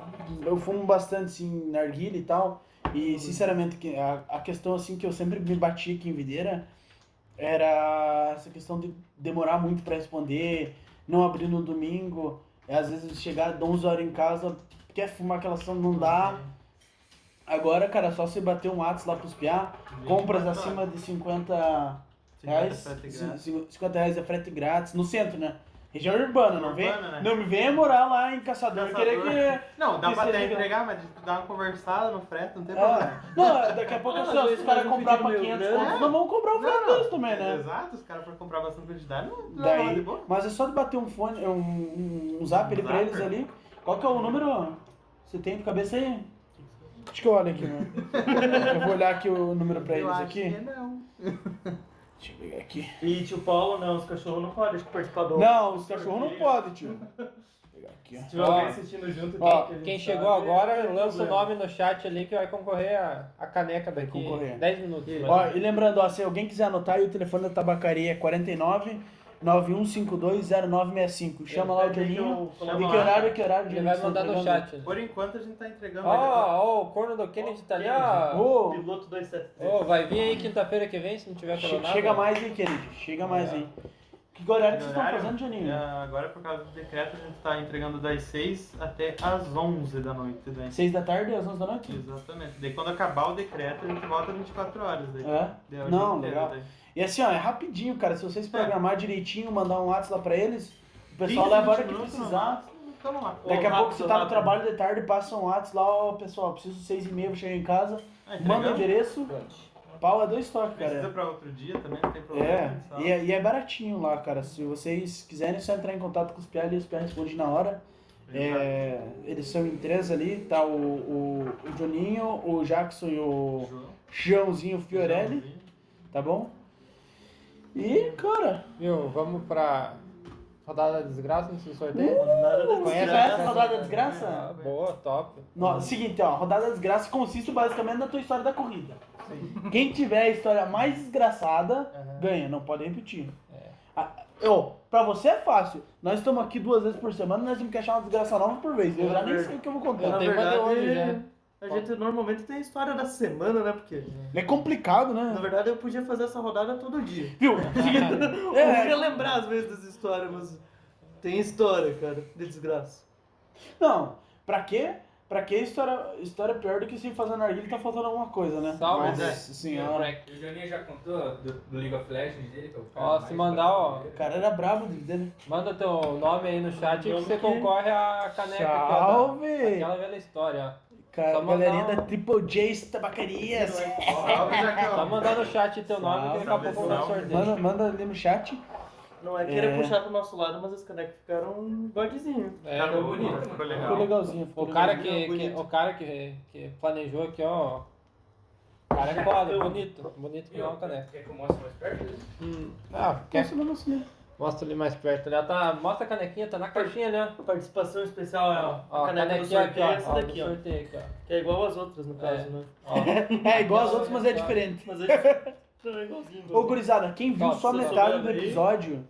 Speaker 1: eu fumo bastante, assim, narguilha e tal. E, sinceramente, que a, a questão, assim, que eu sempre me bati aqui em videira era essa questão de demorar muito pra responder, não abrir no domingo, e às vezes chegar às 11 horas em casa, quer fumar aquela ação, não dá.
Speaker 2: Uhum.
Speaker 1: Agora, cara, é só você bater um Whats lá pros piá, compras acima de 50
Speaker 3: É
Speaker 1: reais,
Speaker 2: Sim.
Speaker 1: cin- 50 reais é frete grátis, no centro, né? Região urbana, não vem,
Speaker 2: Urbana, né?
Speaker 1: não me venha morar lá em Caçador, e querer que...
Speaker 2: Não, dá
Speaker 1: que
Speaker 2: pra até
Speaker 1: seja-
Speaker 2: entregar, mas de dar uma conversada no frete, não tem problema.
Speaker 1: Ah, não, daqui a pouco assim, ó, se os caras comprar pra 500 contos, não vão comprar o frete deles também, né?
Speaker 2: Exato, os caras pra comprar bastante quantidade, não, não é nada de
Speaker 1: Daí,
Speaker 2: boa.
Speaker 1: mas é só de bater um fone, um, um, um zap ali pra
Speaker 2: Zapper.
Speaker 1: eles ali. Qual que é o número? Você tem de cabeça aí? Acho que eu olho aqui, né? Eu vou olhar aqui o número pra
Speaker 2: Eu
Speaker 1: eles
Speaker 2: acho que é.
Speaker 1: aqui.
Speaker 2: não.
Speaker 1: Deixa eu pegar aqui.
Speaker 3: E tio Paulo, não, os cachorros não podem tipo, participar do.
Speaker 1: Não, os cachorros não podem, tio. Vou pegar aqui, ó.
Speaker 3: Se tiver alguém
Speaker 5: Ó.
Speaker 3: assistindo junto,
Speaker 5: Ó,
Speaker 3: que a gente
Speaker 5: tá quem tá
Speaker 3: sabe,
Speaker 5: chegou agora,
Speaker 3: não
Speaker 5: lança o
Speaker 3: problema.
Speaker 5: nome no chat ali que vai concorrer a, a caneca daqui.
Speaker 1: Concorrer.
Speaker 5: 10 minutos.
Speaker 3: Isso.
Speaker 5: mais ou
Speaker 1: Ó, e lembrando, ó, se alguém quiser anotar aí, o telefone da tabacaria é 49 91520965. Chama lá o Dioninho.
Speaker 2: Eu-
Speaker 1: E que
Speaker 2: chama lá.
Speaker 1: horário, que horário,
Speaker 5: menos. Ele
Speaker 1: Dioninho,
Speaker 5: vai
Speaker 1: que você tá
Speaker 5: mandar no
Speaker 1: entregando?
Speaker 5: chat.
Speaker 2: Por enquanto a gente tá entregando.
Speaker 5: Ó,
Speaker 1: Ah,
Speaker 5: ó, o corno do Kennedy tá ali, ó.
Speaker 1: Ô,
Speaker 3: Piloto 273.
Speaker 5: Ô, vai vir aí quinta-feira que vem, se não tiver
Speaker 1: che-
Speaker 5: coronado.
Speaker 1: chega mais, hein, querido? Chega mais, hein? Que horário que É, vocês estão fazendo, Dioninho?
Speaker 2: Ah, agora, por causa do decreto, a gente tá entregando das 6 até as 11 da noite. Né?
Speaker 1: Seis da tarde, às 11 da noite?
Speaker 2: Exatamente. Daí quando acabar o decreto, a gente volta 24 horas. Daí.
Speaker 1: É.
Speaker 2: Daí é o
Speaker 1: Não,
Speaker 2: dia inteiro,
Speaker 1: legal.
Speaker 2: daí.
Speaker 1: E assim, ó, é rapidinho, cara. Se vocês programar direitinho, mandar um WhatsApp lá pra eles, o pessoal
Speaker 2: 15
Speaker 1: leva a hora que
Speaker 2: minutos, né?
Speaker 1: precisar.
Speaker 2: não, Tamo lá.
Speaker 1: Daqui a
Speaker 3: Ô,
Speaker 1: pouco
Speaker 3: rápido,
Speaker 1: você tá no
Speaker 3: rápido.
Speaker 1: trabalho de tarde, passa um WhatsApp lá, ó, pessoal, preciso seis e meia, vou chegar em casa.
Speaker 2: Ah,
Speaker 1: Manda o
Speaker 2: entregamos?
Speaker 1: endereço, pau é dois toques, cara.
Speaker 2: Precisa pra outro dia também, não tem problema.
Speaker 1: É,
Speaker 2: só-
Speaker 1: e, é- e é baratinho lá, cara. Se vocês quiserem, é só entrar em contato com os PA ali, os PA respondem na hora. É, eles são em três ali, tá o, o, o Juninho, o Jackson e o
Speaker 2: João,
Speaker 1: Joãozinho Fiorelli,
Speaker 2: Joãozinho.
Speaker 1: tá bom? E, cara,
Speaker 5: Viu, vamos pra rodada da desgraça nesse sorteio?
Speaker 3: Nada da
Speaker 1: você
Speaker 5: Conhece
Speaker 1: conhece
Speaker 5: essa
Speaker 1: a rodada
Speaker 2: né?
Speaker 1: da
Speaker 5: Ah,
Speaker 1: desgraça?
Speaker 5: boa, top.
Speaker 1: No, seguinte, ó, rodada da desgraça consiste basicamente na tua história da corrida. Quem tiver a história mais desgraçada,
Speaker 2: Aham.
Speaker 1: ganha, não pode repetir.
Speaker 5: É.
Speaker 1: Ah, eu, pra você é fácil. Nós estamos aqui duas vezes por semana, nós temos que achar uma desgraça nova por vez. Eu já nem sei o que eu vou
Speaker 3: Na
Speaker 5: Eu
Speaker 1: contar.
Speaker 5: tenho uma de
Speaker 3: verdade,
Speaker 5: hoje já.
Speaker 3: A gente normalmente tem a história da semana, né? Porque,
Speaker 1: É complicado,
Speaker 3: na
Speaker 1: né?
Speaker 3: verdade, eu podia fazer essa rodada todo dia.
Speaker 1: Viu? Seguinte,
Speaker 3: Eu
Speaker 1: É.
Speaker 3: podia lembrar às vezes das histórias, mas tem história, cara, de desgraça.
Speaker 1: não, pra quê? Pra que história, história pior do que se fazer narguilha tá faltando alguma coisa, né?
Speaker 5: Salve,
Speaker 1: Nossa
Speaker 5: Zé.
Speaker 1: senhora.
Speaker 4: O Joninho já contou do, do League of Legends dele, que é o cara
Speaker 5: Ó,
Speaker 4: mais
Speaker 5: se mandar, ó.
Speaker 1: O cara era brabo de vida, né?
Speaker 5: Manda teu nome aí no chat que
Speaker 3: Nome
Speaker 5: você
Speaker 3: que-
Speaker 5: concorre à caneca. que é da-
Speaker 1: Salve!
Speaker 5: Aquela velha história, ó.
Speaker 1: Cara,
Speaker 5: Só mandar
Speaker 1: galerinha
Speaker 5: um-
Speaker 1: da Triple assim. J's Tabacarias.
Speaker 2: Salve, Jacão.
Speaker 1: Tá
Speaker 5: Só mandar Tá no chat teu nome que daqui a
Speaker 2: Salve,
Speaker 5: pouco vai
Speaker 2: salve.
Speaker 5: sorteio.
Speaker 1: Manda, manda ali no chat.
Speaker 3: Não é querer
Speaker 1: É.
Speaker 3: puxar pro nosso lado, mas as canecas ficaram um godezinho.
Speaker 5: É,
Speaker 2: Tá
Speaker 5: o-
Speaker 2: bom,
Speaker 4: bonito.
Speaker 2: Ficou
Speaker 1: Ficou
Speaker 2: legal.
Speaker 1: legalzinho.
Speaker 5: o
Speaker 1: ficou
Speaker 5: cara
Speaker 1: legalzinho.
Speaker 3: é
Speaker 5: que, que- o cara que, que planejou aqui, ó. O cara é foda, bonito. Bonito que não é uma caneca.
Speaker 4: Quer que eu mostre mais perto?
Speaker 5: Ah, quer?
Speaker 1: Nossa, não, nossa, né?
Speaker 5: Mostra ali mais perto. Ali, ó, tá, mostra a canequinha, tá na caixinha ali, ó.
Speaker 3: A participação especial é ó,
Speaker 5: Ó,
Speaker 3: a caneca do
Speaker 5: canequinha
Speaker 3: sorteio, é
Speaker 5: aqui, ó.
Speaker 3: essa
Speaker 5: ó, do
Speaker 3: daqui, ó.
Speaker 5: sorteio aqui, ó.
Speaker 3: Que é igual às outras, no caso, né?
Speaker 5: Ó,
Speaker 1: É igual as outras, mas é diferente.
Speaker 3: Mas é não é igualzinho.
Speaker 1: Ô, gurizada, quem viu
Speaker 5: Ó,
Speaker 1: só
Speaker 5: se
Speaker 1: metade
Speaker 3: souber
Speaker 1: do
Speaker 3: abrir.
Speaker 1: episódio.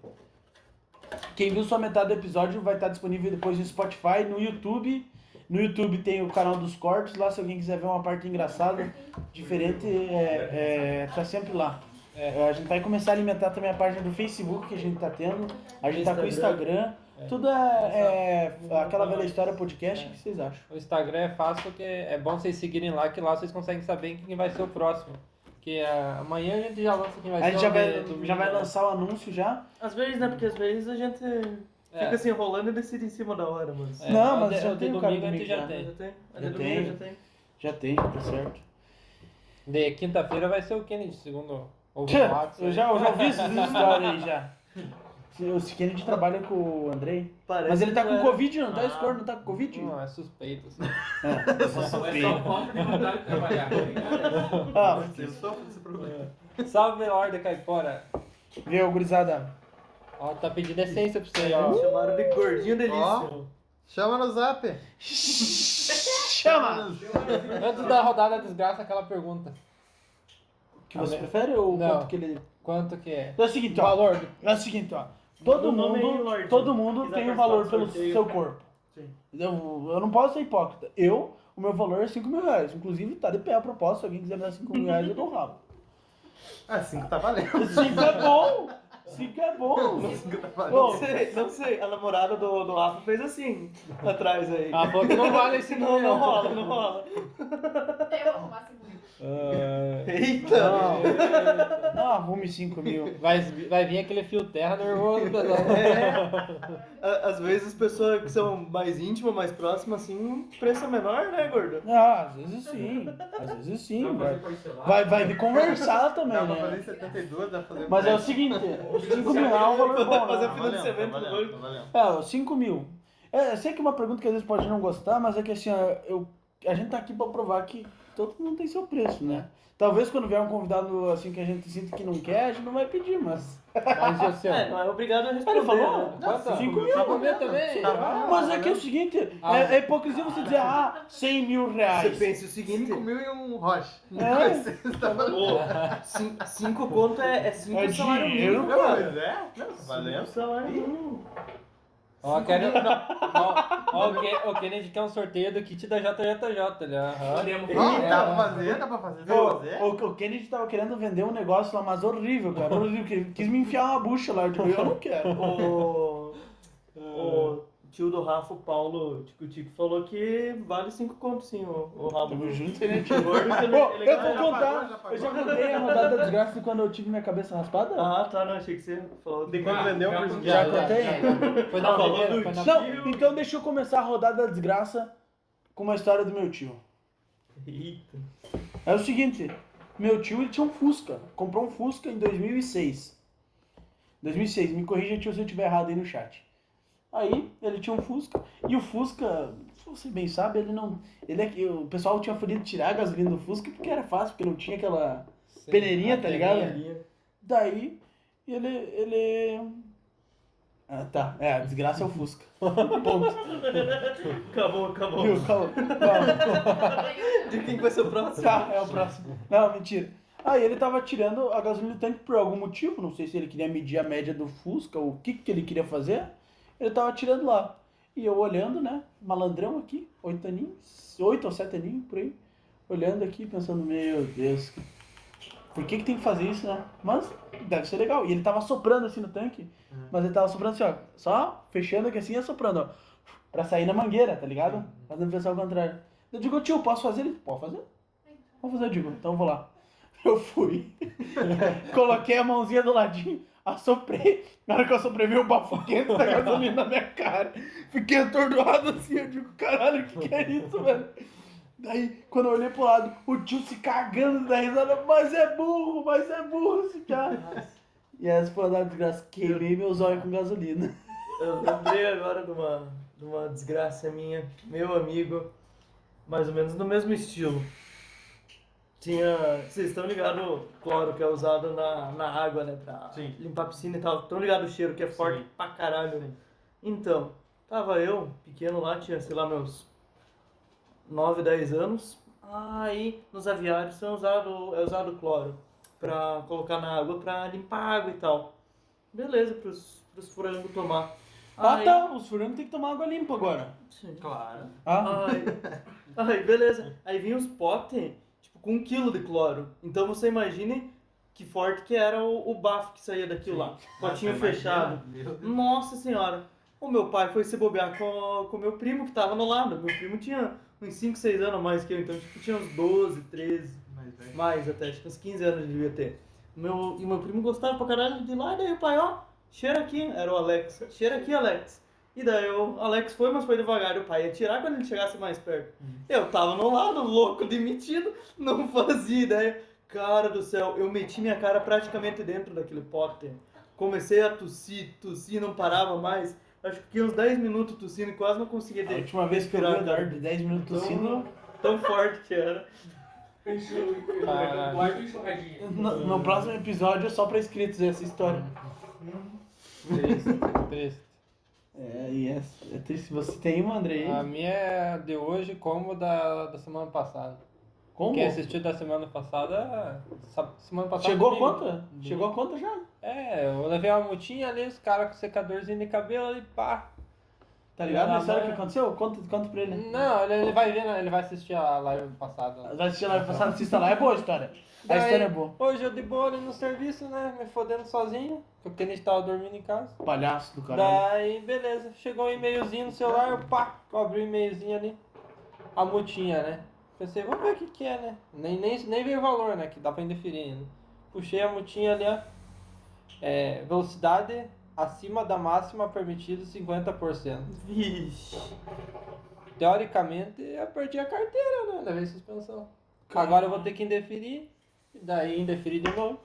Speaker 1: Quem viu só metade do episódio vai estar disponível depois no Spotify, no YouTube. No YouTube tem o canal dos cortes lá, se alguém quiser ver uma parte engraçada, diferente, é, é, tá sempre lá. É, a gente vai começar a alimentar também a página do Facebook que a gente tá tendo. A gente tá com o Instagram. Tudo é, é aquela velha história podcast. O que vocês acham?
Speaker 5: o Instagram é fácil porque é bom vocês seguirem lá, que lá vocês conseguem saber quem vai ser o próximo. Que ah, amanhã a gente já lança quem vai
Speaker 1: A
Speaker 5: ser
Speaker 1: gente
Speaker 5: o
Speaker 1: já
Speaker 5: de-
Speaker 1: vai,
Speaker 5: domingo,
Speaker 1: já vai
Speaker 5: né?
Speaker 1: lançar o anúncio já.
Speaker 3: Às vezes, né? Porque às vezes a gente
Speaker 5: É.
Speaker 3: Fica assim enrolando e decide em cima da hora, mano.
Speaker 5: É,
Speaker 1: Não,
Speaker 5: mas
Speaker 1: mas
Speaker 5: de-
Speaker 1: já
Speaker 5: de
Speaker 1: tem o cara
Speaker 5: domingo a gente
Speaker 1: domingo
Speaker 5: já
Speaker 1: já.
Speaker 5: tem.
Speaker 3: Já tem?
Speaker 1: Já
Speaker 3: Já
Speaker 1: tem.
Speaker 3: tem? Já tem.
Speaker 1: Já tem, já tá certo.
Speaker 5: De quinta-feira vai ser o Kennedy, segundo o
Speaker 1: Tchê,
Speaker 5: Watson.
Speaker 1: Eu já, eu já ouvi essas histórias aí já. O Kennedy trabalha com o Andrei.
Speaker 3: Parece
Speaker 1: Mas ele tá
Speaker 3: que
Speaker 1: com
Speaker 3: é-
Speaker 1: Covid, não tá?
Speaker 2: Ah.
Speaker 1: Esse corno não tá com Covid?
Speaker 5: Não, é suspeito. assim.
Speaker 1: É,
Speaker 3: tá
Speaker 4: Só só falta de vontade de trabalhar, tá ligado?
Speaker 1: Ah,
Speaker 2: Eu sofro desse problema.
Speaker 5: Salve, Lorde Caipora.
Speaker 1: viu, gurizada?
Speaker 5: Ó, tá pedindo essência pra você,
Speaker 3: Me
Speaker 5: ó.
Speaker 3: Chamaram de gordinho delícia.
Speaker 2: Ó. Chama no zap.
Speaker 1: Chama!
Speaker 5: Antes da rodada da desgraça, aquela pergunta.
Speaker 1: Que você prefere ou
Speaker 5: Não.
Speaker 1: quanto que ele...
Speaker 5: Quanto que é?
Speaker 1: É o seguinte, ó.
Speaker 5: Valor.
Speaker 1: É o seguinte, ó. Todo
Speaker 3: Manda o
Speaker 1: mundo,
Speaker 3: nome aí, Lorde.
Speaker 1: todo mundo
Speaker 3: Quiser
Speaker 1: tem um
Speaker 3: participar
Speaker 1: valor
Speaker 3: do
Speaker 1: pelo
Speaker 3: sorteio.
Speaker 1: seu corpo.
Speaker 2: Sim.
Speaker 1: Eu, eu não posso ser hipócrita. Eu, o meu valor é 5 mil reais. Inclusive, tá de pé a proposta. Se alguém quiser me dar 5 mil reais, eu dou o rabo.
Speaker 2: Ah, 5 tá valendo.
Speaker 1: 5 é bom! 5 é bom!
Speaker 2: 5 tá
Speaker 1: Ô,
Speaker 2: valendo.
Speaker 3: Não sei, não sei. A namorada do, do Rafa fez assim, atrás aí. assim,
Speaker 5: Ah, falou que não vale esse
Speaker 3: não,
Speaker 5: nome,
Speaker 3: não rola, não rola.
Speaker 6: Eu vou arrumar segundo.
Speaker 1: é,
Speaker 2: Eita!
Speaker 1: Não, arrume 5 mil.
Speaker 5: Vai, vai vir aquele fio terra nervoso, pessoal.
Speaker 3: Á- Às vezes as pessoas que são mais íntimas, mais próximas, assim, o preço é menor, né, gordo?
Speaker 1: Ah, às vezes sim. Às vezes sim,
Speaker 4: Não, mas
Speaker 1: vai.
Speaker 4: eu posso ir lá.
Speaker 1: Vai, vai vir conversar também,
Speaker 2: Dá pra
Speaker 1: né?
Speaker 2: fazer em 72, dá pra fazer. Tá
Speaker 1: Mas é o seguinte, 5 mil é um valor bom,
Speaker 3: Fazer
Speaker 1: né?
Speaker 3: o final de semana do gordo.
Speaker 1: É, 5 mil. É, eu sei que é uma pergunta que às vezes pode não gostar, mas é que assim, ó, eu, a gente tá aqui pra provar que todo mundo tem seu preço, né? Talvez quando vier um convidado assim que a gente sinta que não quer, a gente não vai pedir, mas.
Speaker 5: Mas assim, ó.
Speaker 3: É, não é obrigado a responder.
Speaker 1: Ele falou?
Speaker 3: né?
Speaker 5: Quanto?
Speaker 1: cinco
Speaker 5: Tá
Speaker 1: mil.
Speaker 5: bom mesmo também?
Speaker 2: Tá bom.
Speaker 1: Mas é que é o seguinte,
Speaker 5: Ah.
Speaker 1: é, é hipocrisia você dizer, ah, 100 mil
Speaker 3: Você
Speaker 1: reais.
Speaker 3: pensa o seguinte,
Speaker 2: 5 mil e um roche.
Speaker 1: É?
Speaker 2: tá valendo.
Speaker 3: cin- cinco conto é, é cinco
Speaker 1: É
Speaker 3: salário
Speaker 1: dinheiro,
Speaker 3: mínimo,
Speaker 2: Não,
Speaker 3: cara.
Speaker 2: mas é? Não, tá valendo.
Speaker 3: Salário mínimo.
Speaker 5: Ó, quero... ó, ó, o, Ken- o Kennedy quer um sorteio do kit da JJJ, ele, é, um- aham.
Speaker 4: Podemos
Speaker 2: Ó,
Speaker 4: fazer.
Speaker 5: É.
Speaker 2: dá pra fazer, Tá, dá pra fazer, dá pra
Speaker 1: Pô,
Speaker 2: fazer.
Speaker 1: o, o Kennedy tava querendo vender um negócio lá, mas horrível, cara. Horrível, que ele quis me enfiar uma bucha lá. Eu digo, eu não quero.
Speaker 3: O, o tio do Rafa, o Paulo Tico Tico, falou que vale cinco conto sim o, o rabo
Speaker 1: Tamo
Speaker 3: do-
Speaker 1: junto, né,
Speaker 3: do gordo. ele-
Speaker 1: Pô,
Speaker 3: ele-
Speaker 1: eu
Speaker 2: já
Speaker 1: vou
Speaker 2: pagou,
Speaker 1: contar.
Speaker 2: já pagou.
Speaker 1: eu já contei a rodada da desgraça quando eu tive minha cabeça raspada?
Speaker 3: Ah, tá, não, achei que você falou
Speaker 2: De quanto vendeu por
Speaker 4: Ah, Já,
Speaker 1: já
Speaker 2: dia?
Speaker 1: contei?
Speaker 5: Foi na
Speaker 3: Não,
Speaker 5: primeira,
Speaker 3: falou
Speaker 5: Tá, foi na
Speaker 1: não,
Speaker 5: primeira.
Speaker 1: então deixa eu começar a rodada da desgraça com uma história do meu tio.
Speaker 3: Eita.
Speaker 1: É o seguinte, meu tio ele tinha um Fusca, comprou um Fusca em 2006. 2006, me corrija tio se eu estiver errado aí no chat. Aí ele tinha um Fusca e o Fusca, se você bem sabe, ele não, ele é- o pessoal tinha fodido tirar a gasolina do Fusca porque era fácil, porque não tinha aquela
Speaker 5: Sim,
Speaker 1: peneirinha, tá ligado?
Speaker 5: peneirinha.
Speaker 1: Daí ele ele ah, tá, é, a desgraça é o Fusca. Ponto.
Speaker 3: Acabou, acabou.
Speaker 1: Viu? Calma. Calma.
Speaker 3: De quem que vai ser o próximo?
Speaker 1: Tá, é o próximo. Não, mentira. Aí ele tava tirando a gasolina do tanque por algum motivo, não sei se ele queria medir a média do Fusca ou o que que ele queria fazer. Ele tava tirando lá. E eu olhando, né? Malandrão aqui, oito aninhos, oito ou sete aninhos por aí. Olhando aqui, pensando, meu Deus, por que que tem que fazer isso, né? Mas deve ser legal. E ele tava soprando assim no tanque, mas ele tava soprando assim, ó, só fechando aqui assim e soprando, ó, pra sair na mangueira, tá ligado? Fazendo pensar ao contrário. Eu digo, tio, posso fazer? Ele, pode fazer. Vamos fazer, eu digo, então eu vou lá. Eu fui. Coloquei a mãozinha do ladinho, assoprei. Na hora que eu assoprei, veio o bafo quente da gasolina na minha cara. Fiquei atordoado assim, eu digo, caralho, o que, que é isso, velho? Daí, quando eu olhei pro lado, o tio se cagando da risada, mas é burro, mas é burro esse cara. E essa foi uma desgraça, queimei meus olhos com gasolina.
Speaker 3: Eu lembrei agora de uma, de uma desgraça minha, meu amigo, mais ou menos no mesmo estilo. Tinha. Vocês estão ligados o cloro que é usado na, na água, né? Pra
Speaker 2: Sim.
Speaker 3: limpar a piscina e tal. Estão ligados o cheiro que é forte
Speaker 2: Sim.
Speaker 3: pra caralho. né? Então, tava eu, pequeno lá, tinha, sei lá, meus 9, 10 anos. Aí nos aviários são usado, é usado cloro pra colocar na água pra limpar a água e tal. Beleza, pros, pros furangos tomar.
Speaker 1: Ah
Speaker 3: Aí-
Speaker 1: tá, os furangos tem que tomar água limpa agora.
Speaker 3: Sim.
Speaker 2: Claro.
Speaker 1: Ah,
Speaker 3: Ai, ai, beleza. Aí vinha os potes, tipo, com um quilo de cloro. Então você imagine que forte que era o, o bafo que saía daquilo lá.
Speaker 2: Ah,
Speaker 3: Potinho
Speaker 2: Nossa,
Speaker 3: fechado.
Speaker 2: imagina, é meu Deus.
Speaker 3: Nossa senhora. O meu pai foi se bobear com com o meu primo que tava no lado. Meu primo tinha uns 5, 6 anos a mais que eu, então tipo, tinha uns 12, 13,
Speaker 2: Mas é.
Speaker 3: mais até, acho que uns 15 anos ele devia ter. Meu, e meu primo gostava pra caralho de ir lá, e daí o pai, ó, Cheira aqui, era o Alex. Cheira aqui, Alex. E daí o Alex foi, mas foi devagar. E o pai ia tirar quando ele chegasse mais perto.
Speaker 1: Uhum.
Speaker 3: Eu tava no lado, louco, demitido, não fazia ideia. Cara do céu, eu meti minha cara praticamente dentro daquele pote. Comecei a tossir, tossir, não parava mais. Acho que fiquei uns 10 minutos tossindo e quase não conseguia
Speaker 1: A
Speaker 3: de-
Speaker 1: última vez que eu vi um o
Speaker 3: respirar, cara.
Speaker 1: Eduardo de 10 minutos assim, tossindo,
Speaker 3: Tão forte que era.
Speaker 5: Ah.
Speaker 4: Guarda o enxurradinho.
Speaker 1: no, no próximo episódio é só pra inscritos essa história.
Speaker 5: Triste, triste.
Speaker 1: É, e é, é triste. Você tem uma, Andrei?
Speaker 5: A minha é de hoje como da, da semana passada.
Speaker 1: Como?
Speaker 5: Quem assistiu da semana passada. sa- Semana passada.
Speaker 1: Chegou a
Speaker 5: domingo.
Speaker 1: conta? Chegou a conta já?
Speaker 5: É, eu levei uma multinha ali, os caras com secadorzinho de cabelo ali, pá.
Speaker 1: Tá ligado?
Speaker 5: Ah,
Speaker 1: A história que
Speaker 5: mas-
Speaker 1: aconteceu? Conta, conta pra ele.
Speaker 5: Não, ele, ele vai ver, né? ele vai assistir a live né? passada.
Speaker 1: Vai assistir a live passada, assista lá. É boa a história. A
Speaker 5: Daí,
Speaker 1: história é boa.
Speaker 5: Hoje eu de boa ali no serviço, né? Me fodendo sozinho, porque o Kennedy tava dormindo em casa.
Speaker 1: Palhaço do caralho.
Speaker 5: Daí, beleza. Chegou um e-mailzinho no celular, eu pá, eu abri o e-mailzinho ali. A multinha, né? Pensei, vamos ver o que que é, né? Nem, nem, nem veio o valor, né? Que dá pra indeferir ainda. Puxei a multinha ali, ó. É, velocidade acima da máxima permitida 50%.
Speaker 3: Vixe.
Speaker 5: Teoricamente, eu perdi a carteira, né? Levei suspensão. Agora eu vou ter que indeferir. e Daí indeferir de novo.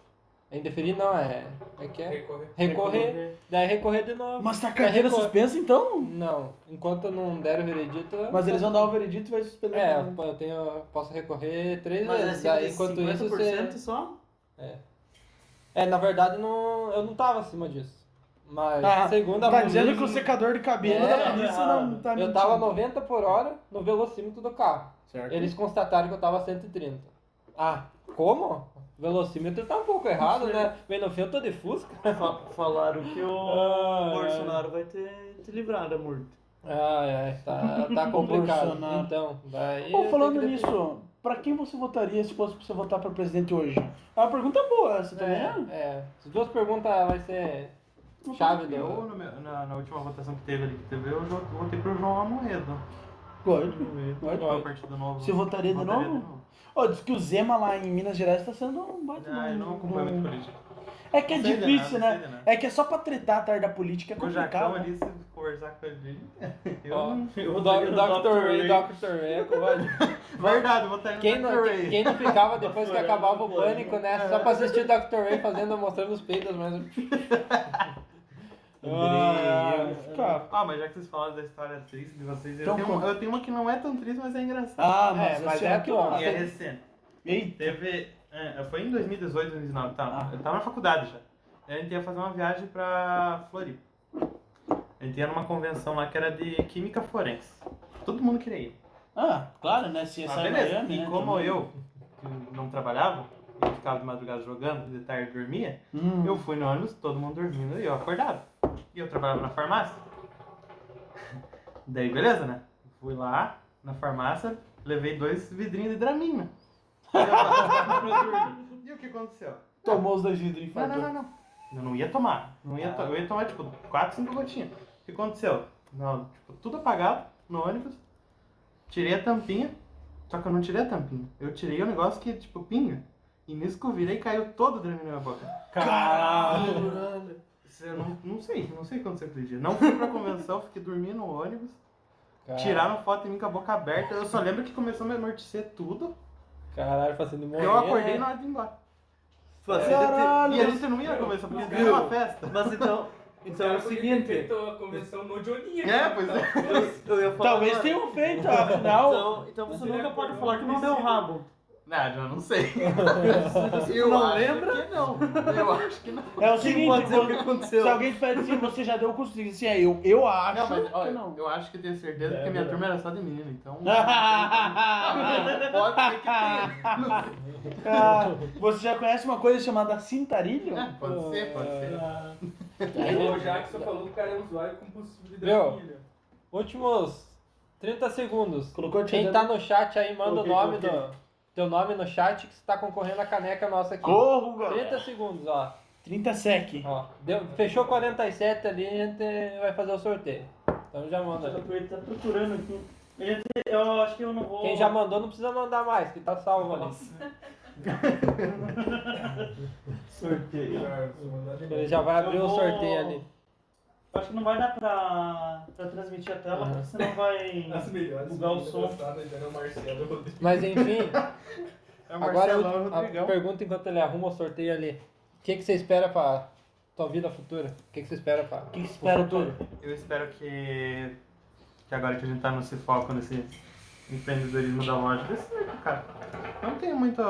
Speaker 5: É Indeferir não, é... É que é?
Speaker 4: Recorrer.
Speaker 5: Recorrer. Daí recorrer de novo.
Speaker 1: Mas tá a carteira
Speaker 5: Record.
Speaker 1: suspensa então?
Speaker 5: Não, enquanto não der o veredito. eu-
Speaker 1: Mas eles vão dar o veredito e vai suspender.
Speaker 5: Uhum. É, eu tenho, eu posso recorrer três
Speaker 3: Mas
Speaker 5: vezes.
Speaker 3: assim,
Speaker 5: Daí, enquanto isso,
Speaker 3: 50%
Speaker 5: você...
Speaker 3: só?
Speaker 5: É, na verdade, não, eu não tava acima disso. Mas,
Speaker 1: Ah,
Speaker 5: segundo a
Speaker 1: Tá
Speaker 5: polícia,
Speaker 1: dizendo que o secador de cabelo
Speaker 5: É,
Speaker 1: da polícia não tá mentindo.
Speaker 5: eu tava 90 por hora no velocímetro do carro.
Speaker 1: Certo.
Speaker 5: Eles constataram que eu tava 130. Ah, como? O velocímetro tá um pouco errado, né? Bem no fim, eu tô de fusca.
Speaker 3: Fa- Falaram que o
Speaker 5: Ah,
Speaker 3: Bolsonaro vai ter te livrado da multa.
Speaker 5: Ai, ai, tá, tá complicado.
Speaker 1: Bolsonaro.
Speaker 5: Então, daí.
Speaker 1: Ô,
Speaker 5: eu
Speaker 1: falando
Speaker 5: tenho que definir.
Speaker 1: nisso, pra quem você votaria se fosse pra você votar pra presidente hoje? É uma pergunta boa essa também. né? tá
Speaker 5: É, é. As duas perguntas vai ser chave
Speaker 2: Eu,
Speaker 5: do.
Speaker 2: no meu- na, na última votação que teve ali, que teve, eu jo- votei pro João Amoedo.
Speaker 1: Gordo.
Speaker 2: Pro meu partido novo.
Speaker 1: Você votaria de
Speaker 2: Votaria
Speaker 1: novo? Ô, diz que o Zema lá em Minas Gerais tá sendo um baita.
Speaker 2: Ah, eu não acompanho muito política.
Speaker 1: É que é
Speaker 2: Não sei de
Speaker 1: difícil,
Speaker 2: nada, não
Speaker 1: né?
Speaker 2: sei de nada.
Speaker 1: É que é só pra tretar a tarde da política, é
Speaker 2: O Jacão
Speaker 1: complicado.
Speaker 2: ali, se conversar com ele, eu
Speaker 5: Ó,
Speaker 2: não...
Speaker 5: O Dr. Ray, Dr. Ray, é covarde.
Speaker 2: Verdade, eu votaria no
Speaker 5: Quem não,
Speaker 2: Dr.
Speaker 5: quem,
Speaker 2: Ray.
Speaker 5: quem não ficava depois que
Speaker 3: Dr. Ray,
Speaker 5: acabava o
Speaker 3: Dr. Ray.
Speaker 5: pânico, né? Só pra assistir o Dr. Ray fazendo, mostrando os peitos, mas.
Speaker 1: Andrei, eu não ficava.
Speaker 2: Ah, mas já que vocês falaram da história triste de vocês,
Speaker 1: Então
Speaker 2: eu, tenho uma,
Speaker 1: conta.
Speaker 2: eu tenho uma que não é tão triste, mas é engraçada.
Speaker 1: Ah, mas,
Speaker 5: É, mas
Speaker 1: assim,
Speaker 5: é
Speaker 1: ó, que
Speaker 5: atual.
Speaker 1: massa.
Speaker 2: e é recente.
Speaker 1: Ei,
Speaker 2: Teve. é, foi em 2018, 2019, tá?
Speaker 1: Ah.
Speaker 2: Eu tava na faculdade já. Daí A gente ia fazer uma viagem pra Floripa. A gente ia numa convenção lá que era de química forense. Todo mundo queria ir.
Speaker 1: Ah, claro, né? Se ia
Speaker 2: Ah,
Speaker 1: sair
Speaker 2: beleza.
Speaker 1: Miami,
Speaker 2: e
Speaker 1: né?
Speaker 2: como
Speaker 1: também.
Speaker 2: eu que não trabalhava, eu ficava de madrugada jogando, de tarde dormia,
Speaker 1: Hum.
Speaker 2: eu fui no ônibus, todo mundo dormindo e eu acordava. E eu trabalhava na farmácia. Daí, beleza, né? Fui lá na farmácia, levei dois vidrinhos de Dramina. e o que aconteceu?
Speaker 1: Tomou os dois vidros e
Speaker 2: Não, não,
Speaker 1: infartou.
Speaker 2: não, não. Eu não ia tomar. Não
Speaker 1: Ah.
Speaker 2: ia to- Eu ia tomar, tipo, 4, 5 gotinhas. O que aconteceu? Não, tipo, tudo apagado no ônibus. Tirei a tampinha. Só que eu não tirei a tampinha. Eu tirei o negócio que, tipo, pinga. E nisso que eu virei, caiu todo o drama na minha boca.
Speaker 1: Caralho!
Speaker 3: Caralho.
Speaker 2: Isso Eu não, não sei, não sei o que aconteceu aquele dia. Não fui pra convenção, fiquei dormindo no ônibus.
Speaker 1: Ah.
Speaker 2: Tiraram foto de mim com a boca aberta. Eu só lembro que começou a me amortecer tudo.
Speaker 5: Caralho, fazendo morrer.
Speaker 2: eu acordei
Speaker 5: né?
Speaker 2: na hora de ir embora.
Speaker 3: Fazendo
Speaker 1: É, Caralho!
Speaker 2: E a gente não ia na convenção, porque era uma festa.
Speaker 3: Mas então, então é o seguinte.
Speaker 4: Tentou a convenção no né? Então, Joninha.
Speaker 2: É, pois é.
Speaker 3: Eu ia falar
Speaker 1: Talvez
Speaker 3: agora.
Speaker 1: tenham feito, afinal. é
Speaker 3: Então, então você nunca pode falar que não deu rabo.
Speaker 2: Nada, eu não sei.
Speaker 3: Eu não lembra?
Speaker 2: que não. Eu acho que não.
Speaker 1: É o
Speaker 3: Quem
Speaker 1: seguinte,
Speaker 3: pode dizer o que
Speaker 1: quando- se
Speaker 3: aconteceu?
Speaker 1: alguém te pede assim, você já deu o custo. Assim, é, eu, eu acho
Speaker 2: Não, mas
Speaker 1: que
Speaker 2: olha,
Speaker 1: não.
Speaker 2: eu acho que eu tenho certeza porque minha turma era só de menino, então. Pode ser que tenha. Não sei.
Speaker 1: Ah, você já conhece uma coisa chamada cintarilho?
Speaker 2: É, Pode ser, pode ser.
Speaker 4: assim, O Jackson falou que o cara é usuário compulsivo de
Speaker 5: Meu.
Speaker 4: Dramina.
Speaker 5: Últimos 30 segundos.
Speaker 1: Colocou o
Speaker 5: Quem
Speaker 1: Tinder-
Speaker 5: tá no chat aí, manda
Speaker 1: Coloquei,
Speaker 5: o nome
Speaker 1: coloquei.
Speaker 5: do. Teu nome no chat que você tá concorrendo a caneca nossa aqui.
Speaker 1: Corro, galera.
Speaker 5: 30 segundos, ó.
Speaker 1: 30 sec.
Speaker 5: ó deu- fechou 47 ali, a gente vai fazer o sorteio. Então já manda. ali.
Speaker 3: Tá procurando aqui. Eu acho que eu não vou.
Speaker 5: Quem já mandou não precisa mandar mais, que tá salvo ali.
Speaker 2: Sorteio.
Speaker 5: Ele já vai abrir
Speaker 2: Eu
Speaker 5: o
Speaker 2: vou-
Speaker 5: sorteio ali.
Speaker 2: Acho que não vai dar pra, pra transmitir a tela,
Speaker 5: Aham.
Speaker 2: porque senão vai.
Speaker 3: Assim
Speaker 4: As melhores.
Speaker 2: Bugar o
Speaker 4: meninas
Speaker 2: som.
Speaker 4: passadas, era o Marcelo Rodrigues.
Speaker 5: Mas enfim,
Speaker 2: É o
Speaker 5: agora eu-
Speaker 2: Marcelão e o
Speaker 5: a
Speaker 2: Rodrigão.
Speaker 5: pergunta enquanto ele arruma o sorteio ali. O que, que você espera pra tua vida futura? O que, que você espera pra.
Speaker 2: O que que espera tudo? Eu espero que. Que agora que a gente tá nesse foco, nesse empreendedorismo da loja, dê certo, cara. Não tem muita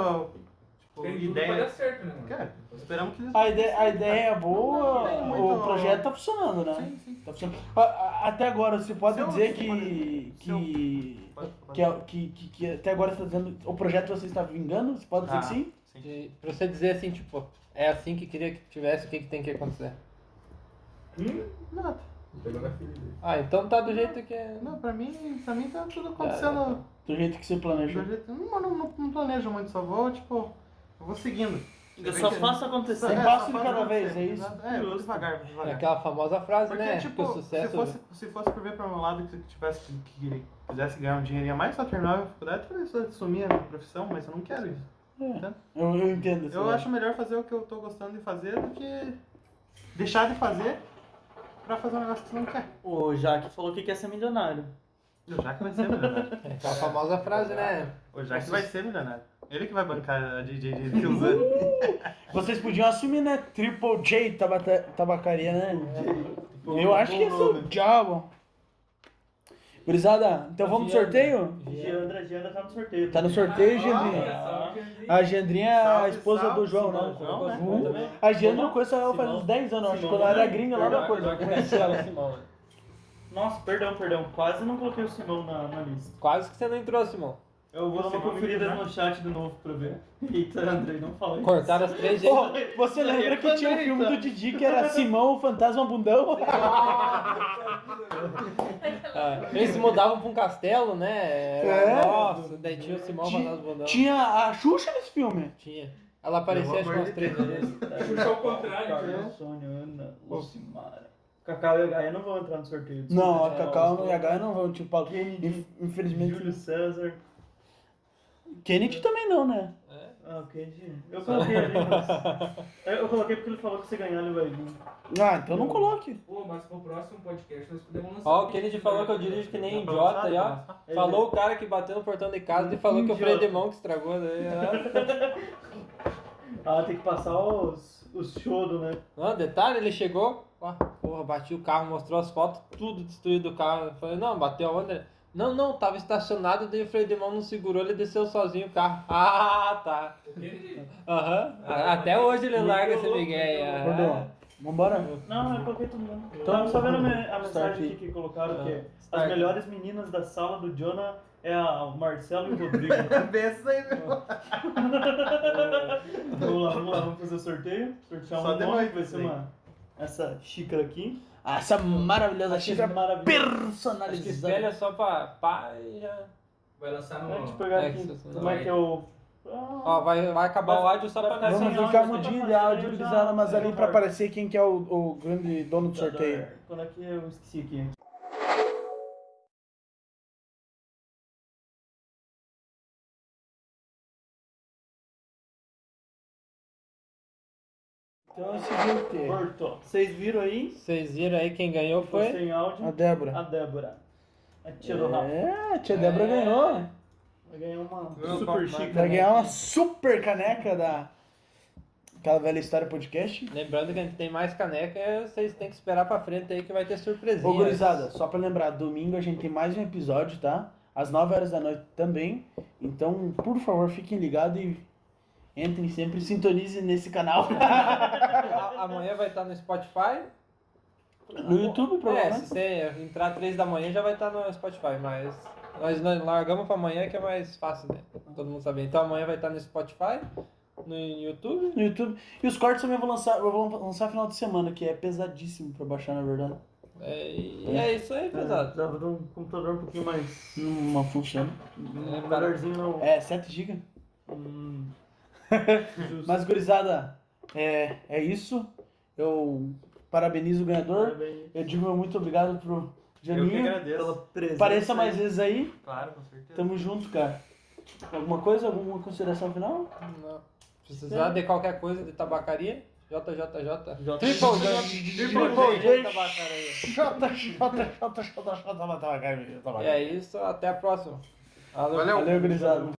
Speaker 2: tipo,
Speaker 4: Tem tudo pra dar
Speaker 2: ideia.
Speaker 4: certo, né? mano?
Speaker 2: Cara, esperamos que eles.
Speaker 1: A ideia, a ideia é boa,
Speaker 2: Não, não, não.
Speaker 1: o projeto tá funcionando, né?
Speaker 2: Sim, sim.
Speaker 1: Tá funcionando. A- a- Até agora, você pode
Speaker 2: Seu-
Speaker 1: dizer
Speaker 2: seu-
Speaker 1: que,
Speaker 2: seu-
Speaker 1: que,
Speaker 2: Pode-
Speaker 1: que, é- que, que- que até agora você tá dizendo, o projeto você está vingando? Você pode dizer
Speaker 2: Ah,
Speaker 1: que sim?
Speaker 2: sim.
Speaker 5: De, pra você dizer assim, tipo, é assim que queria que tivesse, o que, que tem que acontecer?
Speaker 4: Hum?
Speaker 2: Nada.
Speaker 4: Pegou na filha dele.
Speaker 5: Ah, então tá do jeito que.
Speaker 2: Não, pra mim, pra mim tá tudo acontecendo.
Speaker 1: Do jeito que você planejou.
Speaker 2: do jeito- Não, não, não, não planejo muito, só vou, tipo, eu vou seguindo.
Speaker 3: Eu só faço acontecer.
Speaker 1: Um
Speaker 2: É,
Speaker 1: passo
Speaker 2: só
Speaker 1: de
Speaker 2: faço
Speaker 1: cada vez,
Speaker 2: acontecer.
Speaker 1: é isso?
Speaker 2: Exato. É, eu vou devagar, vou
Speaker 5: É
Speaker 2: devagar.
Speaker 5: aquela famosa frase,
Speaker 2: Porque,
Speaker 5: né?
Speaker 2: tipo,
Speaker 5: que o sucesso.
Speaker 2: se, fosse, se fosse pra ver pra um lado que tivesse que, que quisesse ganhar um dinheirinho a mais, só terminava a faculdade, talvez eu sumia na profissão, mas eu não quero isso.
Speaker 1: Eu, eu entendo.
Speaker 2: Eu
Speaker 1: assim,
Speaker 2: acho melhor fazer o que eu tô gostando de fazer do que deixar de fazer pra fazer um negócio que você não quer.
Speaker 3: O Jaque falou que quer ser milionário.
Speaker 2: O Jack vai ser milionário.
Speaker 5: É aquela famosa frase, né?
Speaker 2: O Jack vai ser milionário. Ele que vai bancar a DJ de uns anos.
Speaker 1: Vocês podiam assumir, né? Triple J tabata- tabacaria, né? Eu acho que esse é o diabo. Gurizada,
Speaker 3: Tá
Speaker 1: então vamos pro sorteio?
Speaker 3: Giandra, Giandra tá no sorteio.
Speaker 1: Tá no sorteio, Gendrinha?
Speaker 4: Ah, olha só,
Speaker 1: A Gendrinha é a
Speaker 2: Salve,
Speaker 1: esposa
Speaker 2: salve,
Speaker 1: do João,
Speaker 2: Simão,
Speaker 1: né?
Speaker 2: João, né?
Speaker 1: Hum.
Speaker 2: Também.
Speaker 1: A Gendrinha eu conheço ela faz uns 10 anos, eu acho. Quando ela
Speaker 3: né?
Speaker 1: era gringa, lá da coisa. Eu conheci ela.
Speaker 5: Simão.
Speaker 3: Nossa, perdão, perdão. Quase não coloquei o Simão na, na lista.
Speaker 5: Quase que você não entrou, Simão.
Speaker 3: Eu vou dar uma
Speaker 2: Simão
Speaker 3: conferida
Speaker 2: Milionário.
Speaker 3: no chat de novo pra ver. Eita, Andrei, não fala isso.
Speaker 5: Cortaram as três gente.
Speaker 1: Pô, você lembra que tinha um filme do Didi que era Simão, o Fantasma Bundão?
Speaker 5: Ah, eles se mudavam pra um castelo, né?
Speaker 1: É.
Speaker 5: Era, Nossa, daí tinha o Simão
Speaker 1: Ti-
Speaker 5: Manaus Bondão.
Speaker 1: Tinha a Xuxa nesse filme.
Speaker 5: Tinha. Ela aparecia acho que umas três vezes.
Speaker 4: Puxar o contrário, né?
Speaker 3: Carlos, Sônia, Ana, Lucimara. Cacau e H, eu não vou entrar no sorteio. desculpa,
Speaker 1: Não, a
Speaker 3: pessoal.
Speaker 1: Cacau e a Gaia não vão, tipo, Paulo.
Speaker 3: Kennedy.
Speaker 1: Inf- Infelizmente.
Speaker 3: Júlio César.
Speaker 1: Kennedy também não, né?
Speaker 3: Ah, ok, gente. Eu coloquei ali, mas... Eu coloquei porque ele falou que se ganhar ele vai vir.
Speaker 1: Ah, então não coloque.
Speaker 4: Pô, mas pro próximo podcast nós podemos lançar.
Speaker 5: Ó, o
Speaker 4: um
Speaker 5: Kennedy
Speaker 4: vídeo,
Speaker 5: falou
Speaker 4: né?
Speaker 5: que eu dirijo que
Speaker 2: Dá
Speaker 5: nem
Speaker 2: pra
Speaker 5: Um idiota
Speaker 2: lançar,
Speaker 5: aí,
Speaker 2: dá
Speaker 5: ó.
Speaker 2: pra lançar.
Speaker 3: Ele-
Speaker 5: Falou o cara que bateu no portão de casa e falou que o freio de
Speaker 3: Idiota.
Speaker 5: mão que estragou. né? Daí, ó.
Speaker 3: Ah, tem que passar os, os choros, né?
Speaker 5: Não, detalhe, ele chegou, ó, porra, bati o carro, mostrou as fotos, tudo destruído o carro. Eu falei, não, bateu onde? Não, não, tava estacionado, daí o freio de mão não segurou, ele desceu sozinho o carro. Ah, tá.
Speaker 4: O Kennedy,
Speaker 5: Aham. A- Até hoje ele larga esse
Speaker 4: Ah, louco,
Speaker 5: Miguel.
Speaker 4: meu
Speaker 5: aham.
Speaker 1: Gordão, vambora.
Speaker 3: É. Não, eu coloquei todo mundo.
Speaker 1: Então,
Speaker 3: Tava só vendo a, me- a
Speaker 1: start.
Speaker 3: mensagem aqui que colocaram
Speaker 5: Ah,
Speaker 3: que
Speaker 5: start.
Speaker 3: as melhores meninas da sala do Jonah é a o Marcelo e o Rodrigo.
Speaker 2: Pensa aí, meu.
Speaker 3: vamos lá, vamos lá, vamos fazer o sorteio. Sortear
Speaker 2: Só
Speaker 3: um
Speaker 2: de
Speaker 3: nome,
Speaker 2: noite,
Speaker 3: vai ser
Speaker 2: sim.
Speaker 3: uma... Essa xícara aqui.
Speaker 1: Ah, essa maravilhosa xícara
Speaker 3: é maravilhosa.
Speaker 5: Acho que
Speaker 1: personalizada.
Speaker 5: espelha só pra pá e já.
Speaker 4: vai lançar um
Speaker 3: Deixa eu te
Speaker 4: no.
Speaker 3: pegar
Speaker 5: É,
Speaker 3: aqui.
Speaker 5: que isso-
Speaker 3: Como é que é o...
Speaker 5: Ó, vai, vai acabar o áudio só pra nós.
Speaker 1: Vamos
Speaker 3: Sim,
Speaker 5: Não,
Speaker 1: ficar
Speaker 3: não,
Speaker 1: mudinho
Speaker 3: não,
Speaker 1: é de
Speaker 3: não,
Speaker 1: áudio,
Speaker 3: não,
Speaker 1: gurizada, mas
Speaker 3: não,
Speaker 1: ali
Speaker 3: não,
Speaker 1: pra
Speaker 3: não.
Speaker 1: aparecer quem que é o, o grande dono do sorteio.
Speaker 3: Quando é que eu esqueci aqui?
Speaker 1: Então é o seguinte,
Speaker 3: Cortou. Vocês viram aí?
Speaker 5: Vocês viram aí quem ganhou
Speaker 3: Foi
Speaker 5: foi?
Speaker 3: sem áudio.
Speaker 1: a Débora.
Speaker 3: A Débora. A tia do Rafa.
Speaker 1: É, a tia Débora ganhou. né?
Speaker 3: Vai ganhar uma
Speaker 2: Ganhou o
Speaker 3: super
Speaker 2: Papo
Speaker 3: xícara.
Speaker 1: Vai ganhar uma super caneca da... Aquela velha história podcast.
Speaker 5: Lembrando que a gente tem mais caneca, vocês têm que esperar pra frente aí que vai ter surpresinha.
Speaker 1: Ô, gurizada, só pra lembrar, domingo a gente tem mais um episódio, tá? Às 9 horas da noite também. Então, por favor, fiquem ligados e entrem sempre, sintonizem nesse canal.
Speaker 5: A- Amanhã vai estar no Spotify.
Speaker 1: no YouTube,
Speaker 5: É,
Speaker 1: provavelmente.
Speaker 5: se você entrar três da manhã já vai estar no Spotify, mas nós nós largamos pra amanhã que é mais fácil, né? Todo mundo saber. Então amanhã vai estar no Spotify, no YouTube.
Speaker 1: No YouTube. E os cortes também eu vou lançar, eu vou lançar final de semana, que é pesadíssimo pra baixar, na verdade.
Speaker 5: É, e é isso aí, pesado.
Speaker 3: Precisava de um computador um pouquinho mais.
Speaker 1: Não funciona.
Speaker 5: É,
Speaker 3: Um
Speaker 5: para-
Speaker 3: melhorzinho não.
Speaker 1: É, 7 GB.
Speaker 3: Hum. Justo.
Speaker 1: Mas, gurizada, é, é isso. Eu parabenizo o ganhador.
Speaker 3: Parabéns
Speaker 1: Eu digo meu muito obrigado pro
Speaker 2: Eu que
Speaker 1: Janinho.
Speaker 2: agradeço.
Speaker 3: pela presença.
Speaker 1: Pareça mais vezes aí.
Speaker 2: Claro, com certeza.
Speaker 1: Tamo junto, cara. Alguma coisa, alguma consideração final?
Speaker 5: Não. Precisar de qualquer coisa de tabacaria, JJJ.
Speaker 3: J-
Speaker 5: Triple
Speaker 3: J-
Speaker 5: J.
Speaker 2: Triple
Speaker 5: J tabacaria.
Speaker 1: Jota, Jota, Jota, Jota, Jota, Jota, Jota, Jota,
Speaker 5: E é isso, até a próxima. Valeu.
Speaker 1: Valeu, gurizada.